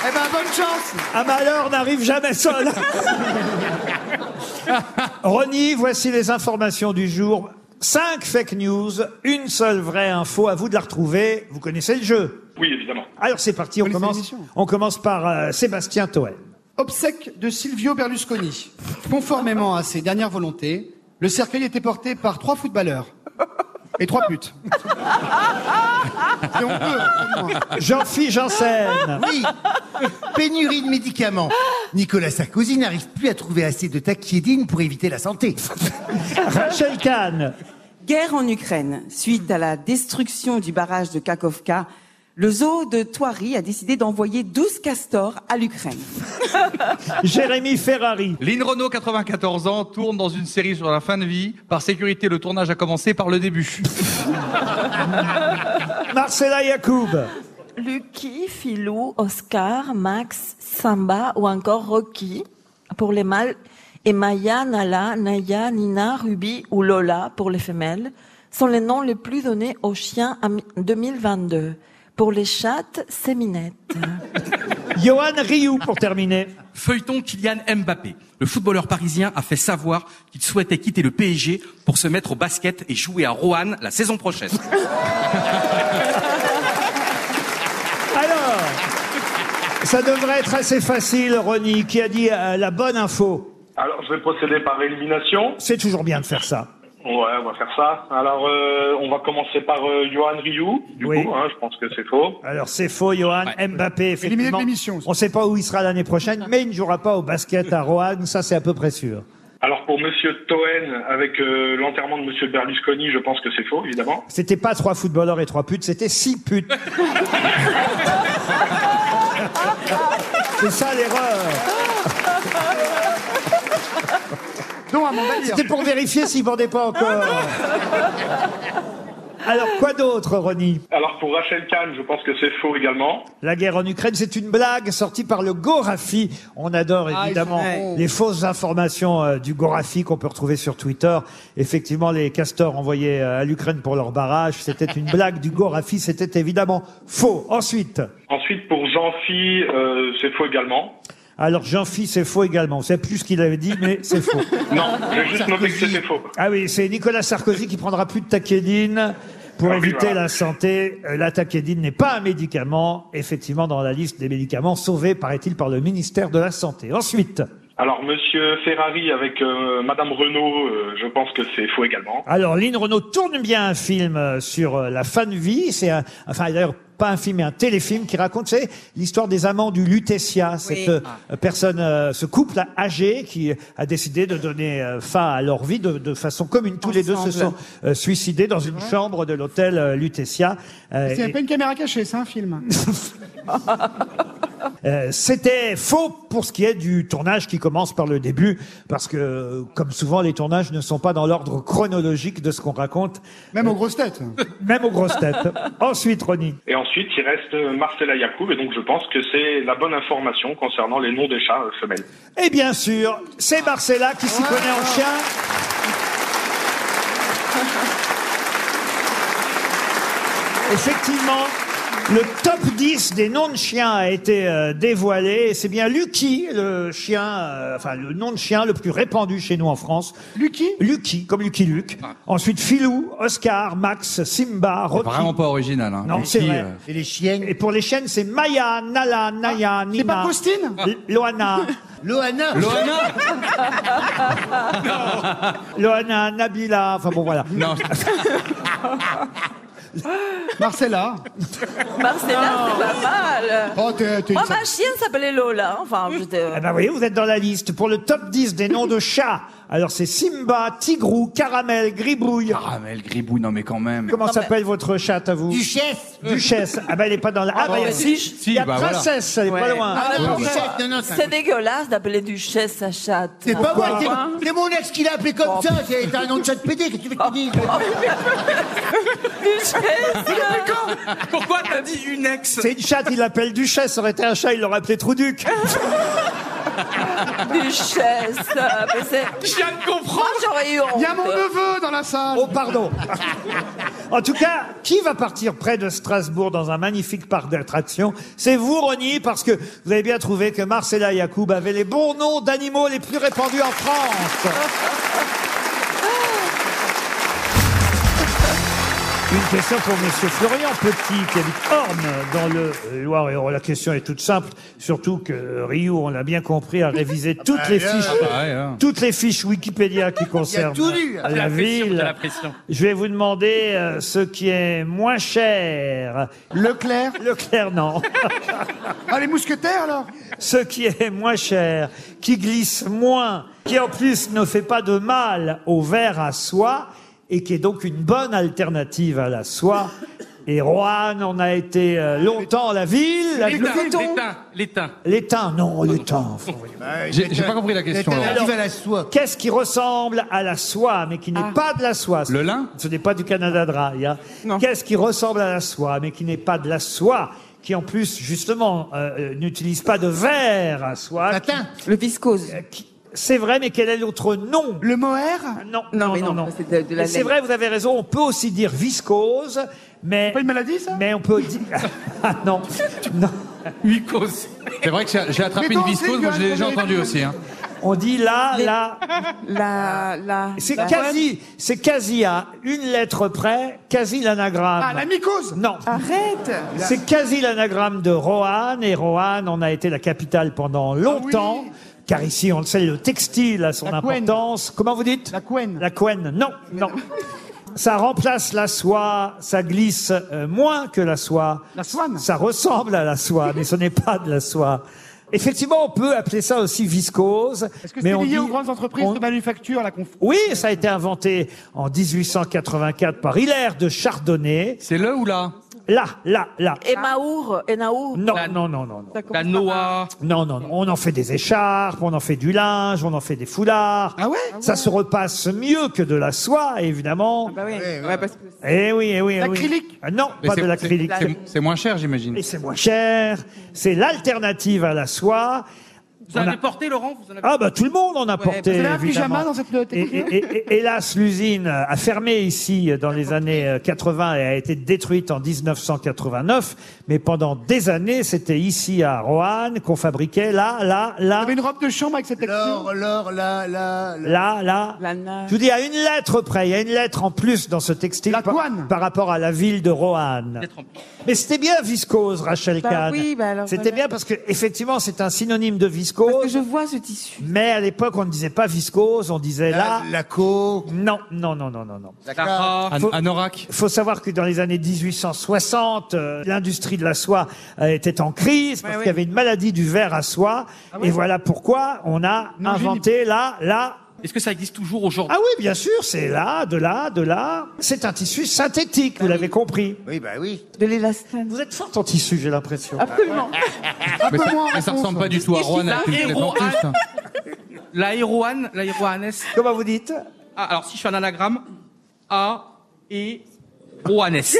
Eh ben, bonne chance.
Un malheur n'arrive jamais seul. Ronny, voici les informations du jour. Cinq fake news, une seule vraie info. À vous de la retrouver. Vous connaissez le jeu.
Oui, évidemment.
Alors c'est parti. On commence. On commence par euh, Sébastien Toen.
Obsèque de Silvio Berlusconi. Conformément à ses dernières volontés, Le cercueil était porté par trois footballeurs et trois putes. Et on peut.
Jean-Philippe Janssen.
Oui. Pénurie de médicaments. Nicolas Sarkozy n'arrive plus à trouver assez de taquiédine pour éviter la santé.
Rachel Kahn.
Guerre en Ukraine. Suite à la destruction du barrage de Kakovka, le zoo de Toiri a décidé d'envoyer 12 castors à
[LAUGHS]
l'Ukraine.
[LAUGHS] Jérémy Ferrari.
Lynn Renault, 94 ans, tourne dans une série sur la fin de vie. Par sécurité, le tournage a commencé par le début.
Marcella Yacoub.
Lucky, Philou, Oscar, Max, Samba ou encore Rocky pour les mâles et Maya, Nala, Naya, Nina, Ruby ou Lola pour les femelles sont les noms les plus donnés aux chiens en 2022. Pour les chattes, c'est Minette.
[LAUGHS] Johan Rioux pour terminer.
Feuilleton Kylian Mbappé. Le footballeur parisien a fait savoir qu'il souhaitait quitter le PSG pour se mettre au basket et jouer à Roanne la saison prochaine.
Alors, ça devrait être assez facile, Ronnie, qui a dit euh, la bonne info.
Alors, je vais procéder par élimination.
C'est toujours bien de faire ça.
Ouais, on va faire ça. Alors, euh, on va commencer par euh, Johan Rioux. Du
Oui.
coup, hein, je pense que c'est faux.
Alors c'est faux, Johan. Mbappé,
Éliminé de
effectivement. On ne sait pas où il sera l'année prochaine, mais il ne jouera pas au basket à Roanne, ça c'est à peu près sûr.
Alors, pour Monsieur Toen, avec euh, l'enterrement de Monsieur Berlusconi, je pense que c'est faux, évidemment. [LAUGHS]
C'était pas trois footballeurs et trois putes, c'était six putes. c'est ça l'erreur.
Non, à mon avis. hein. Ah
C'était pour vérifier s'il vendait pas encore. Alors quoi d'autre, Ronnie
Alors, pour Rachel Kahn, je pense que c'est faux également.
La guerre en Ukraine, c'est une blague sortie par le Gorafi. On adore
Ah, ils
évidemment
sont bons.
les fausses informations euh, du Gorafi qu'on peut retrouver sur Twitter. Effectivement, les castors envoyés euh, à l'Ukraine pour leur barrage, c'était une blague du Gorafi, c'était évidemment faux. Ensuite,
Ensuite, pour Jean-Phi, euh, c'est faux également.
alors Jean-Phi, c'est faux également. On sait plus ce qu'il avait dit, mais c'est faux.
Non, j'ai juste noté que c'était faux.
Ah oui, c'est Nicolas Sarkozy qui prendra plus de taquédine pour
Ah oui,
éviter
voilà.
la santé. Euh, La taquédine n'est pas un médicament, effectivement, dans la liste des médicaments sauvés, paraît-il, par le ministère de la Santé. Ensuite,
Alors, Monsieur Ferrari avec euh, Madame Renault, euh, je pense que c'est faux également.
alors Lynn Renault tourne bien un film euh, sur euh, la fin de vie. C'est un, enfin d'ailleurs pas un film, mais un téléfilm qui raconte c'est l'histoire des amants du Lutetia, cette euh,
Ah.
personne, euh, ce couple âgé qui a décidé de donner euh, fin à leur vie de, de façon commune. Tous les deux se sont
Ensemble.
euh, suicidés dans une chambre de l'hôtel euh, Lutetia. Euh,
C'est
et-
pas une caméra cachée, c'est un film.
Euh, c'était faux pour ce qui est du tournage qui commence par le début, parce que, euh, comme souvent, les tournages ne sont pas dans l'ordre chronologique de ce qu'on raconte.
Même aux grosses têtes.
Même aux grosses têtes. Ensuite, Ronnie.
Et ensuite, il reste euh, Marcella Yacoub, et donc je pense que c'est la bonne information concernant les noms des chats euh, femelles.
Et bien sûr, c'est Marcella qui s'y connaît en chien. Effectivement, le top 10 des noms de chiens a été euh, dévoilé. Et C'est bien Lucky, le chien, euh, enfin le nom de chien le plus répandu chez nous en France. Lucky Lucky, comme Lucky Luke.
Ah.
Ensuite Filou, Oscar, Max, Simba, Rocky.
Vraiment pas original. Hein.
Non, c'est
Lucky,
vrai.
euh,
Et les chiennes Et pour les chiennes, c'est Maya, Nala, Naya, Nina. C'est pas Faustine [LAUGHS] Loana. Loana Loana, Nabila, enfin bon voilà.
Non.
[LAUGHS] Marcella.
Marcella, c'est pas mal.
Oh, t'es- t'es une
Moi, ma chienne s'appelait Lola. Enfin, j'étais.
Eh ben, Ah, vous voyez, vous êtes dans la liste pour le top 10 des noms de chats. Alors c'est Simba, Tigrou, Caramel, Gribouille.
Caramel, gribouille, Ah. non mais quand même.
Comment s'appelle votre chatte à vous Duchesse. Duchesse. Ah ben elle est pas dans la. Ah,
Ah
ben il y a,
bon. Si,
il y a
si, bah, voilà.
princesse, elle est pas
Ouais.
loin. Euh,
Ah, non, non,
Ouais.
duchesse,
non, non, ça-
c'est dégueulasse d'appeler duchesse sa chatte.
C'est pas moi, c'est-
Pourquoi
c'est mon ex qui l'a appelé comme ça, c'est un nom de chat de pédé, qu'est-ce que tu veux que je te dise
Ah, [LAUGHS] Pourquoi t'as dit une ex
C'est une chatte, il l'appelle Duchesse. Ça aurait été un chat, il l'aurait appelé Trouduc.
Duchesse. euh, mais c'est-
Je viens de comprendre.
Moi, j'aurais eu honte.
Il y a mon neveu dans la salle.
Oh, pardon. En tout cas, qui va partir près de Strasbourg dans un magnifique parc d'attractions C'est vous, Ronnie, parce que vous avez bien trouvé que Marcella Yacoub avait les bons noms d'animaux les plus répandus en France. Une question pour Monsieur Florian Petit, qui habite Orme, dans le Loir. Et la question est toute simple, surtout que euh, Rio, on l'a bien compris, a révisé toutes
bah,
les
bien.
fiches,
Ah bah, ouais, hein.
toutes les fiches Wikipédia
[LAUGHS]
qui concernent
tout lu.
la,
De la pression,
ville.
de la pression.
Je vais vous demander euh, ce qui est moins cher. Leclerc. [LAUGHS] Leclerc, non. ah, les mousquetaires alors. Ce qui est moins cher, qui glisse moins, qui en plus ne fait pas de mal au verre à soie et qui est donc une bonne alternative à la soie. Et Roanne, on a été euh, longtemps la ville, la
L'étain,
ville-
l'étain, l'étain. Oh,
L'étain, non, l'étain. faut-
bah,
J'ai j'ai pas compris la question. Laurent.
Qu'est-ce qui ressemble à la soie, mais qui
Ah.
n'est pas de la soie Le lin Ce n'est pas du Canada Dry. hein. Qu'est-ce qui ressemble à la soie, mais qui n'est pas de la soie qui en plus, justement, euh, euh, n'utilise pas de verre à soie. Euh,
Le viscose.
C'est vrai, mais quel est l'autre nom Euh,
Le mohair
Non,
non,
non,
mais non.
non, non.
C'est de, de la
Et C'est
laine.
vrai, vous avez raison, on peut aussi dire viscose, mais... pas une maladie, ça Mais on peut dire... [LAUGHS] ah
[LAUGHS]
non, non. Mycose.
C'est vrai que j'ai j'ai attrapé une viscose, moi je l'ai déjà entendu aussi. hein.
On dit là,
Mais-
là...
[LAUGHS] La, la.
C'est
la-
quasi, c'est quasi à une lettre près, quasi l'anagramme.
Ah, la
mycose Non.
Arrête
C'est quasi l'anagramme de Roanne, et Roanne en a été la capitale pendant longtemps. Car ici, on le sait, le textile a son importance. Comment vous dites La couenne. La couenne, non, non. [LAUGHS] Ça remplace la soie, ça glisse euh, moins que la soie. La soie. Ça ressemble à la soie, mais ce n'est pas de la soie. Effectivement, on peut appeler ça aussi viscose.
Est-ce que
mais
c'est
on
lié
dit-
aux grandes entreprises
on-
de manufacture, la conf...
oui, ça a été inventé en 1884 par Hilaire de Chardonnay. C'est le ou là Là, là, là.
Et Maour, et Naour.
Non, non, non, non. non.
La Noa.
Non, non, non. On en fait des écharpes, on en fait du linge, on en fait des foulards. Ah ouais Ça se repasse mieux que de la soie, évidemment.
Bah oui. Ouais, parce que
Eh oui, eh oui, eh oui.
L'acrylique
Ah Non,
Mais
pas
c'est-
de l'acrylique.
c'est- c'est- C'est moins cher, j'imagine.
Et c'est moins cher. C'est l'alternative à la soie.
Vous en avez porté, Laurent Vous en avez-
Ah bah tout le monde en a
Ouais,
porté.
vous avez un
évidemment.
pyjama dans cette euh,
Et- et- et- et- Hélas, l'usine a fermé ici dans les années euh, 80 et a été détruite en 1989. Mais pendant des années, c'était ici à Roanne qu'on fabriquait là, là, là. Vous
une robe de chambre avec cette texture
L'or, l'or, la, la, la.
Là, là. Je vous dis, à une lettre près, il y a une lettre en plus dans ce textile par, par rapport à la ville de Roanne. Mais c'était bien viscose,
[LAUGHS]
Rachel
Bah
Kahn.
oui, bah alors
c'était
voilà.
bien parce que effectivement, c'est un synonyme de viscose. je vois ce tissu. Mais à l'époque, on ne disait pas viscose, on disait là. Laco. Non, non, non, non, non, non.
D'accord. Un- un
Il faut savoir que dans les années 1860, euh, l'industrie de la soie euh, était en crise parce
Ouais,
qu'il y
ouais.
avait une maladie du verre à soie. Et voilà pourquoi on a inventé là, là,
Est-ce que ça existe toujours aujourd'hui
ah oui, bien sûr, c'est là, de là, de là. C'est un tissu synthétique, vous l'avez compris. Oui, bah oui.
De l'élastane.
Vous êtes forte en tissu, j'ai l'impression.
Absolument.
Mais ça,
Ah,
mais ça ressemble pas du tout à Rouen avec
La
les
héroane.
dentistes.
La héroane, la héroanesse.
Comment vous dites
ah, Alors, si je fais un anagramme, A, E, Roanesse.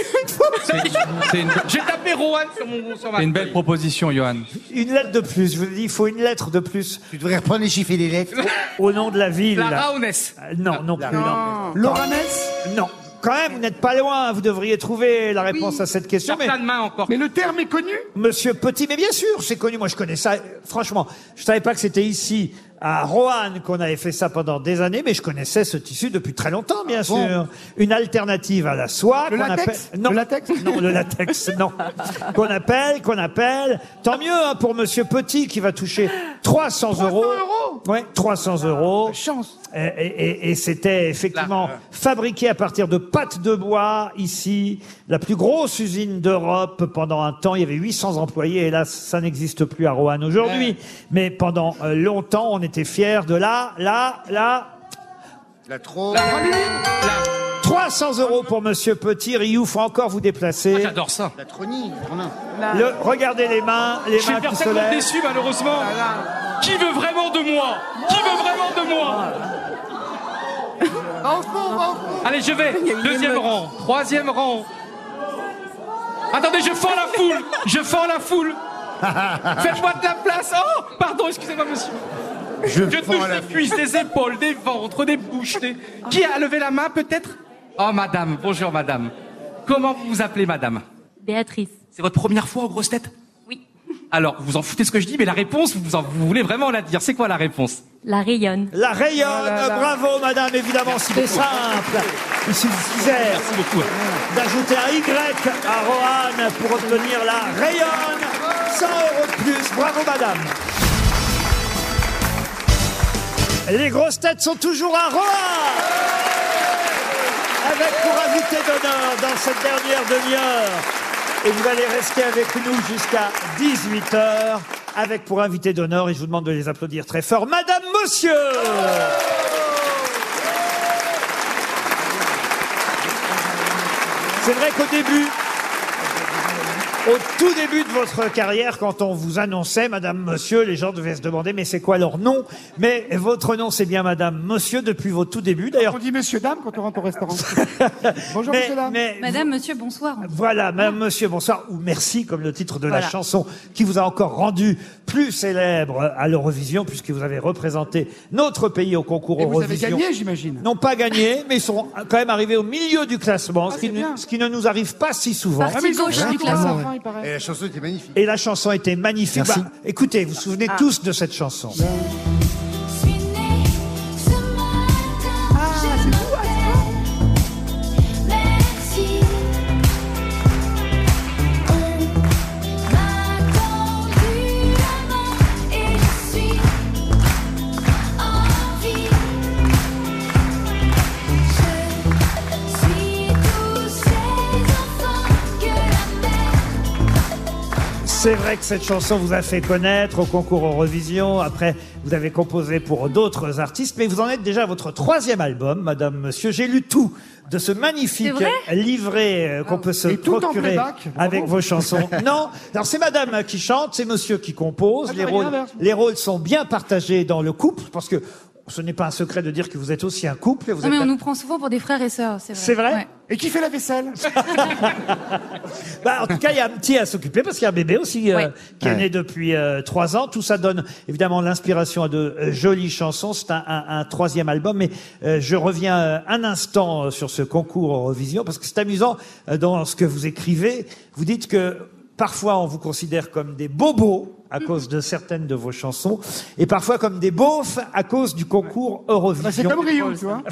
c'est une-
J'ai tapé Roanne sur mon sur ma
C'est une belle proposition, Johan.
Une lettre de plus, je vous dis, il faut une lettre de plus. Tu devrais reprendre les chiffres et les lettres. Au au nom de la ville.
La
Raonesse. Non, non plus, non.
Non.
L'Oranès Non. Quand même, vous n'êtes pas loin, hein. vous devriez trouver la réponse à cette question. mais... encore. Mais le terme est connu Monsieur Petit, mais bien sûr, c'est connu. Moi, je connais ça. Franchement, je savais pas que c'était ici, à Roanne, qu'on avait fait ça pendant des années, mais je connaissais ce tissu depuis très longtemps, bien
bon
sûr. Une alternative à la soie.
Le
qu'on
latex
appelle... Non, le latex [LAUGHS] Non, le latex, non. qu'on appelle, qu'on appelle. Tant mieux hein, pour Monsieur Petit qui va toucher 300, euros. Ouais, 300 euros. Chance. Et, et- et- et c'était effectivement fabriqué à partir de pâtes de bois ici, la plus grosse usine d'Europe pendant un temps. Il y avait 800 employés. Hélas, ça n'existe plus à Roanne aujourd'hui. Mais pendant euh, longtemps, on était fiers de là, là, là.
La trop.
300 euros pour Monsieur Petit. Rioux, faut encore vous déplacer.
Ah, J'adore ça.
La tronie.
Le- regardez les mains, les
Je
mains
vais
qui
faire
se
tellement
lèvent.
déçu, malheureusement. Qui veut vraiment de moi Qui veut vraiment de moi Allez, je vais. Deuxième rang. Troisième rang. Attendez, je fends la foule. Je fends la foule. Faites-moi de la place. Oh, pardon, excusez-moi, monsieur.
Je
touche des cuisses, des épaules, des ventres, des bouches. des- Qui a levé la main, peut-être Oh, madame. Bonjour, madame. Comment vous vous appelez, madame
Béatrice.
C'est votre première fois aux grosses têtes Oui.
Alors, vous en foutez ce que je dis, mais la réponse, vous, en- vous voulez vraiment la dire. C'est quoi la réponse
La rayonne.
La rayonne,
Ah
bravo madame, évidemment,
Merci
c'était
beaucoup.
simple. Ici Isère, d'ajouter un Y à Roanne pour obtenir la rayonne. 100 euros de plus, bravo madame. Les grosses têtes sont toujours à Roanne. Avec pour invité d'honneur dans cette dernière demi-heure. Et vous allez rester avec nous jusqu'à 18h. Avec pour invité d'honneur, et je vous demande de les applaudir très fort, Madame Monsieur C'est vrai qu'au début, au tout début de votre carrière, quand on vous annonçait Madame Monsieur, les gens devaient se demander mais c'est quoi leur nom Mais votre nom c'est bien Madame Monsieur depuis vos tout débuts. D'ailleurs,
On dit monsieur, dame quand on rentre
[LAUGHS]
au restaurant. Bonjour,
Mais-
monsieur, dame.
mais-
Madame, monsieur, bonsoir.
Voilà, Madame Monsieur, bonsoir, ou merci, comme le titre de la
Voilà.
chanson, qui vous a encore rendu plus célèbre à l'Eurovision, puisque vous avez représenté notre pays au concours
Et vous avez
Eurovision.
gagné, j'imagine.
N'ont pas gagné, mais ils sont quand même arrivés au milieu du
Ah,
classement, ce, qui ne, ce qui ne nous arrive pas si souvent.
Partie Ah, mais ils ont gauche fait du un classement, classement, ouais. il paraît.
Et la chanson était magnifique. Et la chanson était magnifique.
Merci.
Bah, écoutez, vous vous souvenez
Ah.
tous de cette chanson.
Ah, c'est vous, à
Merci. On m'a tendu la main et je suis en vie. Je suis tous ces enfants que la mer
C'est vrai que cette chanson vous a fait connaître au concours Eurovision. Après, vous avez composé pour d'autres artistes, mais vous en êtes déjà à votre troisième album, Madame Monsieur. J'ai lu tout de ce magnifique
C'est vrai
livret
Ah.
euh, qu'on peut se
Et tout en
procurer
playback, bravo.
avec vos
[LAUGHS]
chansons. non, alors c'est Madame qui chante, c'est Monsieur qui compose.
Ah,
les,
j'aurais dit
rôles,
l'inverse.
les rôles sont bien partagés dans le couple, parce que ce n'est pas un secret de dire que vous êtes aussi un couple. et vous
Non,
êtes
mais on
un-
nous prend souvent pour des frères et sœurs, c'est vrai.
C'est vrai
Ouais.
Et qui fait
[LAUGHS]
la vaisselle
Bah, en tout cas, il y a un petit à s'occuper parce qu'il y a un bébé aussi euh, qui est né depuis euh, trois ans. Tout ça donne évidemment l'inspiration à de euh, jolies chansons. C'est un, un- un troisième album. Mais euh, je reviens euh, un instant euh, sur ce concours Eurovision parce que c'est amusant euh, dans ce que vous écrivez. Vous dites que parfois on vous considère comme des bobos à
Mm-hmm.
cause de certaines de vos chansons et parfois comme des beaufs à cause du concours Eurovision.
Bah, C'est comme Rio, tu vois.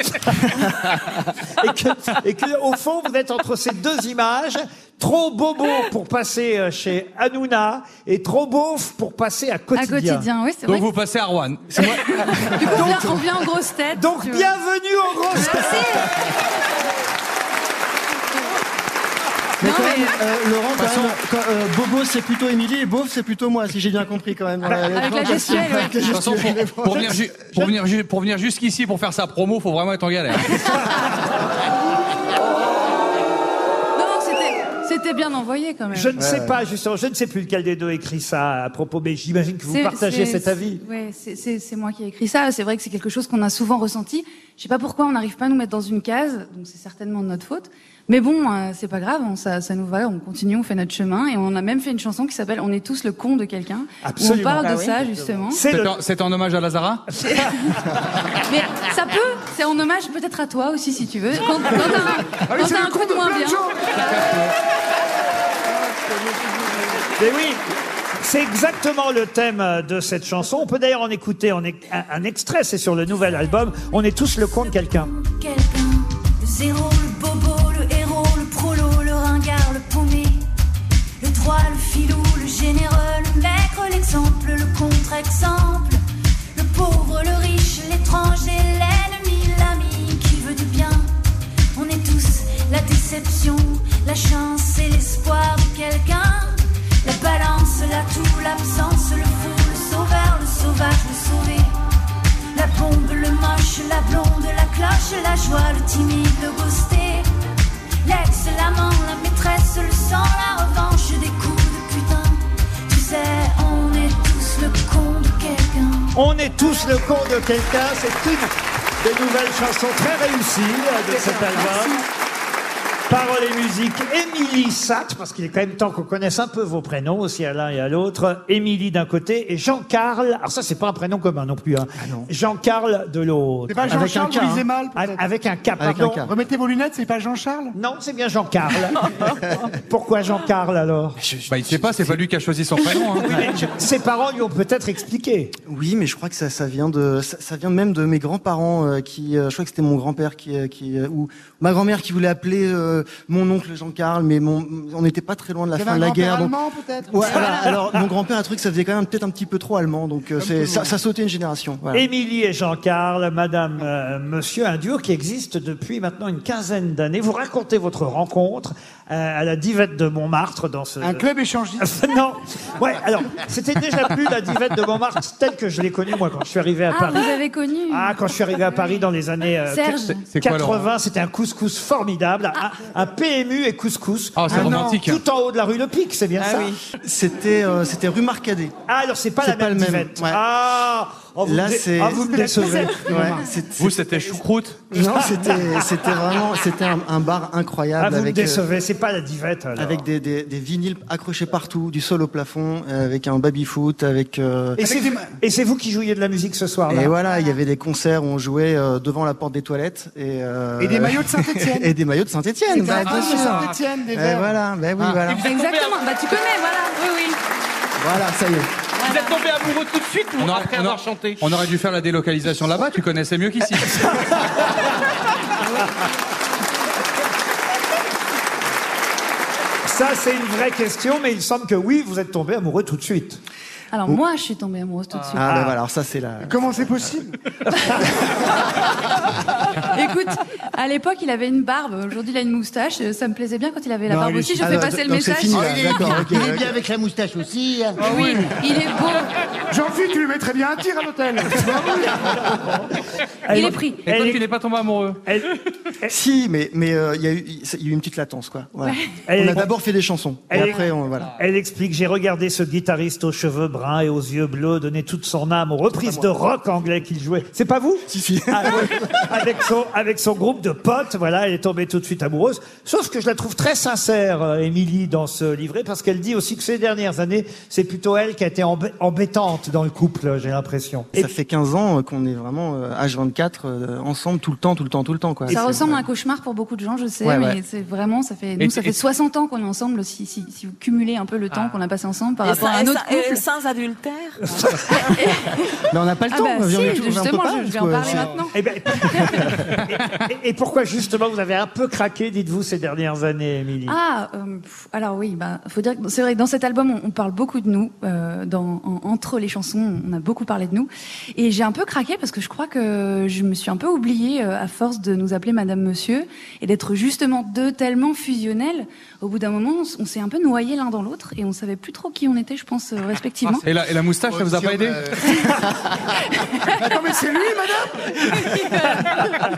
et que, et que, au fond, vous êtes entre ces deux images, trop bobo pour passer euh, chez Hanouna et trop beauf pour passer à quotidien.
Quotidien, oui, c'est Donc vrai. vous
passez à Rouen.
Du coup, on vient- on vient en grosse tête. Donc,
bienvenue en grosse
tête.
Mais quand même, euh, Laurent, quand même, quand- euh, Bobo c'est plutôt Émilie et Beauf c'est plutôt moi, si j'ai bien compris quand
Ah,
même. Euh, présentation. Avec la
De toute façon,
gestuelle, les
pour, pour venir ju- pour venir ju- pour venir jusqu'ici pour faire sa promo, faut vraiment être en galère.
Non, c'était- c'était bien envoyé quand même.
Je ne sais pas, justement, je ne sais plus lequel des deux écrit ça à propos, mais j'imagine que vous
C'est-
partagez
c'est-
cet avis.
Ouais, c'est- c'est c'est moi qui ai écrit ça. C'est vrai que c'est quelque chose qu'on a souvent ressenti. Je sais pas pourquoi on n'arrive pas à nous mettre dans une case, donc c'est certainement de notre faute. Mais bon, euh, c'est pas grave, on- ça, ça nous va, on continue, on fait notre chemin, et on a même fait une chanson qui s'appelle "On est tous le con de quelqu'un". où On parle
Ah
de ça justement.
C'est en, c'est en hommage à Lazara
Mais ça peut, c'est en hommage peut-être à toi aussi si tu veux. Quand, quand t'as un,
Ah oui,
quand
c'est
t'as
le
un
con
coup de
de
moins
plein de
bien.
Mais oui, c'est exactement le thème euh, de cette chanson. On peut d'ailleurs en écouter en é- un, un extrait, c'est sur le nouvel album. On est tous le con de quelqu'un.
quelqu'un, le zéro, le bobo, le héros, le prolo, le ringard, le paumé, le droit, le filou, le généreux, le maigre, l'exemple, le contre-exemple, le pauvre, le riche, l'étranger, l'ennemi, l'ami qui veut du bien. On est tous la déception, la chance et l'espoir de quelqu'un. La balance, l'atout, l'absence, le fou, le sauveur, le sauvage, le sauvé. La bombe, le moche, la blonde, la cloche, la joie, le timide, le ghosté. L'ex, l'amant, la maîtresse, le sang, la revanche des coups de putain. Tu sais, on est tous le con de quelqu'un.
On est tous le con de quelqu'un. C'est une des nouvelles chansons très réussies euh, de cet album. Parole et musique, Émilie Satt, parce qu'il est quand même temps qu'on connaisse un peu vos prénoms aussi à l'un et à l'autre. Émilie d'un côté et Jean-Carl. Alors ça, c'est pas un prénom commun non plus. Hein. Jean-Carl de l'autre.
C'est pas Jean-Charles, vous lisez mal, peut-être.
Ah, Avec un K,
Avec un
pardon.
K.
Remettez vos lunettes, c'est pas Jean-Charles Non, c'est bien Jean-Carl. Pourquoi Jean-Carl alors
Bah, il sait pas, c'est pas lui qui a choisi son prénom. hein.
Oui, mais je- Ses parents lui ont peut-être expliqué.
Oui, mais je crois que ça, ça vient de, ça, ça vient même de mes grands-parents euh, qui, euh, je crois que c'était mon grand-père qui, euh, qui euh, ou ma grand-mère qui voulait appeler euh, mon oncle Jean-Carl, mais mon, on n'était pas très loin de la
Il y
fin
avait
de
un
la guerre.
grand-père
donc-
allemand, peut-être
Ouais, voilà. alors mon grand-père un truc, ça faisait quand même peut-être un petit peu trop allemand, donc euh, c'est,
tout le
ça,
monde.
ça sautait une génération. voilà.
Émilie et Jean-Carl, Madame, euh, Monsieur, un duo qui existe depuis maintenant une quinzaine d'années. Vous racontez votre rencontre euh, à la Divette de Montmartre dans ce
Un club échangiste.
[LAUGHS] non. Ouais. Alors, c'était déjà plus la Divette de Montmartre telle que je l'ai connue moi quand je suis arrivé à
Ah,
Paris.
vous avez connu
Ah, quand je suis arrivé à Paris dans les années euh,
Serge.
qu-
C'est quoi, Laurent
80, c'était un couscous formidable, un, un PMU et couscous.
Ah,
c'est
Un an
romantique.
Tout en haut de la rue Le Pic, c'est bien ça.
C'était, euh, c'était rue Marcadet.
Ah, alors c'est pas la même
le même.
Divette.
ouais.
Ah, oh, vous
Là,
me dé-
c'est.
ah, vous me décevez.
Ouais, c'est-
Vous, c'était choucroute
Non, c'était c'était vraiment c'était un, un bar incroyable.
Ah, vous me
avec, euh,
décevez, c'est pas la divette. alors.
Avec des, des, des vinyles accrochés partout, du sol au plafond, euh, avec un baby foot, avec. euh,
Et c'est- Et c'est vous qui jouiez de la musique ce soir-là.
et voilà, il y avait des concerts où on jouait euh, devant la porte des toilettes et. euh,
Et des maillots de Saint-Étienne.
[LAUGHS] et des maillots de
C'était
Saint-Étienne.
la
bien
Coupe de
sûr.
Saint-Étienne, des
Eh
Verts.
voilà, ben oui,
Ah.
voilà.
Et vous êtes tombé
Exactement, bah tu connais, voilà, oui, oui.
Voilà, ça y est.
Vous êtes tombé amoureux tout de suite ou
On aurait-
après
on
avoir
aurait-
chanté
On aurait dû faire la délocalisation là-bas, tu connaissais mieux qu'ici.
Ah,
Ça, c'est une vraie question, mais il semble que oui, vous êtes tombé amoureux tout de suite.
Alors moi, je suis tombée amoureuse tout de suite.
Ah, ben voilà, alors ça c'est la.
Comment c'est possible
Écoute,
bah.
à l'époque, il avait une barbe. Aujourd'hui, il a une moustache. Euh, Ça me plaisait bien quand il avait la
Non,
barbe
lui,
aussi. Je
ah,
fais
non,
passer le
donc c'est
message.
fini, là,
il est-
d'accord, ok,
Il est
ok.
bien avec la moustache aussi. hein.
Ah oui, il est beau. Ah
Jean-Philippe, tu lui mettrais bien un tir à
[LAUGHS]
l'hôtel.
Il est pris.
Et toi, tu n'es pas tombé amoureux
Si, mais mais euh, il y, a eu- il y a eu une petite latence quoi. Voilà.
Ouais.
On
Elle
a
est-
d'abord fait des chansons. Et
Elle-
après, on, voilà.
Elle explique J'ai regardé ce guitariste aux cheveux bruns et aux yeux bleus donner toute son âme aux reprises de rock anglais qu'il jouait. C'est pas vous Si, si. avec, son, avec son groupe de potes, voilà, elle est tombée tout de suite amoureuse. Sauf que je la trouve très sincère, euh, Émilie, dans ce livret, parce qu'elle dit aussi que ces dernières années, c'est plutôt elle qui a été embê- embêtante dans le couple, j'ai l'impression.
Ça fait 15 ans euh, qu'on est vraiment euh, H24 euh, ensemble tout le temps, tout le temps, tout le temps quoi.
Ça
C'est-
ressemble à un cauchemar pour beaucoup de gens, je sais,
Ouais,
mais
ouais.
c'est vraiment, ça fait,
Et-
nous, ça
et- Ah.
fait 60 ans qu'on est ensemble, si, si, si vous cumulez un peu le temps qu'on a passé ensemble par
Et
rapport
sans-
à un
et
autre
sans- et
couple.
sans adultère
[LAUGHS] Mais on n'a pas le
Ah
temps.
bah
on vient-
si,
on vient- on
justement,
peut pas, parce
je- je vais en
que
parler
c'est-
maintenant.
Eh ben, [LAUGHS] et, et pourquoi justement vous avez un peu craqué, dites-vous, ces dernières années, Émilie
Ah, euh, pff, alors oui, bah, faut dire que c'est vrai. que Dans cet album, on, on parle beaucoup de nous. euh, dans, en- entre les chansons, on a beaucoup parlé de nous. Et j'ai un peu craqué parce que je crois que je me suis un peu oubliée euh, à force de nous appeler Madame Monsieur et d'être justement deux tellement fusionnels. Au bout d'un moment, on, s- on s'est un peu noyés l'un dans l'autre et on savait plus trop qui on était, je pense, euh, respectivement.
Et la, Ah, et la moustache, ça vous a pas aidé
Attends, mais c'est lui, madame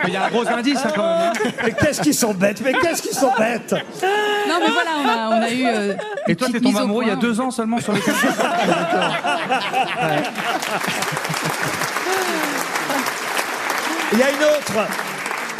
Il y a un gros indice, ça, quand même. hein.
Mais qu'est-ce qu'ils sont bêtes Mais qu'est-ce qu'ils sont bêtes
Non, mais voilà, on a, on a eu. euh,
Et toi,
une
t'es
petite mise
tombé
au
amoureux il y a
point.
deux ans seulement sur les
Ah,
[LAUGHS]
Il y a une autre,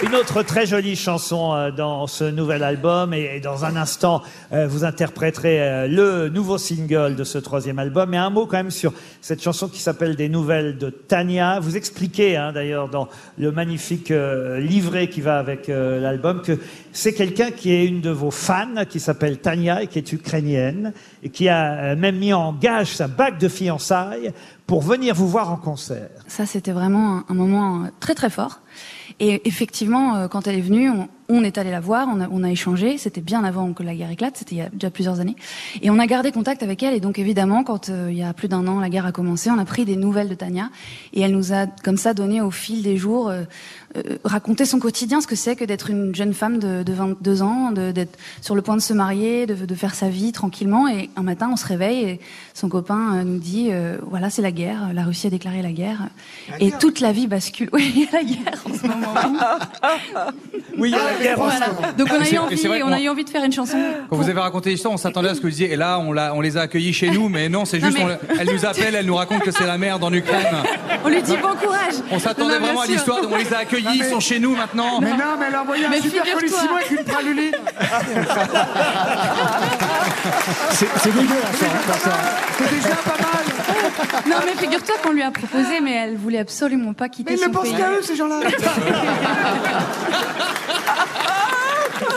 une autre très jolie chanson euh, dans ce nouvel album et et dans un instant, euh, vous interpréterez euh, le nouveau single de ce troisième album. Et un mot quand même sur cette chanson qui s'appelle Des nouvelles de Tania. Vous expliquez hein, d'ailleurs dans le magnifique euh, livret qui va avec euh, l'album que c'est quelqu'un qui est une de vos fans qui s'appelle Tania et qui est ukrainienne et qui a euh, même mis en gage sa bague de fiançailles pour venir vous voir en concert.
Ça, c'était vraiment un, un moment euh, très très fort. Et effectivement, euh, quand elle est venue, on, on est allé la voir, on a, on a échangé. C'était bien avant que la guerre éclate, c'était il y a déjà plusieurs années. Et on a gardé contact avec elle. Et donc évidemment, quand euh, il y a plus d'un an la guerre a commencé, on a pris des nouvelles de Tania. Et elle nous a comme ça donné au fil des jours, euh, euh, raconté son quotidien, ce que c'est que d'être une jeune femme de, de 22 ans, de- d'être sur le point de se marier, de, de faire sa vie tranquillement. Et un matin, on se réveille et son copain euh, nous dit, euh, voilà, c'est la guerre, la Russie a déclaré la [LAUGHS] guerre. et toute la vie bascule. Oui, il y a la guerre en ce moment.
[LAUGHS] Oui, il y a la guerre en
Voilà.
ce moment.
Donc on
Et
a,
Ah,
eu envie,
c'est- et c'est vrai que
on
moi-
a eu envie de faire une chanson.
Quand vous avez raconté l'histoire, on s'attendait à ce que vous disiez, et là, on, l'a- on les a accueillis chez nous, mais non, c'est
Non,
juste,
mais-
on le- elle nous appelle, elle nous raconte que c'est la merde en Ukraine.
On lui dit bon courage.
On s'attendait
Non, bien
vraiment à
sûr.
l'histoire, donc on les a accueillis,
Non, mais-
ils sont chez nous maintenant.
Mais non, mais elle a envoyé un Mais super figure-toi. colissimo avec une
praluline.
C'est c'est dégueulasse, hein, faire ça.
C'est déjà pas mal.
Ah.
Non mais figure-toi qu'on lui a proposé, mais elle voulait absolument pas quitter
Mais ils
son
ne pensent
pays.
qu'à eux, ces gens-là.
[LAUGHS]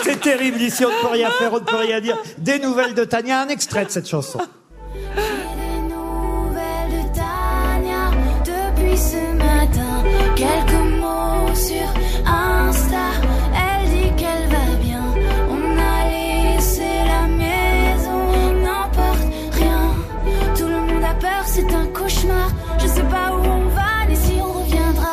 C'est terrible ici, on ne peut rien faire, on ne peut rien dire. Des nouvelles de Tania, un extrait de cette chanson.
nouvelles de Tania depuis ce matin. Quelques mots sur Insta. Elle dit qu'elle va bien. On a laissé la maison, n'importe rien. Tout le monde a peur, c'est un cauchemar. Je sais pas où on va, ni si on reviendra.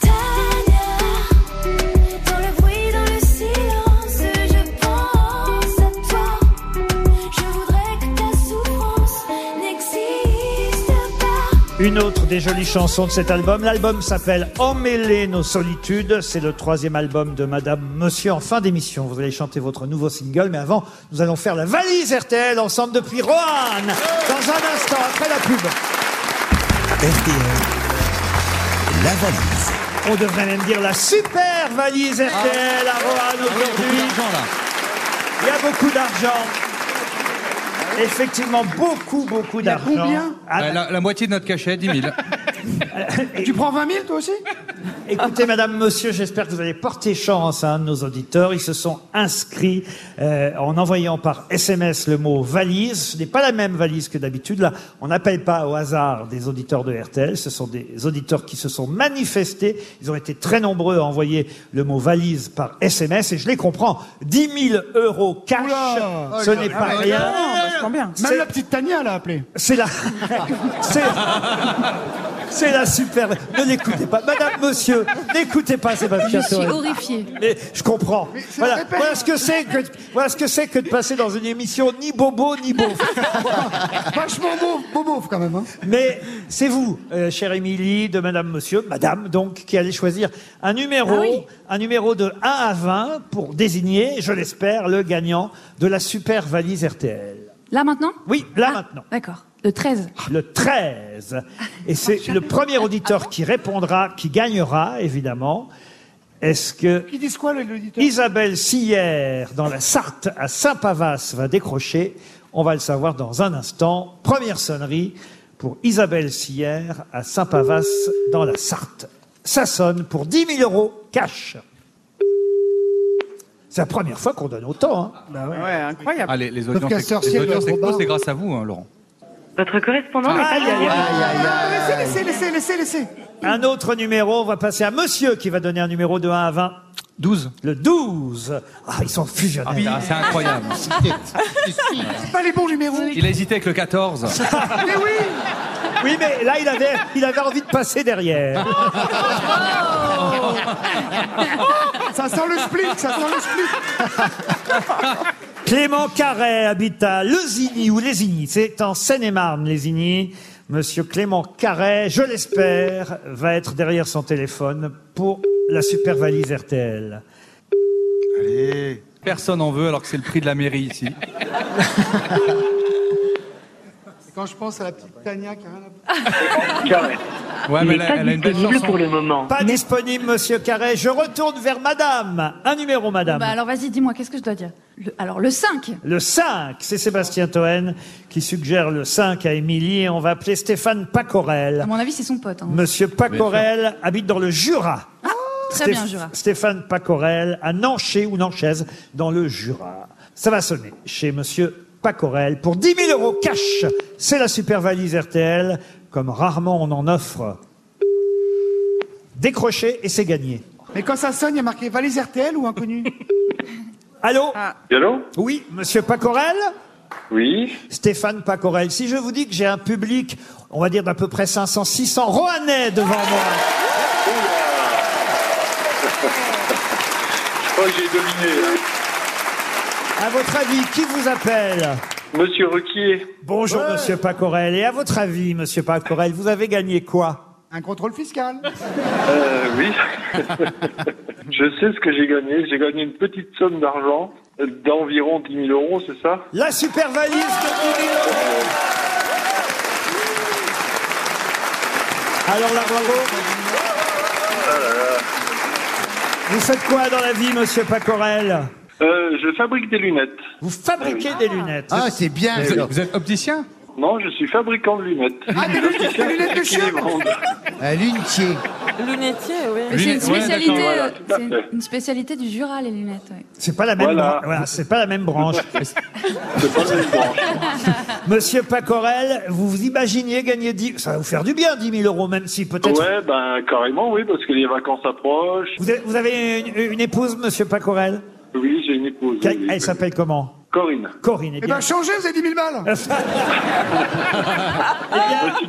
Tania, dans le bruit, dans le silence, je pense à toi. Je voudrais que ta souffrance n'existe pas.
Une autre des jolies chansons de cet album. L'album s'appelle Emmêler nos solitudes. C'est le troisième album de Madame Monsieur. En fin d'émission, vous allez chanter votre nouveau single. Mais avant, nous allons faire la valise RTL ensemble depuis Roanne. Dans un instant, après la pub.
RTL, la valise.
On devrait même dire la super valise RTL à Roanne aujourd'hui. Il y a beaucoup d'argent. Effectivement, beaucoup, beaucoup d'argent.
combien
Ah,
Euh, la, la moitié de notre cachet, 10 000.
Tu prends 20 000 toi aussi Écoutez, madame, monsieur, j'espère que vous allez porter chance à un de nos auditeurs. Ils se sont inscrits euh, en envoyant par SMS le mot valise. Ce n'est pas la même valise que d'habitude. Là, on n'appelle pas au hasard des auditeurs de RTL. Ce sont des auditeurs qui se sont manifestés. Ils ont été très nombreux à envoyer le mot valise par SMS et je les comprends. 10 000 euros cash, ce n'est
Oh,
pas rien. C'est- [LAUGHS]
Même la petite Tania l'a appelé.
C'est la. [LAUGHS] C'est. C'est la super. Ne l'écoutez pas. Madame, monsieur, n'écoutez pas
Je
Sébastien
suis
Thorel.
horrifiée.
Mais je comprends.
c'est
Voilà,
la peine.
voilà ce que c'est que voilà ce que c'est que de passer dans une émission ni bobo ni beauf. Vachement beau, bobo quand même. hein. Mais c'est vous, euh, chère Émilie, de Madame Monsieur, Madame donc, qui allez choisir un numéro,
Ah oui.
un numéro de 1 à 20 pour désigner, je l'espère, le gagnant de la super valise RTL.
Là maintenant Ah,
Oui, là maintenant. Ah,
D'accord. Le Ah, 13.
Le 13. Et c'est le premier auditeur qui répondra, qui gagnera, évidemment. Est-ce que
Ils disent quoi, l'auditeur
Isabelle Sillère, dans la Sarthe, à Saint-Pavas, va décrocher On va le savoir dans un instant. Première sonnerie pour Isabelle Sillère, à Saint-Pavas, dans la Sarthe. Ça sonne pour 10 000 euros cash. C'est la première fois qu'on donne autant. hein.
Bah
Ouais, incroyable.
Ah, les, les audiences,
qu'à sortir,
les audiences
le gros
explosent,
bar.
c'est grâce à vous, hein, Laurent.
Votre correspondant
n'est pas là.
Laissez, laissez, laissez, laissez, laissez.
Un autre numéro, on va passer à monsieur qui va donner un numéro de 1 à 20. 12. Le 12. Ah, ils sont fusionnels.
Ah, putain, c'est incroyable.
C'est pas les bons numéros.
Il a hésité avec le 14.
mais [LAUGHS] oui Oui, mais là, il avait, il avait envie de passer derrière. Oh
Ça sent le split, ça sent le split.
Clément Carré habite à Lezigny ou Lézigny. C'est en Seine-et-Marne, Lézigny. Monsieur Clément Carré, je l'espère, va être derrière son téléphone pour la super valise RTL.
Allez. Personne en veut alors que c'est le prix de la mairie ici.
Et Quand je pense à la petite Tania qui a rien à
Ouais, mais elle, a- elle a une belle chanson.
Pas disponible, monsieur Carré. Je retourne vers madame. Un numéro, madame.
Bah alors vas-y, dis-moi, qu'est-ce que je dois dire Le- Alors le 5.
Le 5, c'est Sébastien Toen qui suggère le 5 à Émilie et on va appeler Stéphane Pacorel.
À mon avis, c'est son pote. hein.
Monsieur Pacorel habite dans le Jura.
Très
Stéph-
bien, Jura.
Stéphane Pacorel à Nanché ou Nanchaise dans le Jura. Ça va sonner chez monsieur Pacorel pour 10 000 euros cash. C'est la super valise RTL, comme rarement on en offre. Décrochez et c'est gagné.
Mais quand ça sonne, il y a marqué valise RTL ou inconnu
Allô
Allô
Oui, monsieur Pacorel
Oui.
Stéphane Pacorel. Si je vous dis que j'ai un public, on va dire d'à peu près 500, 600 Roanais devant moi.
[LAUGHS] Je crois que j'ai dominé. hein. là.
À votre avis, qui vous appelle
Monsieur Requier.
Bonjour, monsieur Pacorel. Et à votre avis, monsieur Pacorel, vous avez gagné quoi
Un contrôle fiscal.
Euh, oui. je sais ce que j'ai gagné. J'ai gagné une petite somme d'argent euh, d'environ 10 000 euros, c'est ça
La super valise de 10 000 euros. Alors là, bravo. Vous faites quoi dans la vie, monsieur Pacorel
Euh, je fabrique des lunettes.
Vous fabriquez des lunettes.
Ah, c'est bien,
Vous,
alors.
êtes- vous êtes opticien
Non, je suis fabricant de lunettes. Ah, des lunettes,
des lunettes de chien.
Un lunetier.
Lunetier,
Mais
oui.
C'est une
Ouais,
spécialité,
d'accord, voilà,
euh,
tout à
c'est
fait.
une spécialité du Jura, les lunettes. ouais.
C'est pas la même
Voilà.
branche. Voilà, c'est pas la même branche.
[LAUGHS] C'est pas une branche.
Monsieur Pacorel, vous vous imaginiez gagner 10 Ça va vous faire du bien, 10 000 euros, même si
[LAUGHS]
peut-être...
Ouais, ben carrément, oui, parce que les vacances approchent.
Vous avez, vous avez une, une épouse, monsieur Pacorel
Oui, j'ai une épouse.
Quelle-
oui, oui.
Elle s'appelle comment
Corinne.
Corinne, eh
Eh
bien. Eh
ben, changez, vous avez 10
[LAUGHS]
000 balles.
Monsieur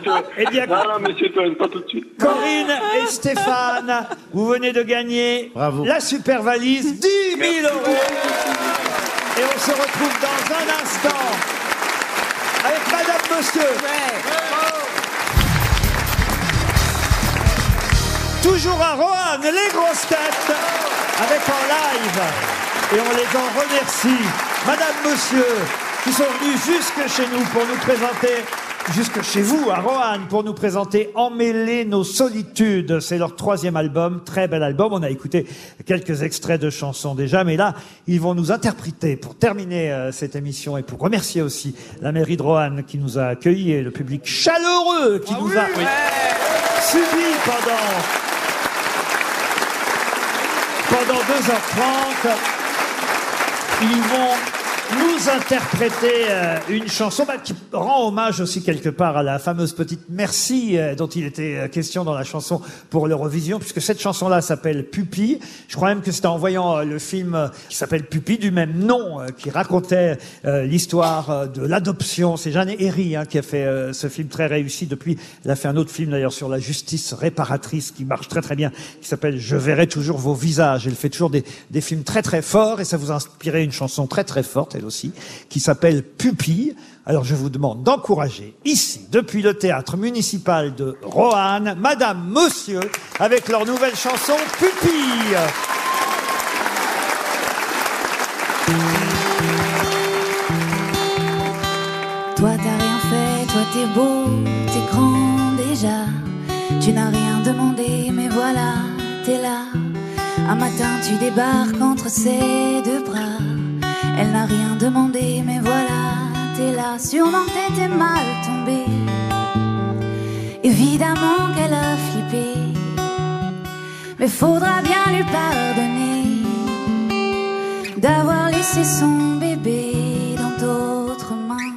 Toen. Non, non, monsieur Toen, pas tout de suite.
eh Corinne et Stéphane, vous venez de gagner la super valise 10 000 euros. Et on se retrouve dans un instant avec Madame Monsieur. Toujours à Roanne, les grosses têtes, avec en live. Et on les en remercie. Madame, monsieur, qui sont venus jusque chez nous pour nous présenter, jusque chez vous, à Roanne, pour nous présenter Emmêler nos solitudes. C'est leur troisième album, très bel album. On a écouté quelques extraits de chansons déjà, mais là, ils vont nous interpréter pour terminer euh, cette émission et pour remercier aussi la mairie de Roanne qui nous a accueillis et le public chaleureux qui nous a suivis pendant pendant 2h30. Ils vont nous interpréter euh, une chanson bah, qui rend hommage aussi quelque part à la fameuse petite Merci euh, dont il était euh, question dans la chanson pour l'Eurovision, puisque cette chanson-là s'appelle Pupille. Je crois même que c'était en voyant euh, le film euh, qui s'appelle Pupille du même nom, euh, qui racontait euh, l'histoire euh, de l'adoption. C'est Jeanne Herry hein, qui a fait euh, ce film très réussi depuis. Elle a fait un autre film d'ailleurs sur la justice réparatrice qui marche très très bien, qui s'appelle Je verrai toujours vos visages. Elle fait toujours des, des films très très forts et ça vous a inspiré une chanson très très forte, elle aussi, qui s'appelle Pupille. Alors je vous demande d'encourager ici, depuis le théâtre municipal de Roanne, Madame, Monsieur, avec leur nouvelle chanson Pupille.
Toi t'as rien fait, toi t'es beau, t'es grand déjà. Tu n'as rien demandé, mais voilà, t'es là. Un matin tu débarques entre ses deux bras. Elle n'a rien demandé, mais voilà, t'es là. Sûrement t'étais mal tombée. Évidemment qu'elle a flippé. Mais faudra bien lui pardonner d'avoir laissé son bébé dans d'autres mains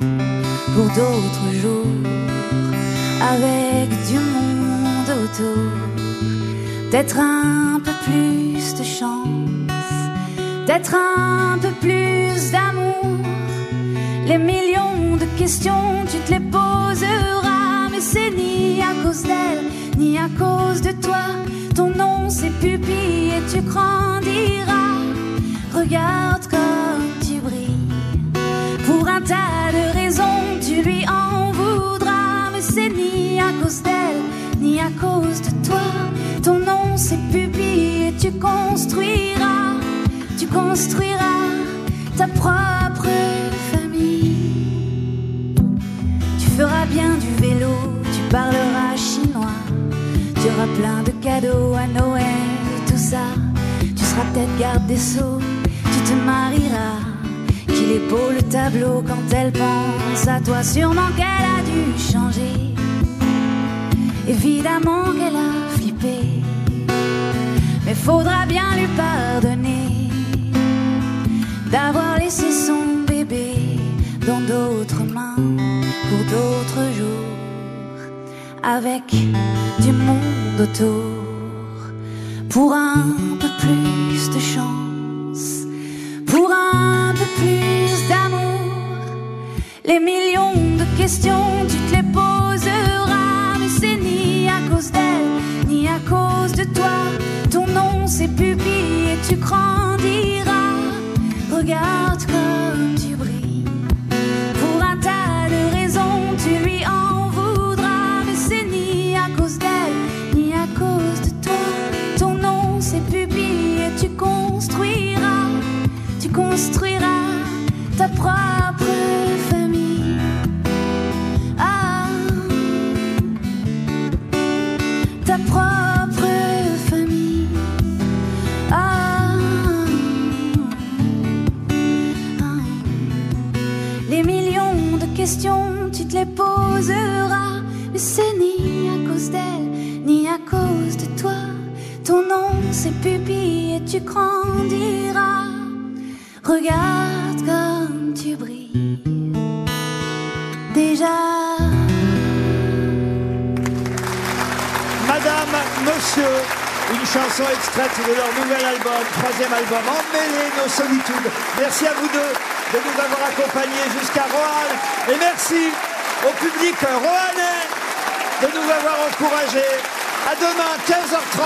pour d'autres jours avec du monde autour. D'être un peu plus de chance, d'être un peu plus d'amour. Les millions de questions, tu te les poseras, mais c'est ni à cause d'elle, ni à cause de toi. Ton nom c'est pupille et tu grandiras. Regarde comme tu brilles. Pour un tas de raisons, tu lui en voudras. Mais c'est ni à cause d'elle, ni à cause de toi. Ton nom, c'est pupille, et tu construiras, tu construiras ta propre famille. Tu feras bien du vélo, tu parleras chinois. Tu auras plein de cadeaux à Noël, tout ça. Tu seras peut-être garde des sceaux, tu te marieras. Qu'il est beau le tableau quand elle pense à toi. Sûrement qu'elle a dû changer. Évidemment qu'elle a flippé. Mais faudra bien lui pardonner d'avoir laissé son bébé dans d'autres mains pour d'autres jours. Avec du monde autour pour un peu plus de chance pour un peu plus d'amour. Les millions de questions, tu te les poseras, mais c'est ni à cause d'elle, ni à cause de toi. Ton nom, c'est pupille et tu grandiras. Regarde comme tu brilles. Pour un tas de raisons, tu lui en voudras, mais c'est ni à cause d'elle, Ah, Ah. questions, tu te les poseras. Mais c'est ni à cause d'elle, ni à cause de toi. Ton nom, c'est pupille et tu grandiras. Regarde comme tu brilles. Déjà.
Madame, Monsieur, une chanson extraite de leur nouvel album, troisième album, Emmêler nos solitudes. Merci à vous deux de nous avoir accompagnés jusqu'à Roanne. Et merci au public roanais de nous avoir encouragés. À demain, 15h30,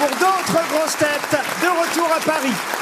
pour d'autres grosses têtes de retour à Paris.